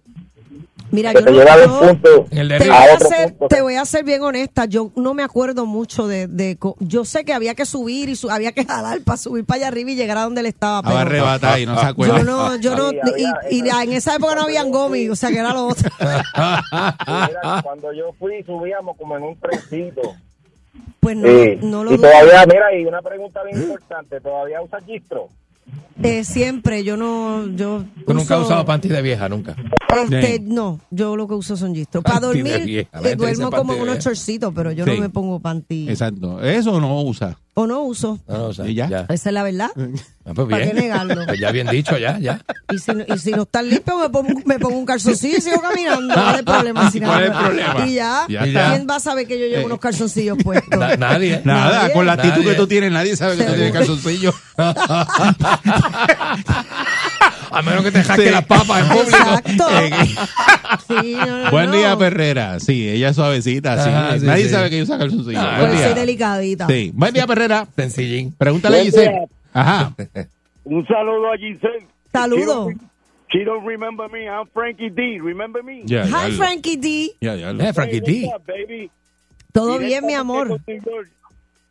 Speaker 12: Mira,
Speaker 6: que
Speaker 12: yo
Speaker 6: te
Speaker 12: no-
Speaker 6: lleva de
Speaker 12: yo-
Speaker 6: un punto
Speaker 4: El de
Speaker 12: Te
Speaker 4: Río.
Speaker 12: voy, a
Speaker 6: otro
Speaker 12: ser,
Speaker 6: punto.
Speaker 12: te voy a ser bien honesta, yo no me acuerdo mucho de, de co- yo sé que había que subir y su- había que jalar para subir para allá arriba y llegar a donde él estaba,
Speaker 3: A
Speaker 12: pero
Speaker 3: arrebatar y no se acuerda.
Speaker 12: yo no, yo no,
Speaker 6: Sí,
Speaker 12: y,
Speaker 6: había-
Speaker 12: y la- en esa época no habían gomis, o sea que era lo otro.
Speaker 6: Y mira, cuando yo fui, subíamos como en un trencito.
Speaker 12: Pues no,
Speaker 6: Sí.
Speaker 12: no lo
Speaker 6: y
Speaker 12: dudo.
Speaker 6: todavía, mira, y una pregunta bien
Speaker 4: ¿Eh?
Speaker 6: importante, ¿todavía usas gistro?
Speaker 12: Eh, siempre, yo no, yo
Speaker 4: Tú nunca has
Speaker 12: uso-
Speaker 4: usado panty de vieja, nunca.
Speaker 12: Este,
Speaker 3: Sí.
Speaker 12: no, yo lo que uso son gistros. Para
Speaker 4: Panty de
Speaker 12: dormir,
Speaker 4: vieja. La
Speaker 12: eh,
Speaker 4: gente dice
Speaker 12: duermo como
Speaker 4: panty de
Speaker 12: en unos
Speaker 4: vieja.
Speaker 12: chorcitos, pero yo
Speaker 3: Sí.
Speaker 12: no me pongo panty.
Speaker 3: Exacto. Eso no usa.
Speaker 12: O no uso.
Speaker 4: Ah, No, no, o sea,
Speaker 3: ¿Y ya?
Speaker 12: Esa es la verdad.
Speaker 4: Ah, pues
Speaker 12: ¿Para
Speaker 4: bien.
Speaker 12: qué negarlo?
Speaker 4: Pues ya bien dicho, ya, ya.
Speaker 12: Y si, no- y si no están limpios, me pongo, me pongo un calzoncillo y sigo caminando. ¿Cuál es el problema? Si nada
Speaker 3: ¿Cuál es el
Speaker 12: más.
Speaker 3: problema?
Speaker 12: Y ya,
Speaker 3: Ya está.
Speaker 12: ¿quién va a saber que yo llevo
Speaker 3: Eh.
Speaker 12: unos calzoncillos puestos?
Speaker 4: Na- nadie.
Speaker 3: Nada,
Speaker 12: Nadie.
Speaker 3: con la actitud
Speaker 4: Nadie.
Speaker 3: que tú tienes, nadie sabe que tú tienes calzoncillo. Ah,
Speaker 4: A menos que te jaque
Speaker 3: Sí.
Speaker 4: las papas en público. Eh,
Speaker 12: Exacto. Sí, no, no,
Speaker 3: Buen
Speaker 12: no.
Speaker 3: día, Perrera. Sí, ella es suavecita. sí.
Speaker 4: Ajá, sí,
Speaker 3: nadie
Speaker 4: sí.
Speaker 3: sabe que usa calzoncillo.
Speaker 4: Ah,
Speaker 3: Buen
Speaker 12: Pues soy
Speaker 3: día.
Speaker 12: delicadita.
Speaker 3: Sí. Buen día, Perrera.
Speaker 4: Sencillín.
Speaker 3: Pregúntale a
Speaker 5: Buen
Speaker 3: Giselle.
Speaker 5: día.
Speaker 3: Ajá.
Speaker 5: Un saludo a Giselle.
Speaker 12: Saludo.
Speaker 5: She don't remember me. I'm Frankie D. Remember me?
Speaker 3: Ya, ya
Speaker 12: Hi,
Speaker 3: lo-
Speaker 12: Frankie D.
Speaker 3: ya, ya lo-
Speaker 4: Eh, Frankie D.
Speaker 5: What's up, baby?
Speaker 12: Todo bien, mi
Speaker 5: Directamente
Speaker 12: amor.
Speaker 5: con New York,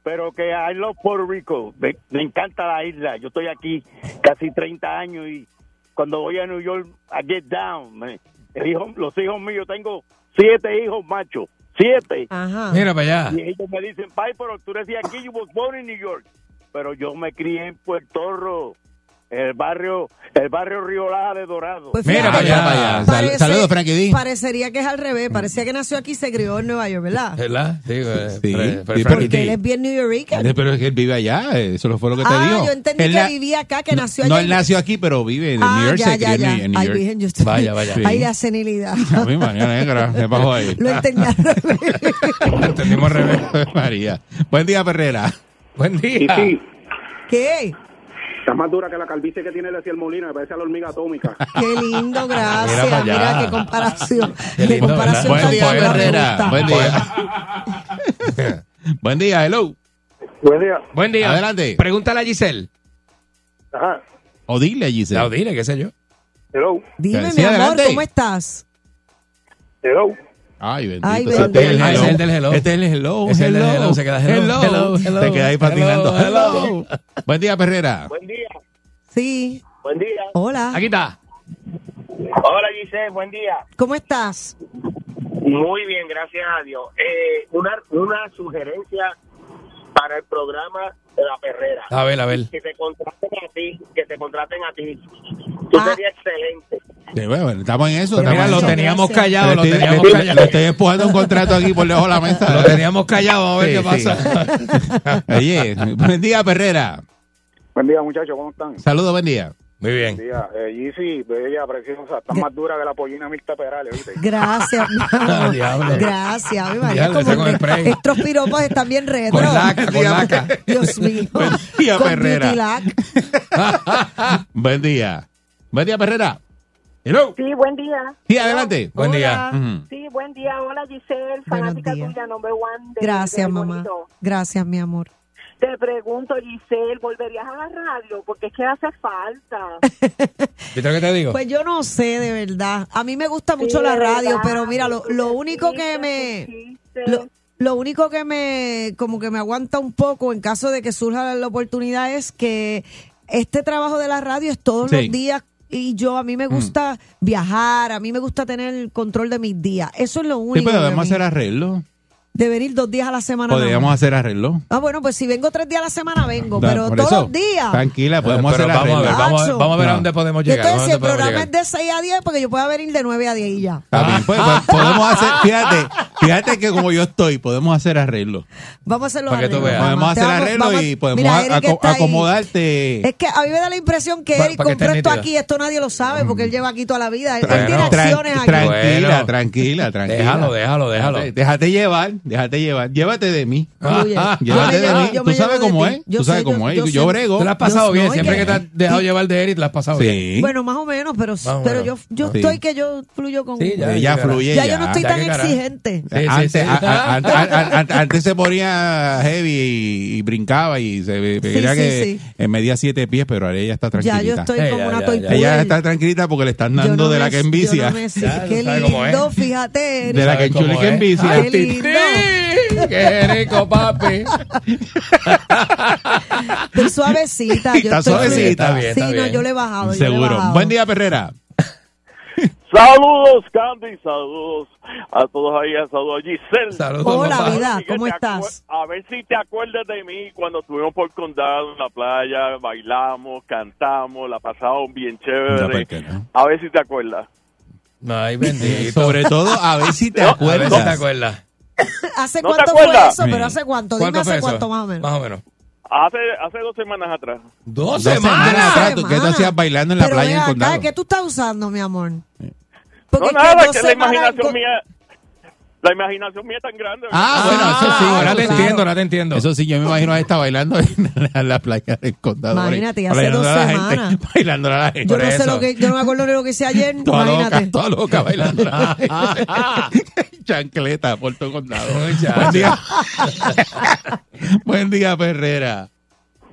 Speaker 5: Pero que I love Puerto Rico. Me, me encanta la isla. Yo estoy aquí casi 30 años y cuando voy a New York, I get down. man. El hijo, los hijos míos, tengo siete hijos machos. Siete.
Speaker 3: Ah.
Speaker 12: Ajá.
Speaker 4: Mira para allá.
Speaker 5: Y ellos me dicen, Pai, pero tú decías aquí, you was born in New York. Pero yo me crié en Puerto Rico, el barrio, el barrio Río Laja de Dorado.
Speaker 12: Pues
Speaker 3: Mira para
Speaker 12: fíjate,
Speaker 3: allá, para allá. Sal-
Speaker 12: parece-
Speaker 3: Saludos, Frankie D.
Speaker 12: Parecería que es al revés. Parecía que nació aquí y se crió en Nueva York, ¿verdad?
Speaker 4: ¿Verdad? Sí, eh,
Speaker 3: Sí,
Speaker 4: Fra- Fra-
Speaker 3: sí,
Speaker 4: Frankie
Speaker 3: porque
Speaker 12: Porque
Speaker 4: D.
Speaker 12: él es bien New Yorker.
Speaker 3: Eh, Pero es que él vive allá, eh, eso fue lo que te
Speaker 12: Ah,
Speaker 3: dijo.
Speaker 12: yo entendí
Speaker 3: Él
Speaker 12: que
Speaker 3: na-
Speaker 12: vivía acá, que
Speaker 3: no-
Speaker 12: nació allá
Speaker 3: No,
Speaker 12: y-
Speaker 3: él nació aquí, pero vive en New
Speaker 12: Ah,
Speaker 3: York,
Speaker 12: ya,
Speaker 3: se
Speaker 12: ya,
Speaker 3: crió en New-
Speaker 12: ya.
Speaker 3: en New
Speaker 12: Ay,
Speaker 3: York.
Speaker 12: virgen, yo estoy...
Speaker 4: Vaya, vaya.
Speaker 12: Ay, la senilidad.
Speaker 3: A mí, María Negra, ¿qué pasó ahí?
Speaker 12: Lo entendí al revés.
Speaker 3: Lo entendimos al revés, María. Buen día, Perrera.
Speaker 4: Buen
Speaker 7: Y
Speaker 4: día.
Speaker 7: sí,
Speaker 12: ¿Qué?
Speaker 7: está más dura que la calvicie que tiene Leciel Molina, me parece a la hormiga atómica.
Speaker 12: Qué lindo, gracias.
Speaker 4: Mira
Speaker 12: Mira,
Speaker 4: pa' allá.
Speaker 12: qué comparación.
Speaker 4: Qué
Speaker 12: qué
Speaker 4: lindo,
Speaker 12: comparación
Speaker 4: ¿verdad?
Speaker 12: tan
Speaker 3: Buen día,
Speaker 4: poeta,
Speaker 12: buena, me
Speaker 3: Perrera.
Speaker 12: gusta.
Speaker 3: Buen día. Buen día, hello.
Speaker 7: Buen día.
Speaker 4: Buen día.
Speaker 3: Adelante.
Speaker 4: Pregúntale a Giselle.
Speaker 7: Ajá.
Speaker 3: O dile,
Speaker 4: La
Speaker 3: Giselle.
Speaker 4: odile, qué sé yo.
Speaker 7: Hello.
Speaker 12: Dime,
Speaker 3: Sí,
Speaker 12: mi amor,
Speaker 3: adelante.
Speaker 12: ¿cómo estás?
Speaker 7: Hello.
Speaker 3: Ay, bendito.
Speaker 12: Ay,
Speaker 3: sea, Este es el
Speaker 12: bendito.
Speaker 3: hello.
Speaker 4: Ah, ese es el del hello.
Speaker 3: Este es el hello.
Speaker 4: Ese es el del
Speaker 3: hello.
Speaker 4: hello, se queda hello, hello, hello,
Speaker 3: Te queda ahí
Speaker 4: hello,
Speaker 3: patinando.
Speaker 4: hello.
Speaker 3: Buen día, Perrera.
Speaker 5: Buen día,
Speaker 12: Sí,
Speaker 5: buen día.
Speaker 12: hola.
Speaker 4: Aquí está.
Speaker 5: Hola Giselle, buen día.
Speaker 12: ¿Cómo estás?
Speaker 5: Muy bien, gracias a Dios. Eh, una, una sugerencia para el programa de la perrera.
Speaker 4: A ver, a ver.
Speaker 5: Que te contraten a ti, que te contraten a ti. Tú
Speaker 12: Ah.
Speaker 5: serías excelente.
Speaker 3: Sí, bueno, estamos en eso. estamos
Speaker 4: Mira,
Speaker 3: en
Speaker 4: lo
Speaker 3: eso.
Speaker 4: teníamos
Speaker 12: Gracias.
Speaker 4: callado,
Speaker 3: Le
Speaker 4: lo
Speaker 3: estoy- le
Speaker 4: teníamos
Speaker 3: estoy-
Speaker 4: callado.
Speaker 3: le estoy empujando un contrato aquí por debajo de la mesa. ¿eh?
Speaker 4: Lo teníamos callado, vamos a ver qué
Speaker 3: Sí, sí.
Speaker 4: pasa.
Speaker 3: Oye, buen día, Perrera.
Speaker 7: Buen día, muchachos, ¿cómo están?
Speaker 3: Saludos, buen día.
Speaker 4: Muy bien.
Speaker 7: Buen día. Eh, Yeezy, bella, preciosa, está más dura que la pollina Mirta Perales, ¿viste?
Speaker 12: Gracias, mi
Speaker 4: Ah,
Speaker 12: amor.
Speaker 4: diablo.
Speaker 12: Gracias, mi María.
Speaker 4: Diablo, está
Speaker 12: Como
Speaker 4: con el
Speaker 12: que
Speaker 4: spray.
Speaker 12: estos piropos están bien retro.
Speaker 4: Con laca, con laca.
Speaker 12: Dios mío.
Speaker 3: Buen día,
Speaker 12: Con
Speaker 3: Perrera.
Speaker 12: Beauty Lac.
Speaker 3: Buen día. Buen día, Perrera.
Speaker 4: Hello.
Speaker 14: Sí, buen día.
Speaker 3: Sí, adelante.
Speaker 4: Buen día.
Speaker 3: Ujú.
Speaker 14: Sí, buen día. Hola, Giselle,
Speaker 12: Buenos
Speaker 14: fanática
Speaker 12: días.
Speaker 14: tuya, number one. de-
Speaker 12: Gracias,
Speaker 14: del
Speaker 12: mamá.
Speaker 14: bonito.
Speaker 12: Gracias, mi amor.
Speaker 14: Te pregunto, Giselle, ¿volverías a la radio? Porque es que hace falta.
Speaker 4: ¿Viste lo que te digo?
Speaker 12: Pues yo no sé, de verdad. A mí me gusta mucho
Speaker 14: Sí,
Speaker 12: la
Speaker 14: de
Speaker 12: radio,
Speaker 14: verdad.
Speaker 12: pero mira, lo, lo
Speaker 14: Sí,
Speaker 12: único
Speaker 14: te
Speaker 12: que me...
Speaker 14: pusiste.
Speaker 12: Lo, lo único que me como que me aguanta un poco en caso de que surja la oportunidad es que este trabajo de la radio es todos
Speaker 3: Sí. Mm.
Speaker 12: los días y yo a mí me gusta viajar, a mí me gusta tener el control de mis días. Eso es lo
Speaker 3: Sí,
Speaker 12: único.
Speaker 3: pero
Speaker 12: que
Speaker 3: debemos
Speaker 12: a mí-
Speaker 3: hacer arreglo.
Speaker 12: de venir dos días a la semana. nada
Speaker 3: Podríamos
Speaker 12: más.
Speaker 3: hacer arreglo.
Speaker 12: Ah, bueno, pues si vengo tres días a la semana vengo,
Speaker 3: Da-
Speaker 12: pero
Speaker 3: por
Speaker 12: todos
Speaker 3: eso.
Speaker 12: los días.
Speaker 3: Tranquila, podemos
Speaker 4: Pero
Speaker 3: hacer
Speaker 4: vamos a ver,
Speaker 3: arreglo.
Speaker 4: vamos a ver, vamos a ver a
Speaker 3: No.
Speaker 4: dónde podemos
Speaker 12: Yo
Speaker 4: llegar.
Speaker 12: estoy
Speaker 4: ¿a dónde
Speaker 12: si el
Speaker 4: podemos
Speaker 12: programa
Speaker 4: llegar?
Speaker 12: es de 6 a 10, porque yo pueda venir de 9 a 10 y ya.
Speaker 3: Está bien, pues, pues, podemos hacer, fíjate, Fíjate que como yo estoy, podemos hacer arreglo.
Speaker 12: Vamos a hacerlo
Speaker 3: Para que tú
Speaker 12: arreglo,
Speaker 3: veas.
Speaker 12: mamá.
Speaker 3: Podemos
Speaker 12: Te
Speaker 3: hacer
Speaker 12: vamos-
Speaker 3: arreglo
Speaker 12: vamos-
Speaker 3: y podemos
Speaker 12: Mira, Eric
Speaker 3: aco-
Speaker 12: está ahí.
Speaker 3: acomodarte.
Speaker 12: Es que a mí me da la impresión que
Speaker 3: Pa-
Speaker 12: Eric
Speaker 3: pa' que
Speaker 12: compró
Speaker 3: estés
Speaker 12: esto
Speaker 3: nítida.
Speaker 12: aquí, esto nadie lo sabe porque él lleva aquí toda la vida. Él, él
Speaker 3: Bueno,
Speaker 12: tiene
Speaker 3: tran-
Speaker 12: acciones aquí.
Speaker 3: Tranquila,
Speaker 4: Bueno.
Speaker 3: tranquila, tranquila.
Speaker 4: Déjalo, déjalo, déjalo.
Speaker 3: Déjate, déjate llevar, déjate llevar. Llévate de mí.
Speaker 4: Oye,
Speaker 3: Llévate
Speaker 4: yo me
Speaker 3: de
Speaker 4: llevo-
Speaker 3: mí.
Speaker 4: yo
Speaker 3: Tú
Speaker 4: me
Speaker 3: sabes
Speaker 4: llevo de
Speaker 3: cómo
Speaker 4: ti.
Speaker 3: es.
Speaker 4: Yo
Speaker 3: Tú sabes
Speaker 4: sé, yo-
Speaker 3: cómo es.
Speaker 4: yo
Speaker 3: Yo, yo
Speaker 4: sé.
Speaker 3: brego.
Speaker 4: Te la has pasado bien. Siempre que te has dejado
Speaker 3: Sí.
Speaker 4: llevar de Eric, la has pasado bien.
Speaker 12: Bueno, más o menos, pero,
Speaker 4: Más o
Speaker 12: pero
Speaker 4: menos.
Speaker 12: yo, yo
Speaker 4: Sí.
Speaker 12: estoy que yo fluyo con...
Speaker 3: Sí, ya, ya fluye.
Speaker 12: Ya yo no estoy
Speaker 3: Ya
Speaker 12: tan
Speaker 3: que carajo.
Speaker 12: exigente.
Speaker 4: Sí, sí,
Speaker 3: antes,
Speaker 4: sí.
Speaker 3: a- a- ante- a- a- antes se ponía heavy y, y brincaba y se ve-
Speaker 12: Sí,
Speaker 3: veía
Speaker 12: sí,
Speaker 3: que
Speaker 12: sí.
Speaker 3: eh, medía siete pies, pero ahora ella está tranquilita.
Speaker 12: yo estoy como Ella, una ya, toy ya.
Speaker 3: Ella
Speaker 12: pool.
Speaker 3: está tranquilita porque le están
Speaker 12: Yo
Speaker 3: dando
Speaker 12: no
Speaker 3: de
Speaker 12: me-
Speaker 3: la que
Speaker 12: yo
Speaker 3: envicia.
Speaker 12: no me sé. Qué
Speaker 3: sabes cómo
Speaker 12: lindo, fíjate. Eric.
Speaker 3: de la que enchule que envicia.
Speaker 12: Ay, qué lindo.
Speaker 4: ¡Qué rico, papi!
Speaker 12: Estoy suavecita. yo
Speaker 3: Está
Speaker 12: estoy
Speaker 3: suavecita,
Speaker 12: fluida.
Speaker 3: está bien, está
Speaker 12: sí, no,
Speaker 3: bien.
Speaker 12: yo le he bajado. yo le he
Speaker 3: Seguro.
Speaker 12: bajado.
Speaker 3: Buen día, Perrera.
Speaker 6: Saludos, Candy, saludos a todos ahí, saludos a Giselle. Saludos,
Speaker 12: Hola, vida, ¿cómo estás?
Speaker 6: A ver si te acuerdas de mí cuando estuvimos por condado en la playa, bailamos, cantamos, la pasamos bien chévere. A ver si te acuerdas.
Speaker 4: Ay, bendito.
Speaker 3: Sobre todo, a ver si te acuerdas.
Speaker 4: A ver si te acuerdas.
Speaker 12: ¿Hace
Speaker 6: ¿No te
Speaker 12: cuánto fue
Speaker 6: acuerdas?
Speaker 12: eso? Pero
Speaker 6: Sí.
Speaker 12: hace cuánto. Dime
Speaker 6: ¿Cuánto
Speaker 12: hace
Speaker 3: Pues
Speaker 6: fue eso?
Speaker 12: cuánto más o menos.
Speaker 4: Más o menos.
Speaker 6: Hace, hace dos semanas atrás.
Speaker 4: Dos,
Speaker 3: semanas atrás, ¿tú- ¿qué tú
Speaker 12: semanas.
Speaker 3: hacías bailando en la
Speaker 12: Pero
Speaker 3: playa
Speaker 12: ven
Speaker 3: en el
Speaker 12: acá,
Speaker 3: condado?
Speaker 12: ¿Qué tú estás usando, mi amor?
Speaker 6: No,
Speaker 12: es que
Speaker 6: nada,
Speaker 12: dos
Speaker 6: que la
Speaker 12: semanas-
Speaker 6: imaginación mía, la imaginación mía es tan grande.
Speaker 3: Ah, bueno, eso sí.
Speaker 4: ahora te entiendo, ahora te entiendo.
Speaker 3: Eso sí, yo me imagino a esta bailando en la, en la playa del condado. eh,
Speaker 12: Imagínate, hace
Speaker 3: Bailando
Speaker 12: dos
Speaker 3: a la gente,
Speaker 12: semanas.
Speaker 3: Bailando a la gente.
Speaker 12: Yo no sé lo que, yo no me acuerdo de lo que hice ayer,
Speaker 3: Toda
Speaker 12: imagínate.
Speaker 3: loca, toda loca bailando. a la gente. Chancleta, Puerto Condado. Buen día. buen día, Perrera.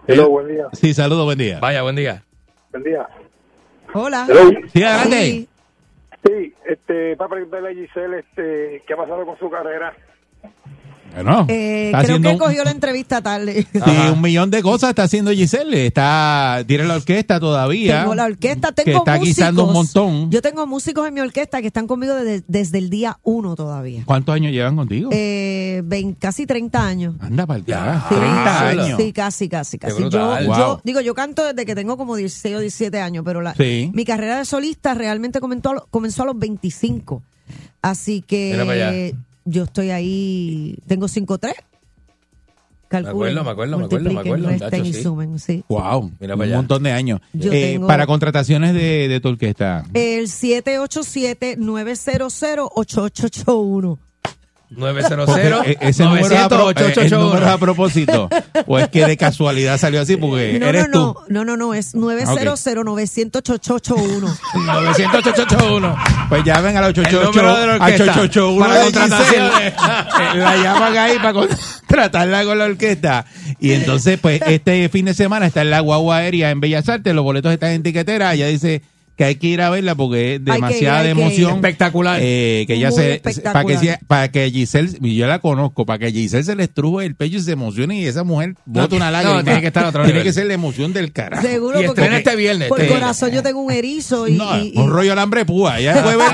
Speaker 5: Hello, buen día.
Speaker 3: Sí, saludos, buen día.
Speaker 4: Vaya, buen día.
Speaker 5: Buen día.
Speaker 12: Hola.
Speaker 3: Sí, adelante.
Speaker 5: Sí, este, para preguntarle a Giselle este, qué ha pasado con su carrera.
Speaker 3: Bueno,
Speaker 12: Eh, creo
Speaker 3: está haciendo
Speaker 12: que
Speaker 3: un-
Speaker 12: cogió la entrevista tarde.
Speaker 3: Sí, un millón de cosas está haciendo Giselle. Está, tiene la orquesta todavía.
Speaker 12: Tengo la orquesta,
Speaker 3: que
Speaker 12: tengo
Speaker 3: está
Speaker 12: músicos.
Speaker 3: guisando un montón.
Speaker 12: Yo tengo músicos en mi orquesta que están conmigo desde, desde el día uno todavía.
Speaker 3: ¿Cuántos años llevan contigo?
Speaker 12: Eh, vein- casi 30 años.
Speaker 3: Anda para
Speaker 4: Ah,
Speaker 3: allá.
Speaker 12: Sí,
Speaker 3: 30
Speaker 12: sí,
Speaker 3: años.
Speaker 12: Sí, casi, casi,
Speaker 3: Qué
Speaker 12: casi. Yo,
Speaker 3: brutal.
Speaker 12: yo-
Speaker 3: Wow.
Speaker 12: digo, yo canto desde que tengo como 16 o 17 años, pero la,
Speaker 3: Sí.
Speaker 12: mi carrera de solista realmente comenzó a, lo- comenzó a los 25. Así
Speaker 4: Mira para
Speaker 12: que
Speaker 4: allá.
Speaker 12: yo estoy ahí, tengo 5-3.
Speaker 4: Me acuerdo, me acuerdo, me acuerdo, me acuerdo.
Speaker 12: Resten
Speaker 4: muchacho,
Speaker 12: y
Speaker 4: sí.
Speaker 12: sumen, sí.
Speaker 3: Wow,
Speaker 4: Mira
Speaker 3: un
Speaker 4: para allá.
Speaker 3: montón de años.
Speaker 12: Yo
Speaker 3: Eh,
Speaker 12: tengo-
Speaker 3: Para contrataciones de, de tu orquesta.
Speaker 12: El 787-900-8881.
Speaker 4: 900
Speaker 3: Porque, eh, ese número es a, pro- eh, el número es a propósito. o es que de casualidad salió así porque
Speaker 4: Eh,
Speaker 12: No,
Speaker 3: eres
Speaker 12: no, no,
Speaker 3: tú.
Speaker 12: no, no, no,
Speaker 4: Ah,
Speaker 12: es 900-900-8881.
Speaker 4: 900-881.
Speaker 3: Pues llamen al
Speaker 4: El número de la
Speaker 3: 888 a
Speaker 4: orquesta.
Speaker 3: 881
Speaker 4: Para
Speaker 3: de Giselle.
Speaker 4: contrataciones.
Speaker 3: Eh, La llaman ahí para contratarla con la orquesta. Y entonces, pues, este fin de semana está en la guagua aérea en Bellas Artes. Los boletos están en tiquetera. Ella dice que hay que ir a verla porque es
Speaker 4: que ir,
Speaker 3: demasiada
Speaker 4: hay
Speaker 3: de
Speaker 4: que ir.
Speaker 3: emoción.
Speaker 4: Espectacular.
Speaker 3: Eh, que ella
Speaker 4: Muy
Speaker 3: se.
Speaker 4: espectacular.
Speaker 3: Para que, sea- para que Giselle. y Yo la conozco. Para que Giselle se le estruje el pecho y se emocione. Y esa mujer
Speaker 4: No,
Speaker 3: bota una
Speaker 4: no,
Speaker 3: lágrima.
Speaker 4: tiene que estar a otro
Speaker 3: Tiene
Speaker 4: nivel.
Speaker 3: que ser la emoción del carajo.
Speaker 12: Seguro, porque Por
Speaker 3: Este-
Speaker 12: corazón yo tengo un erizo y,
Speaker 3: no,
Speaker 12: y- y-
Speaker 3: un rollo alambre de púa. Ella puede ver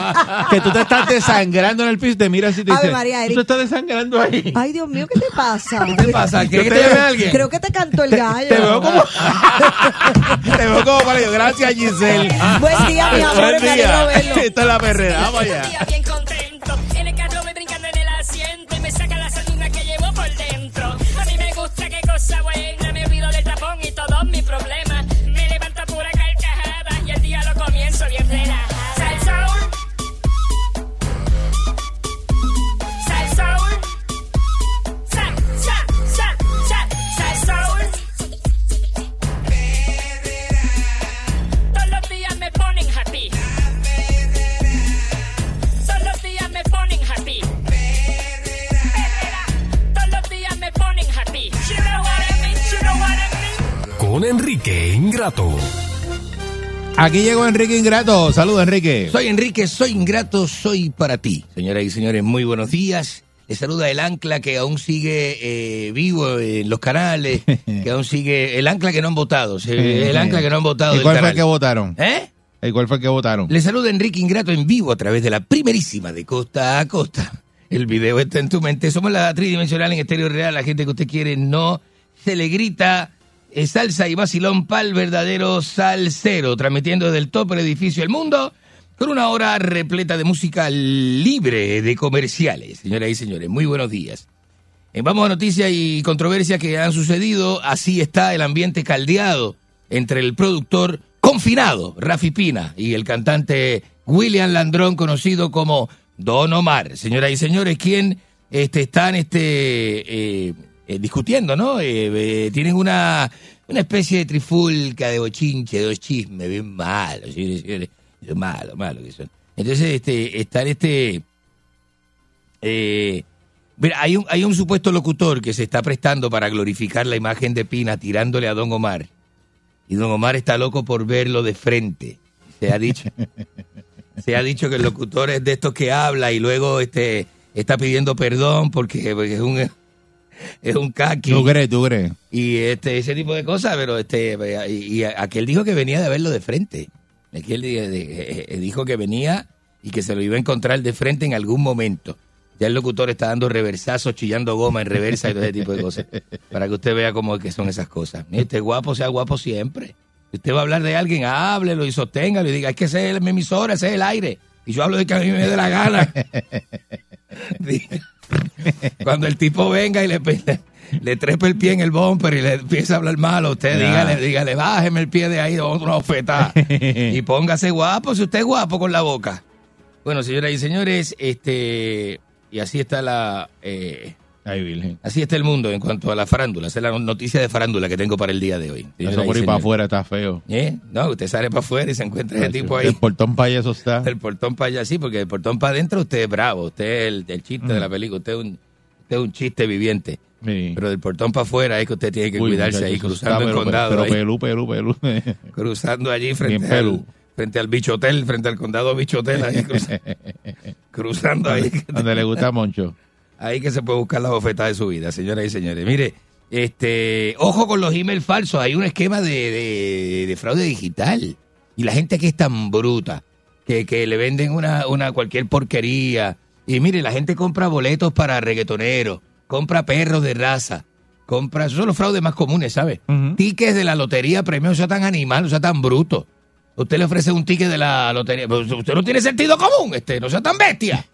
Speaker 3: que tú te estás desangrando en el piso y te miras y te
Speaker 12: Ave
Speaker 3: dice,
Speaker 12: María,
Speaker 3: tú
Speaker 12: Eric.
Speaker 3: te estás desangrando ahí.
Speaker 12: Ay, Dios mío, ¿qué te pasa? ¿Qué
Speaker 3: te pasa? ¿Quieres que te llame alguien?
Speaker 12: Creo que te cantó el gallo.
Speaker 3: Te veo como... te veo como pálido. Gracias, Giselle.
Speaker 12: Buen día, mis amores, me
Speaker 3: Buen
Speaker 12: alegro
Speaker 3: día.
Speaker 12: verlo.
Speaker 3: Esta es la perrera. Vamos allá.
Speaker 15: bien contento. En el carro voy brincando en el asiento y me saca la sardina que llevo por dentro. A mí me gusta qué cosa buena, me olvido del tapón y todos mis problemas. Me levanta pura carcajada y el día lo comienzo bien relajada. Sal Saúl. Sal Saúl. Sal, sal, sal, sal, sal Saúl. Todos los días me ponen happy. Todos los días me ponen happy. Perrera. Todos los días me ponen happy. You know what I mean, you know what I mean.
Speaker 16: Con Enrique Ingrato.
Speaker 3: Aquí llegó Enrique Ingrato. Saludos, Enrique.
Speaker 4: Soy Enrique, soy ingrato, soy para ti. Señoras y señores, muy buenos días. Les saluda el ancla que aún sigue eh, vivo en los canales, que aún sigue el ancla que no han votado, se- el ancla que no han votado.
Speaker 3: ¿Y
Speaker 4: del
Speaker 3: cuál fue el
Speaker 4: canal.
Speaker 3: que votaron?
Speaker 4: ¿Eh?
Speaker 3: ¿Y cuál fue el que votaron?
Speaker 4: Les saluda Enrique Ingrato en vivo a través de la primerísima de Costa a Costa. El video está en tu mente. Somos la tridimensional en estéreo real. La gente que usted quiere no se le grita eh, salsa y vacilón pa'l verdadero salsero. Transmitiendo desde el top del edificio El Mundo Con una hora repleta de música libre de comerciales, señoras y señores. Muy buenos días. Eh, Vamos a noticias y controversias que han sucedido. Así está el ambiente caldeado entre el productor confinado, Rafi Pina, y el cantante William Landrón, conocido como Don Omar. Señoras y señores, quien este, están este, eh, eh, discutiendo, ¿no? Eh, eh, tienen una, una especie de trifulca de bochinche, de chismes, bien malos, señores y señores. Bien Malo, malo que son. Entonces, este, están este. Eh, mira, hay un, hay un supuesto locutor que se está prestando para glorificar la imagen de Pina tirándole a Don Omar. Y Don Omar está loco por verlo de frente. Se ha dicho. se ha dicho que el locutor es de estos que habla y luego este está pidiendo perdón porque, porque es un es un caqui
Speaker 17: ¿Tú crees, tú crees?
Speaker 4: y este ese tipo de cosas pero este y, y aquel dijo que venía de verlo de frente aquel di- de- eh, dijo que venía y que se lo iba a encontrar de frente en algún momento ya el locutor está dando reversazos chillando goma en reversa y todo ese tipo de cosas para que usted vea cómo es que son esas cosas este guapo sea guapo siempre si usted va a hablar de alguien háblelo y sosténgalo y diga es que ese es mi emisora ese es el aire y yo hablo de que a mí me dé la gana cuando el tipo venga y le, le, le trepe el pie en el bumper y le empieza a hablar malo, usted
Speaker 17: Ya.
Speaker 4: dígale, dígale, bájeme el pie de ahí, o una oferta. y póngase guapo, si usted es guapo con la boca. Bueno, señoras y señores, este y así está la eh, Así está el mundo en cuanto a la farándula. Esa es la noticia de farándula que tengo para el día de hoy.
Speaker 3: Eso por ir para afuera está feo.
Speaker 4: ¿Eh? No, usted sale para afuera y se encuentra ese tipo ahí.
Speaker 3: El portón payaso está.
Speaker 4: Del portón para allá, sí, porque del portón para adentro usted es bravo, usted es el, el chiste
Speaker 3: Mm.
Speaker 4: de la película, usted es un, usted es un chiste viviente. Pero del portón para afuera es que usted tiene que
Speaker 3: Uy,
Speaker 4: cuidarse
Speaker 3: muchacho,
Speaker 4: ahí,
Speaker 3: eso
Speaker 4: cruzando
Speaker 3: está,
Speaker 4: el
Speaker 3: pero-
Speaker 4: condado.
Speaker 3: Pero
Speaker 4: ahí,
Speaker 3: pelú, pelú, pelú.
Speaker 4: cruzando allí frente
Speaker 3: Bien
Speaker 4: al,
Speaker 3: pelú.
Speaker 4: frente al bichotel, frente al condado bichotel, ahí cruza- cruzando ahí.
Speaker 3: Donde le gusta a Moncho.
Speaker 4: Ahí que se puede buscar la bofetada de su vida, señoras y señores. Mire, este, ojo con los emails falsos, hay un esquema de, de- de fraude digital. Y la gente que es tan bruta, que, que le venden una, una cualquier porquería. Y mire, la gente compra boletos para reggaetoneros, compra perros de raza, compra, esos son los fraudes más comunes, ¿sabes? Tickets de la lotería, premios, o sea tan animal, o sea tan bruto. Usted le ofrece un ticket de la lotería, pero usted no tiene sentido común, este, no sea tan bestia.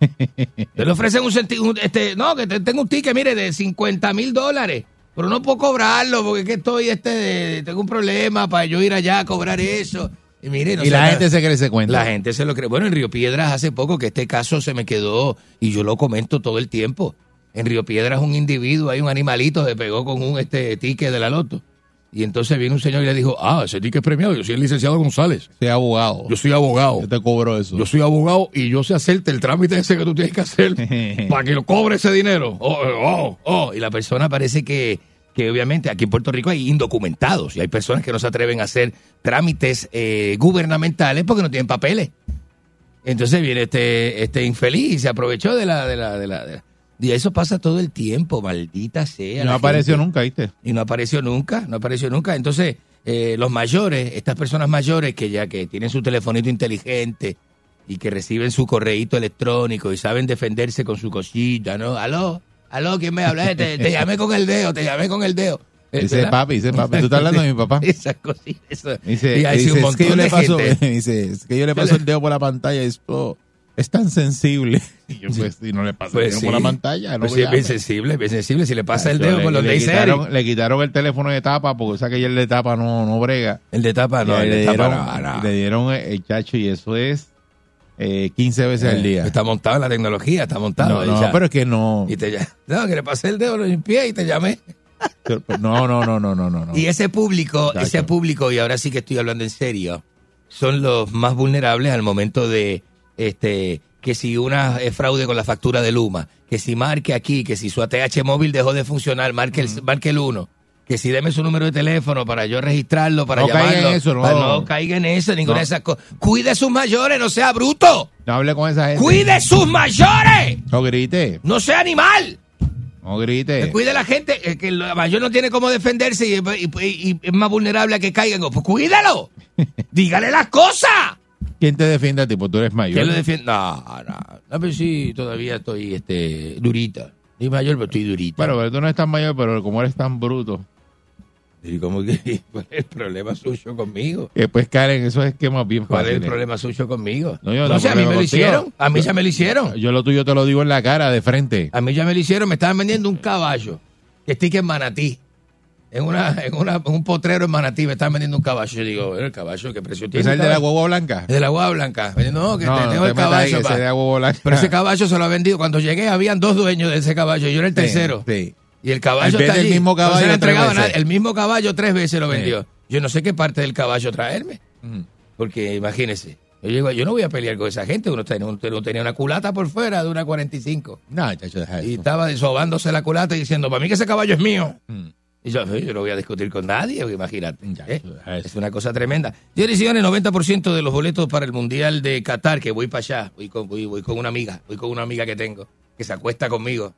Speaker 4: Te le ofrecen un sentido, este, no, que te- tengo un ticket, mire, de 50 mil dólares, pero no puedo cobrarlo porque es que estoy, este, de- tengo un problema para yo ir allá a cobrar eso. Y mire, no
Speaker 17: y
Speaker 4: sea
Speaker 17: la
Speaker 4: tan-
Speaker 17: gente se cree ese cuento.
Speaker 4: la gente se lo cree. Bueno, en Río Piedras hace poco que este caso se me quedó y yo lo comento todo el tiempo. En Río Piedras un individuo, hay un animalito, se pegó con un este ticket de la loto. Y entonces viene un señor y le dijo, ah, ese ticket es premiado, yo soy el licenciado González.
Speaker 3: Soy abogado.
Speaker 4: Yo soy abogado. Yo
Speaker 3: te cobro eso.
Speaker 4: Yo soy abogado y yo sé hacerte el trámite ese que tú tienes que hacer para que lo cobre ese dinero. Oh, oh, oh. Y la persona parece que, que obviamente aquí en Puerto Rico hay indocumentados y hay personas que no se atreven a hacer trámites eh, gubernamentales porque no tienen papeles. Entonces viene este, este infeliz y se aprovechó de la, de la, de la, de la- Y eso pasa todo el tiempo, maldita sea.
Speaker 3: No
Speaker 4: la
Speaker 3: apareció
Speaker 4: gente.
Speaker 3: nunca, ¿viste?
Speaker 4: Y no apareció nunca, no apareció nunca. Entonces, eh, los mayores, estas personas mayores que ya que tienen su telefonito inteligente y que reciben su correíto electrónico y saben defenderse con su cosita, ¿no? Aló, aló, ¿quién me habla? Este, Te, te llamé con el dedo, te llamé con el dedo. Eh,
Speaker 3: Dice
Speaker 4: ¿verdad?
Speaker 3: papi, dice papi. Tú estás hablando de mi papá.
Speaker 4: Esas cositas. eso.
Speaker 3: Dice,
Speaker 4: Y hay
Speaker 3: dice,
Speaker 4: un
Speaker 3: es que
Speaker 4: montón
Speaker 3: yo le
Speaker 4: de
Speaker 3: paso,
Speaker 4: gente.
Speaker 3: dice, es que yo le paso el dedo por la pantalla. Es, oh, es tan sensible. Y yo, pues, y no le paso el
Speaker 4: Pues
Speaker 3: dedo
Speaker 4: sí.
Speaker 3: por la pantalla. No
Speaker 4: Pues
Speaker 3: me
Speaker 4: sí, es bien
Speaker 3: llame.
Speaker 4: sensible, bien sensible. Si le pasa el
Speaker 3: Yo
Speaker 4: dedo
Speaker 3: Ah, le-
Speaker 4: con los
Speaker 3: le
Speaker 4: de
Speaker 3: quitaron, le quitaron el teléfono de tapa porque o sea que ya el de tapa no, no brega.
Speaker 4: El de tapa Ah, no,
Speaker 3: le,
Speaker 4: el de tapa
Speaker 3: dieron,
Speaker 4: no, no.
Speaker 3: le dieron el, el chacho y eso es eh, 15 veces al día.
Speaker 4: Está montado en la tecnología, está montado.
Speaker 3: No,
Speaker 4: ahí
Speaker 3: no,
Speaker 4: ya.
Speaker 3: pero es que no.
Speaker 4: Y te ll- No, que le pasé el dedo en el pie y te llamé.
Speaker 3: No, no, no, no, no, no. no.
Speaker 4: Y ese público,
Speaker 3: Exacto.
Speaker 4: ese público, y ahora sí que estoy hablando en serio, son los más vulnerables al momento de este que si una es fraude con la factura de Luma, que si marque aquí, que si su ATH móvil dejó de funcionar, marque el, marque el 1, que si deme su número de teléfono para yo registrarlo, para
Speaker 3: No caiga en
Speaker 4: llamarlo.
Speaker 3: eso, no.
Speaker 4: Para- no caiga en eso, ninguna
Speaker 3: No.
Speaker 4: de esas cosas. Cuide a sus mayores, no sea bruto.
Speaker 3: No hable con esa gente.
Speaker 4: Cuide sus mayores,
Speaker 3: No grite,
Speaker 4: no sea animal.
Speaker 3: no
Speaker 4: Que
Speaker 3: grite.
Speaker 4: cuide a la gente, eh, que la mayor no tiene cómo defenderse y, y- y- y es más vulnerable a que caigan. Pues cuídalo. Dígale las cosas.
Speaker 3: ¿Quién te defiende a ti? Pues tú eres mayor.
Speaker 4: ¿Quién lo defiende? No, no. No, pero sí, todavía estoy este, durita. Soy mayor, pero estoy durita.
Speaker 3: Bueno, pero tú no estás mayor, pero como eres tan bruto.
Speaker 4: ¿Y cómo que cuál es el problema suyo conmigo?
Speaker 18: Eh, pues Karen, esos esquemas bien
Speaker 4: ¿Cuál es el
Speaker 18: fáciles.
Speaker 4: problema suyo conmigo?
Speaker 18: No, yo no
Speaker 4: o sea, a mí
Speaker 18: problema
Speaker 4: me lo
Speaker 18: contigo.
Speaker 4: hicieron. A mí ya me lo hicieron.
Speaker 18: Yo lo tuyo te lo digo en la cara, de frente.
Speaker 4: A mí Pues ya me lo hicieron. Me estaban vendiendo un caballo. Que estoy que en Manatí. En, una, en, una- en un potrero en Manatí me estaban vendiendo un caballo. Yo digo, el caballo, ¿qué precio tiene?
Speaker 18: ¿Es el de la
Speaker 4: caballo?
Speaker 18: guagua blanca?
Speaker 4: De la guagua blanca. Me dice, No, que
Speaker 18: No,
Speaker 4: te-
Speaker 18: no
Speaker 4: tengo
Speaker 18: te
Speaker 4: el
Speaker 18: metas ahí,
Speaker 4: caballo.
Speaker 18: ese
Speaker 4: pa.
Speaker 18: de agua blanca.
Speaker 4: Pero ese caballo se lo han vendido. Cuando llegué, habían dos dueños de ese caballo. Yo era el
Speaker 18: Sí,
Speaker 4: tercero.
Speaker 18: sí.
Speaker 4: Y el caballo
Speaker 18: Él
Speaker 4: está
Speaker 18: vende el
Speaker 4: allí.
Speaker 18: mismo
Speaker 4: No se lo
Speaker 18: caballo
Speaker 4: ha
Speaker 18: tres
Speaker 4: entregado a
Speaker 18: veces.
Speaker 4: nadie. El mismo caballo tres veces lo vendió. Yo no sé qué parte del caballo traerme. Porque imagínense. Yo digo, yo no voy a pelear con esa gente. Uno tenía, uno tenía una culata por fuera de una 45.
Speaker 18: No, chacho, deja eso.
Speaker 4: Y estaba desobándose la culata y diciendo, para mí que ese caballo es mío. Mm. Y yo, yo no voy a discutir con nadie, porque imagínate. ¿eh? Es una cosa tremenda. Yo le el 90% de los boletos para el Mundial de Qatar, que voy para allá. Voy con, voy, voy con una amiga, voy con una amiga que tengo, que se acuesta conmigo.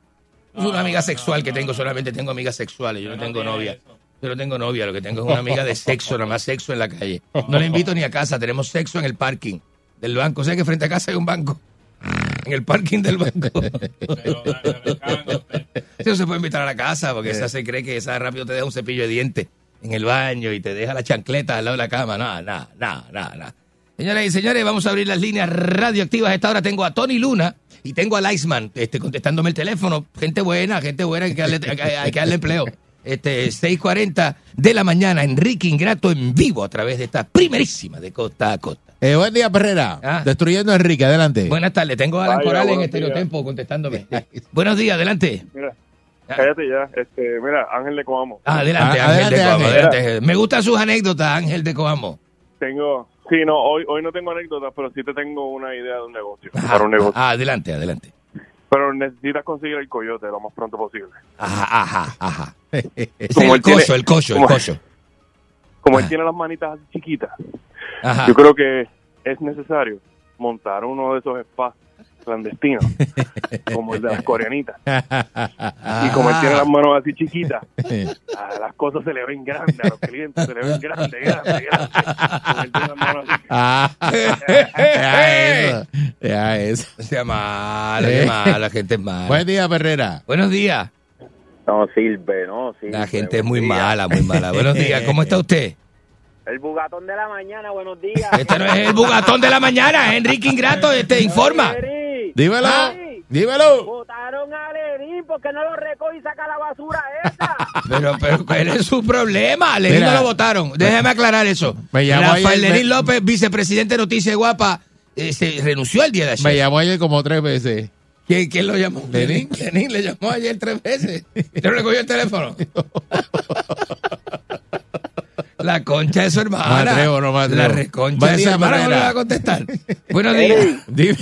Speaker 4: Ah, No es una amiga sexual que tengo, solamente tengo amigas sexuales, yo no tengo novia. Yo no tengo novia, lo que tengo es una amiga de sexo, nada más sexo en la calle. No la invito ni a casa, tenemos sexo en el parking del banco. O sea que frente a casa hay un banco. En el parking del banco. Sí, no se puede invitar a la casa
Speaker 3: Eh.
Speaker 4: porque esa se cree que esa rápido te deja un cepillo de dientes en el baño y te deja la chancleta al lado de la cama. No, no, no, no, no. Señoras y señores, vamos a abrir las líneas radioactivas. A esta hora tengo a Tony Luna y tengo al Iceman este, contestándome el teléfono. Gente buena, gente buena, hay que darle, hay que- hay que darle empleo. Este, 6.40 de la mañana, Enrique Ingrato en vivo a través de esta primerísima de Costa a Costa. Ah,
Speaker 3: Eh, buen día, Perrera. Destruyendo a Enrique, adelante.
Speaker 4: Buenas tardes, tengo a Alan
Speaker 3: Vaya,
Speaker 4: Corales en
Speaker 3: buenos
Speaker 4: Estereotempo contestándome. buenos días, adelante.
Speaker 6: Mira, cállate ya. Este, mira, Ángel de Coamo.
Speaker 4: Adelante, Ángel
Speaker 6: Ah,
Speaker 4: de
Speaker 6: adelante,
Speaker 4: Coamo.
Speaker 6: Ángel.
Speaker 4: adelante. Me gustan sus anécdotas, Ángel de Coamo.
Speaker 6: Tengo, sí, no, hoy, hoy no tengo anécdotas, pero sí te tengo una idea de un negocio. para un negocio.
Speaker 4: Ah, adelante, adelante.
Speaker 6: Pero necesitas conseguir el coyote lo más pronto posible.
Speaker 4: Ajá, ajá, ajá. Es
Speaker 6: Como
Speaker 4: el
Speaker 6: él tiene-
Speaker 4: cocho, el cocho, el
Speaker 6: como-
Speaker 4: cocho.
Speaker 6: Como él tiene las manitas chiquitas,
Speaker 4: Ajá.
Speaker 6: yo creo que es necesario montar uno de esos spas clandestinos, como el de las coreanitas. Y como él tiene las manos así chiquitas,
Speaker 5: Ah,
Speaker 6: a las cosas se le ven grandes, a los clientes se le ven grandes, grandes, grandes. Como él tiene las manos así.
Speaker 3: Ah,
Speaker 4: deja eso,
Speaker 3: deja eso.
Speaker 4: No sea malo, qué malo, la gente es mala.
Speaker 3: Buen día, Perrera.
Speaker 4: Buenos días.
Speaker 7: No sirve, no sirve.
Speaker 4: La gente es muy mala, muy mala. Buenos días, ¿cómo está usted?
Speaker 7: El bugatón de la mañana, buenos días.
Speaker 4: Este no es el bugatón de la mañana, Enrique Ingrato, te informa.
Speaker 3: Dímelo, dímelo.
Speaker 10: Votaron a Lerín porque no lo recoge y saca la basura
Speaker 4: Pero, pero, ¿cuál es su problema? Lenín
Speaker 3: Mira.
Speaker 4: no lo votaron. Déjeme aclarar eso.
Speaker 3: Me llamó
Speaker 4: Rafael
Speaker 3: ayer,
Speaker 4: Lenín
Speaker 3: me-
Speaker 4: López, vicepresidente de Noticias Guapa, eh, se renunció el día de ayer.
Speaker 3: Me llamó ayer como tres veces.
Speaker 4: ¿Quién, quién lo llamó? Lenín. Lenín le llamó ayer tres veces. ¿Usted no le cogió el teléfono? La concha de su hermana.
Speaker 3: Me atrevo, no me atrevo.
Speaker 4: La reconcha
Speaker 3: Buen
Speaker 4: de su
Speaker 3: día,
Speaker 4: hermana no le
Speaker 3: Pereira.
Speaker 4: va a contestar. Buenos días.
Speaker 3: Dime.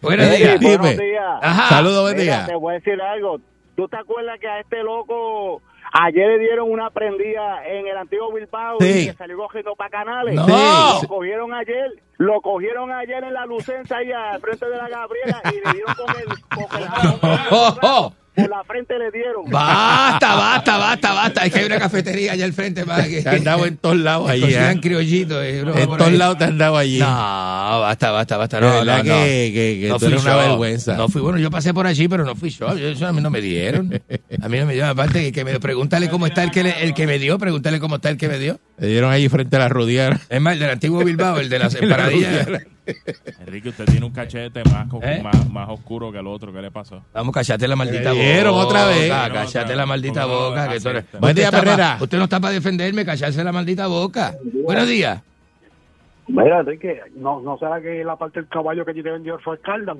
Speaker 4: Buenos
Speaker 3: Ey,
Speaker 4: días.
Speaker 3: eh. dime.
Speaker 4: Buenos
Speaker 7: días.
Speaker 4: Ajá.
Speaker 3: Saludos, buen
Speaker 7: Mira,
Speaker 3: día.
Speaker 7: Te voy a decir algo. ¿Tú te acuerdas que a este loco ayer le dieron una prendida en el antiguo Bilbao
Speaker 3: Sí.
Speaker 7: y que salió cogiendo para canales?
Speaker 3: No.
Speaker 7: Lo cogieron ayer, lo cogieron ayer en la Lucenza ahí al frente de la Gabriela y le dieron con el, con el jabón.
Speaker 4: Oh, oh.
Speaker 7: por la frente le dieron.
Speaker 4: Basta, basta, basta, basta. Es que hay una cafetería allá al frente. Para que,
Speaker 3: Te han dado en todos lados allí,
Speaker 4: Cocinan
Speaker 3: ¿eh?
Speaker 4: criollitos. eh, uno va
Speaker 3: En
Speaker 4: por
Speaker 3: todos
Speaker 4: ahí.
Speaker 3: lados te han dado allí.
Speaker 4: No, basta, basta, basta.
Speaker 3: De
Speaker 4: No, no,
Speaker 3: verdad
Speaker 4: no.
Speaker 3: que- que- que tú eres una vergüenza.
Speaker 4: No fui, bueno, yo pasé por allí, pero no fui yo. Yo- eso a mí no me dieron. A mí no me dieron. Aparte, que, que me, pregúntale cómo está el que, le- el que me dio. Pregúntale cómo está el que me dio.
Speaker 3: Le dieron allí frente a la rodear.
Speaker 4: Es más, el del antiguo Bilbao, el de las
Speaker 3: La
Speaker 4: paradillas.
Speaker 1: Enrique, usted tiene un cachete más, co- más, más oscuro que el otro. ¿Qué le pasó?
Speaker 4: ¿Eh? Vamos, cachate la maldita
Speaker 1: Le
Speaker 4: boca.
Speaker 1: dieron otra vez.
Speaker 4: Cachate la maldita
Speaker 1: Como no,
Speaker 4: boca. Que tú eres-
Speaker 1: acepta. Buen
Speaker 4: usted
Speaker 1: día,
Speaker 4: está pa-
Speaker 1: Perrera.
Speaker 4: Usted no está para defenderme, callarse la maldita boca. Buenos días.
Speaker 5: Mira, Enrique, ¿no, ¿no será que la parte del caballo que a ti te vendió fue Cardan?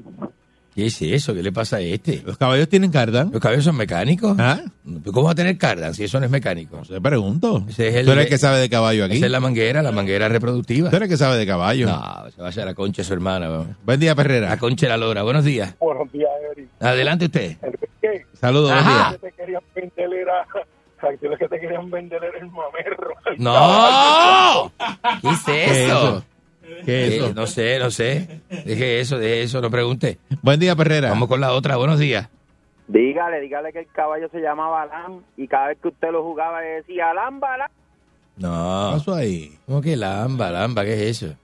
Speaker 4: ¿Qué es eso? ¿Qué le pasa a este? ¿Los caballos tienen cardan? ¿Los caballos son mecánicos?
Speaker 3: ¿Ah?
Speaker 4: ¿Cómo va a tener cardan si eso no es mecánico? No
Speaker 3: Te pregunto.
Speaker 4: Ese es el-
Speaker 3: Tú eres el que sabe de caballo aquí.
Speaker 4: Esa es la manguera, la manguera reproductiva.
Speaker 3: Tú eres el que sabe de caballo.
Speaker 4: No, se va a hacer la concha de su hermana. weón.
Speaker 3: Buen día, Perrera.
Speaker 4: La concha de la lora. Buenos días.
Speaker 5: Buenos días, Eric.
Speaker 4: Adelante usted.
Speaker 5: Enrique.
Speaker 4: Saludos, buen
Speaker 5: Ajá.
Speaker 4: día.
Speaker 5: Que te querían vender era... Lo que te querían vender era el mamerro.
Speaker 4: ¡No! ¿Qué es eso?
Speaker 3: ¿Qué es
Speaker 4: Eh,
Speaker 3: eso?
Speaker 4: No sé, no sé. Deje eso, deje eso, no pregunte.
Speaker 3: Buen día, Perrera.
Speaker 4: Vamos con la otra. Buenos días.
Speaker 7: Dígale, dígale que el caballo se llamaba Alam y cada vez que usted lo jugaba le decía Alam, Balam.
Speaker 4: No.
Speaker 3: pasó ahí?
Speaker 4: ¿Cómo que lamba, lamba? ¿Qué es eso?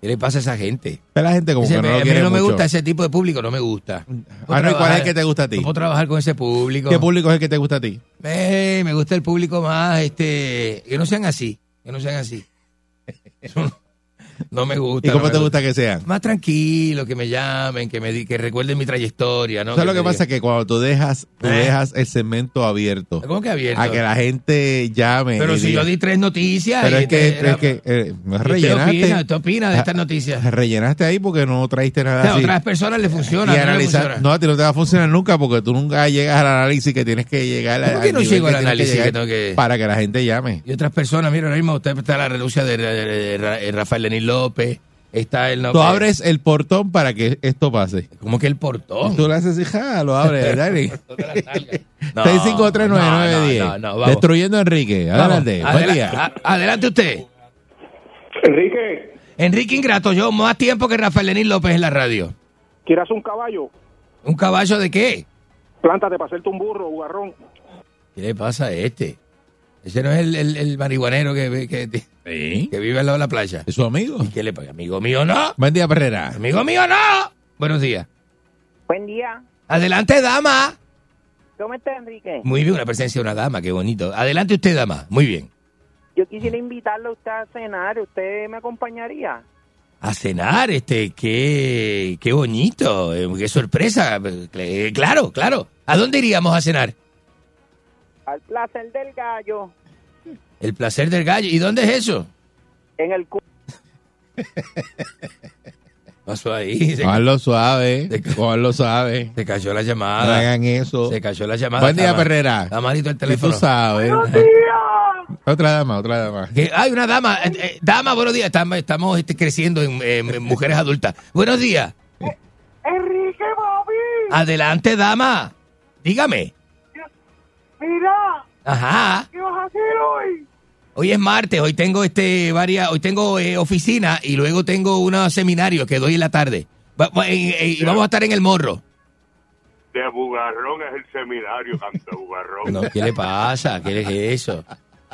Speaker 4: ¿Qué le pasa a esa gente?
Speaker 3: Pero la gente como
Speaker 4: Dice,
Speaker 3: que no
Speaker 4: "Me-
Speaker 3: lo
Speaker 4: a mí
Speaker 3: quiere
Speaker 4: no me
Speaker 3: mucho.
Speaker 4: gusta ese tipo de público, no me gusta.
Speaker 3: Ah, no, ¿y cuál es el que te gusta a ti?
Speaker 4: No puedo trabajar con ese público.
Speaker 3: ¿Qué público es el que te gusta a ti?
Speaker 4: Eh, me gusta el público más, este, que no sean así, que no sean así. Eso no- no me gusta.
Speaker 3: ¿Y cómo
Speaker 4: no me
Speaker 3: te gusta que sean?
Speaker 4: Más tranquilo, que me llamen, que me di- que recuerden mi trayectoria, ¿no?
Speaker 3: ¿Sabes lo
Speaker 4: me
Speaker 3: que pasa?
Speaker 4: digan,
Speaker 3: Que cuando tú dejas, tú
Speaker 4: Eh.
Speaker 3: dejas el segmento abierto.
Speaker 4: ¿Cómo que abierto?
Speaker 3: A que la gente llame.
Speaker 4: Pero
Speaker 3: y
Speaker 4: si
Speaker 3: diga-
Speaker 4: yo di tres noticias.
Speaker 3: Pero
Speaker 4: y
Speaker 3: es que,
Speaker 4: este,
Speaker 3: es que eh,
Speaker 4: ¿y
Speaker 3: rellenaste.
Speaker 4: ¿Usted
Speaker 3: Ah,
Speaker 4: opina, usted opina de estas noticias?
Speaker 3: Rellenaste ahí porque no traíste nada
Speaker 4: O sea, a
Speaker 3: así.
Speaker 4: otras personas le funciona.
Speaker 3: y
Speaker 4: a mí no me
Speaker 3: analizar,
Speaker 4: funciona.
Speaker 3: no, a ti no te va a funcionar nunca porque tú nunca llegas al análisis que tienes que llegar.
Speaker 4: ¿Cómo que no
Speaker 3: nivel
Speaker 4: llego al
Speaker 3: tienes
Speaker 4: análisis que
Speaker 3: llegar
Speaker 4: tengo que-
Speaker 3: Para que la gente llame.
Speaker 4: Y otras personas, mira, ahora mismo usted está la renuncia de, de- de- de Rafael Lenín López, está el...
Speaker 3: Tú abres el portón para que esto pase.
Speaker 4: ¿Cómo que el portón?
Speaker 3: Tú lo haces, hija, lo abres, dale.
Speaker 4: No,
Speaker 3: 6539910.
Speaker 4: no, no, no, vamos.
Speaker 3: Destruyendo a Enrique.
Speaker 4: Vamos,
Speaker 3: Adelante. Buen
Speaker 4: adela-
Speaker 3: día.
Speaker 4: a- adelante Ah, usted.
Speaker 19: Enrique.
Speaker 4: Enrique Ingrato, yo más tiempo que Rafael Lenín López en la radio.
Speaker 19: ¿Quieres un caballo?
Speaker 4: ¿Un caballo de qué?
Speaker 19: Plántate para hacerte un burro, guarrón.
Speaker 4: ¿Qué le pasa a este? Ese no es el, el- el marihuanero que, que, que vive al lado de la playa.
Speaker 3: ¿Es su amigo?
Speaker 4: ¿Y qué le pasa? Amigo mío, no.
Speaker 3: Buen día, Perrera.
Speaker 4: Amigo mío, no. Buenos días.
Speaker 20: Buen día.
Speaker 4: Adelante, dama.
Speaker 20: ¿Cómo está, Enrique?
Speaker 4: Muy bien, una presencia de una dama, qué bonito. Adelante usted, dama. Muy bien.
Speaker 20: Yo quisiera invitarlo a usted a cenar. ¿Usted me acompañaría?
Speaker 4: A cenar, este, qué, qué bonito, eh, qué sorpresa. Eh, Claro, claro. ¿A dónde iríamos a cenar?
Speaker 20: Al placer del gallo.
Speaker 4: El placer del gallo. ¿Y dónde es eso?
Speaker 20: En el cu-
Speaker 4: Pasó ahí. Se,
Speaker 3: Juan suave. Juan suave.
Speaker 4: se cayó la llamada.
Speaker 3: No hagan eso.
Speaker 4: Se cayó la llamada.
Speaker 3: Buen día,
Speaker 4: Está mal-
Speaker 3: Perrera.
Speaker 4: Está malito el
Speaker 3: Y tú
Speaker 4: teléfono.
Speaker 3: sabes. Otra dama, otra dama.
Speaker 4: Que hay una dama. eh, eh, dama, buenos días. Estamos, estamos, este, creciendo en, en- en mujeres adultas. Buenos días.
Speaker 21: Enrique Bobby,
Speaker 4: Adelante, dama. Dígame.
Speaker 21: mira,
Speaker 4: Ajá.
Speaker 21: ¿qué vas a hacer hoy?
Speaker 4: Hoy es martes, hoy tengo este varias, hoy tengo eh, oficina y luego tengo unos seminarios que doy en la tarde. Va- va- en- en- y vamos a estar en el morro.
Speaker 22: De Bugarrón es el seminario, canto Bugarrón.
Speaker 4: No, ¿Qué le pasa? ¿Qué es eso?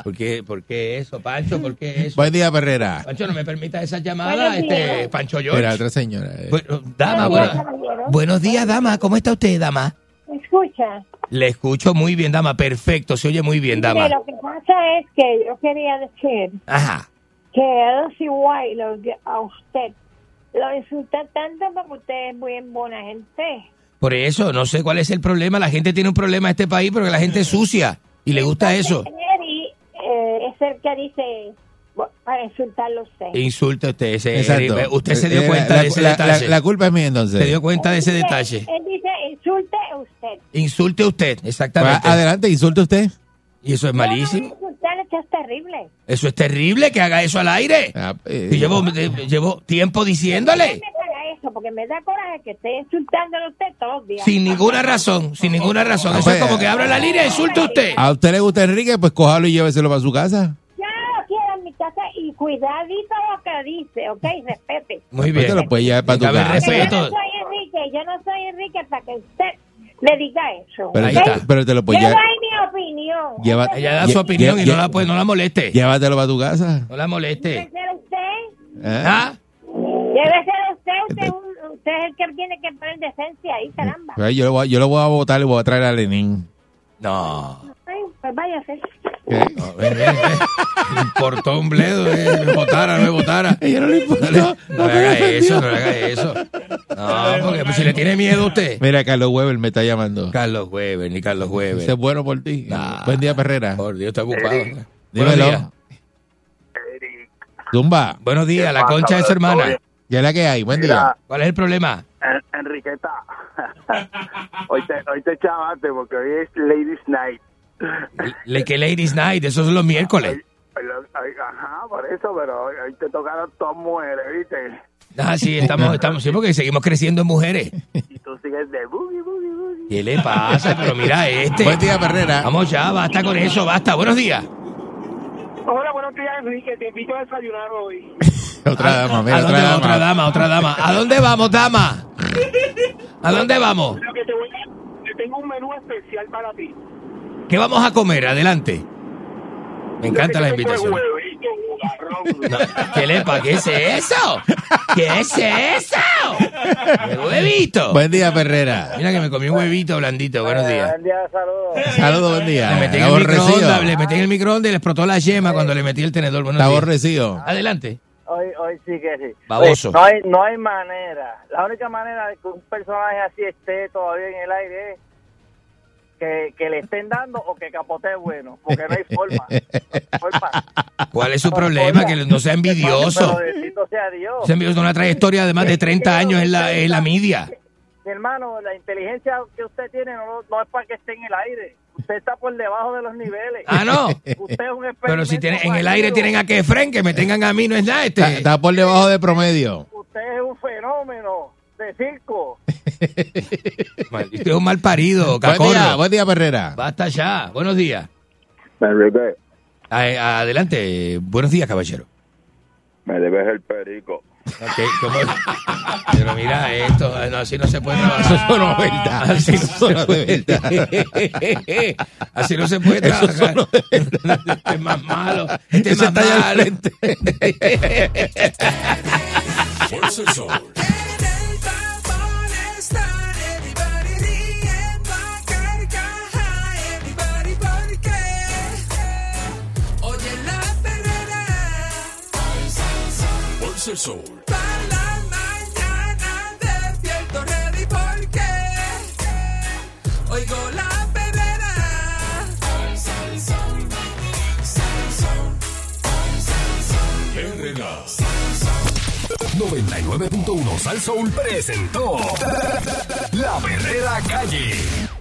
Speaker 4: ¿Por qué, por qué eso, Pancho? ¿Por qué eso?
Speaker 3: Buen día, Perrera.
Speaker 4: Pancho, no me permita esas llamadas,
Speaker 21: Buenos días.
Speaker 4: este, Pancho George.
Speaker 3: Era otra señora. eh.
Speaker 4: Bueno, dama, buena- buenos días, dama. ¿Cómo está usted, dama?
Speaker 21: ¿Me escucha?
Speaker 4: Le escucho muy bien, dama. Perfecto, se oye muy bien,
Speaker 21: Mire,
Speaker 4: dama.
Speaker 21: lo que pasa es que yo quería decir
Speaker 4: Ajá.
Speaker 21: que Elsie White lo, a usted lo insulta tanto porque usted es muy buena gente.
Speaker 4: Por eso, no sé cuál es el problema. La gente tiene un problema en este país porque la gente es sucia y le gusta eso.
Speaker 21: Eri eh, es el que dice bo- para insultarlo a usted.
Speaker 4: Insulta usted ese.
Speaker 3: Exacto.
Speaker 4: eh, Usted se dio
Speaker 3: Eh,
Speaker 4: cuenta
Speaker 3: la,
Speaker 4: de ese
Speaker 3: la-
Speaker 4: detalle.
Speaker 3: la- la culpa es mía entonces.
Speaker 4: se dio cuenta de ese
Speaker 21: Él-
Speaker 4: detalle.
Speaker 21: Él dice insulte a usted.
Speaker 4: Insulte usted,
Speaker 3: Va,
Speaker 4: exactamente.
Speaker 3: Ah, adelante, insulte usted.
Speaker 4: Y eso es malísimo.
Speaker 21: Insultar es que es terrible.
Speaker 4: Eso es terrible que haga eso al aire.
Speaker 3: Ah, eh,
Speaker 4: Y llevo, de- llevo tiempo diciéndole.
Speaker 21: No me haga eso porque me da coraje que esté insultándolo a usted todos los días.
Speaker 4: Sin ninguna razón, sin ninguna razón. Eso es como que abra la línea e insulte usted.
Speaker 3: ¿A usted le gusta Enrique? Pues cójalo y lléveselo para su casa.
Speaker 21: Ya lo quiero en mi casa y cuidadito lo que dice, ¿ok? Respete.
Speaker 4: Muy
Speaker 3: Mm. bien. Usted Pues, lo puede llevar para tu
Speaker 4: Cabe
Speaker 3: casa.
Speaker 21: Yo no soy Enrique, yo no soy Enrique para que usted le diga eso.
Speaker 3: Pero,
Speaker 21: ¿ok?
Speaker 3: te- pero te lo puede
Speaker 21: yo
Speaker 3: llevar.
Speaker 21: doy mi opinión.
Speaker 3: lleva-
Speaker 4: Ella da
Speaker 3: lle-
Speaker 4: su opinión
Speaker 3: lle-
Speaker 4: y no
Speaker 3: lle-
Speaker 4: la, puede- no la moleste.
Speaker 3: Llévatelo para tu casa. ¿Eh?
Speaker 4: No la moleste.
Speaker 21: Lléveselo usted,
Speaker 4: ¿Ah?
Speaker 21: lléveselo usted,
Speaker 3: Este-
Speaker 21: usted, es un- usted es el que tiene que poner decencia ahí, caramba.
Speaker 3: Pues Yo, lo voy a, yo lo voy a votar y voy a traer a Lenín.
Speaker 4: No.
Speaker 21: Ay, Pues váyase.
Speaker 4: No, ven, ven, ven. Le Importó un bledo, eh, me votara, no me votara.
Speaker 3: no le
Speaker 4: No le haga eso, no le haga eso. No, porque pues, si le tiene miedo a usted.
Speaker 3: Mira, Carlos Weber me está llamando.
Speaker 4: Carlos Weber, ni Carlos Weber.
Speaker 3: Ese es bueno por ti. Buen día, Perrera.
Speaker 4: Por Dios, está ocupado. Buenos días.
Speaker 3: Dímelo. Zumba.
Speaker 4: Buenos días, la concha de su hermana.
Speaker 3: Ya la que hay. Buen día.
Speaker 4: Mira. ¿Cuál es el problema?
Speaker 23: En- Enriqueta, hoy te, hoy te chavaste porque hoy es Ladies Night.
Speaker 4: Le que Ladies Night, eso es los miércoles.
Speaker 23: Hoy lo- hoy- Ajá, por eso, pero hoy, hoy te tocaron todas mujeres, ¿viste?
Speaker 4: Ah, sí, estamos, estamos, sí, porque seguimos creciendo en mujeres.
Speaker 23: Y tú sigues de boogie, boogie, boogie.
Speaker 4: ¿Qué le pasa? Pero mira este.
Speaker 3: Buen día, Perrera.
Speaker 4: Vamos ya, basta con eso, basta. Buenos días.
Speaker 24: Hola, buenos días, Enrique. Te invito a desayunar hoy.
Speaker 3: Otra dama, mira,
Speaker 4: Ah, ¿A
Speaker 3: otra
Speaker 4: dónde va?
Speaker 3: dama.
Speaker 4: Otra dama, otra dama. ¿A dónde vamos, dama? ¿A dónde vamos?
Speaker 24: Lo que te voy a- Yo tengo un menú especial para ti.
Speaker 4: ¿Qué vamos a comer? Adelante. Me encanta la
Speaker 24: Yo tengo
Speaker 4: invitación.
Speaker 24: huevito,
Speaker 4: ¿Qué le pa? ¿Qué es eso? ¿Qué es eso? ¡El huevito!
Speaker 17: Buen día, Ferrera.
Speaker 4: Mira que me comí un huevito blandito. Buenos días. Eh,
Speaker 2: Buen día, saludos.
Speaker 17: Saludos, buen día.
Speaker 4: Le metí, en el
Speaker 17: Aborrecido.
Speaker 4: microondas, le metí en el microondas y le explotó la yema cuando le metí el tenedor. Buenos
Speaker 17: Está
Speaker 4: días.
Speaker 17: aborrecido.
Speaker 4: Adelante.
Speaker 2: Hoy, hoy sí que sí.
Speaker 4: Baboso.
Speaker 2: Oye, No hay, no hay manera. La única manera de que un personaje así esté todavía en el aire es que, que le estén dando o que capotee bueno, porque no hay forma.
Speaker 4: ¿Cuál es su problema? Que no sea envidioso.
Speaker 2: Pero bendito sea Dios.
Speaker 4: Se envió una trayectoria de más de 30 años en la, en la media.
Speaker 2: Mi hermano, la inteligencia que usted tiene no, no es para que esté en el aire. Usted está por debajo de los niveles.
Speaker 4: Ah, no.
Speaker 2: Usted es un experimento.
Speaker 4: Pero si tiene, en el aire tienen a Kefren, que me tengan a mí, no es nada.
Speaker 17: Está,
Speaker 4: Este.
Speaker 17: está por debajo de promedio.
Speaker 2: Usted es un fenómeno de circo.
Speaker 4: Usted es un mal parido,
Speaker 17: Buen día,
Speaker 4: cacorro.
Speaker 17: buen día, Ferrera.
Speaker 4: Basta ya. Buenos días. A- Adelante. Buenos días, caballero.
Speaker 22: Me debes el perico.
Speaker 4: Ok, ¿cómo? Pero mira esto, no, así no se puede trabajar. Eso no es verdad. Así no se puede. Así no se puede trabajar. Este es más malo. Este es más malo.
Speaker 11: Fuerza el sol. Fuerza el sol.
Speaker 15: Oigo la
Speaker 11: Herrera. 99.1 Sal Soul presentó La Berrera Calle.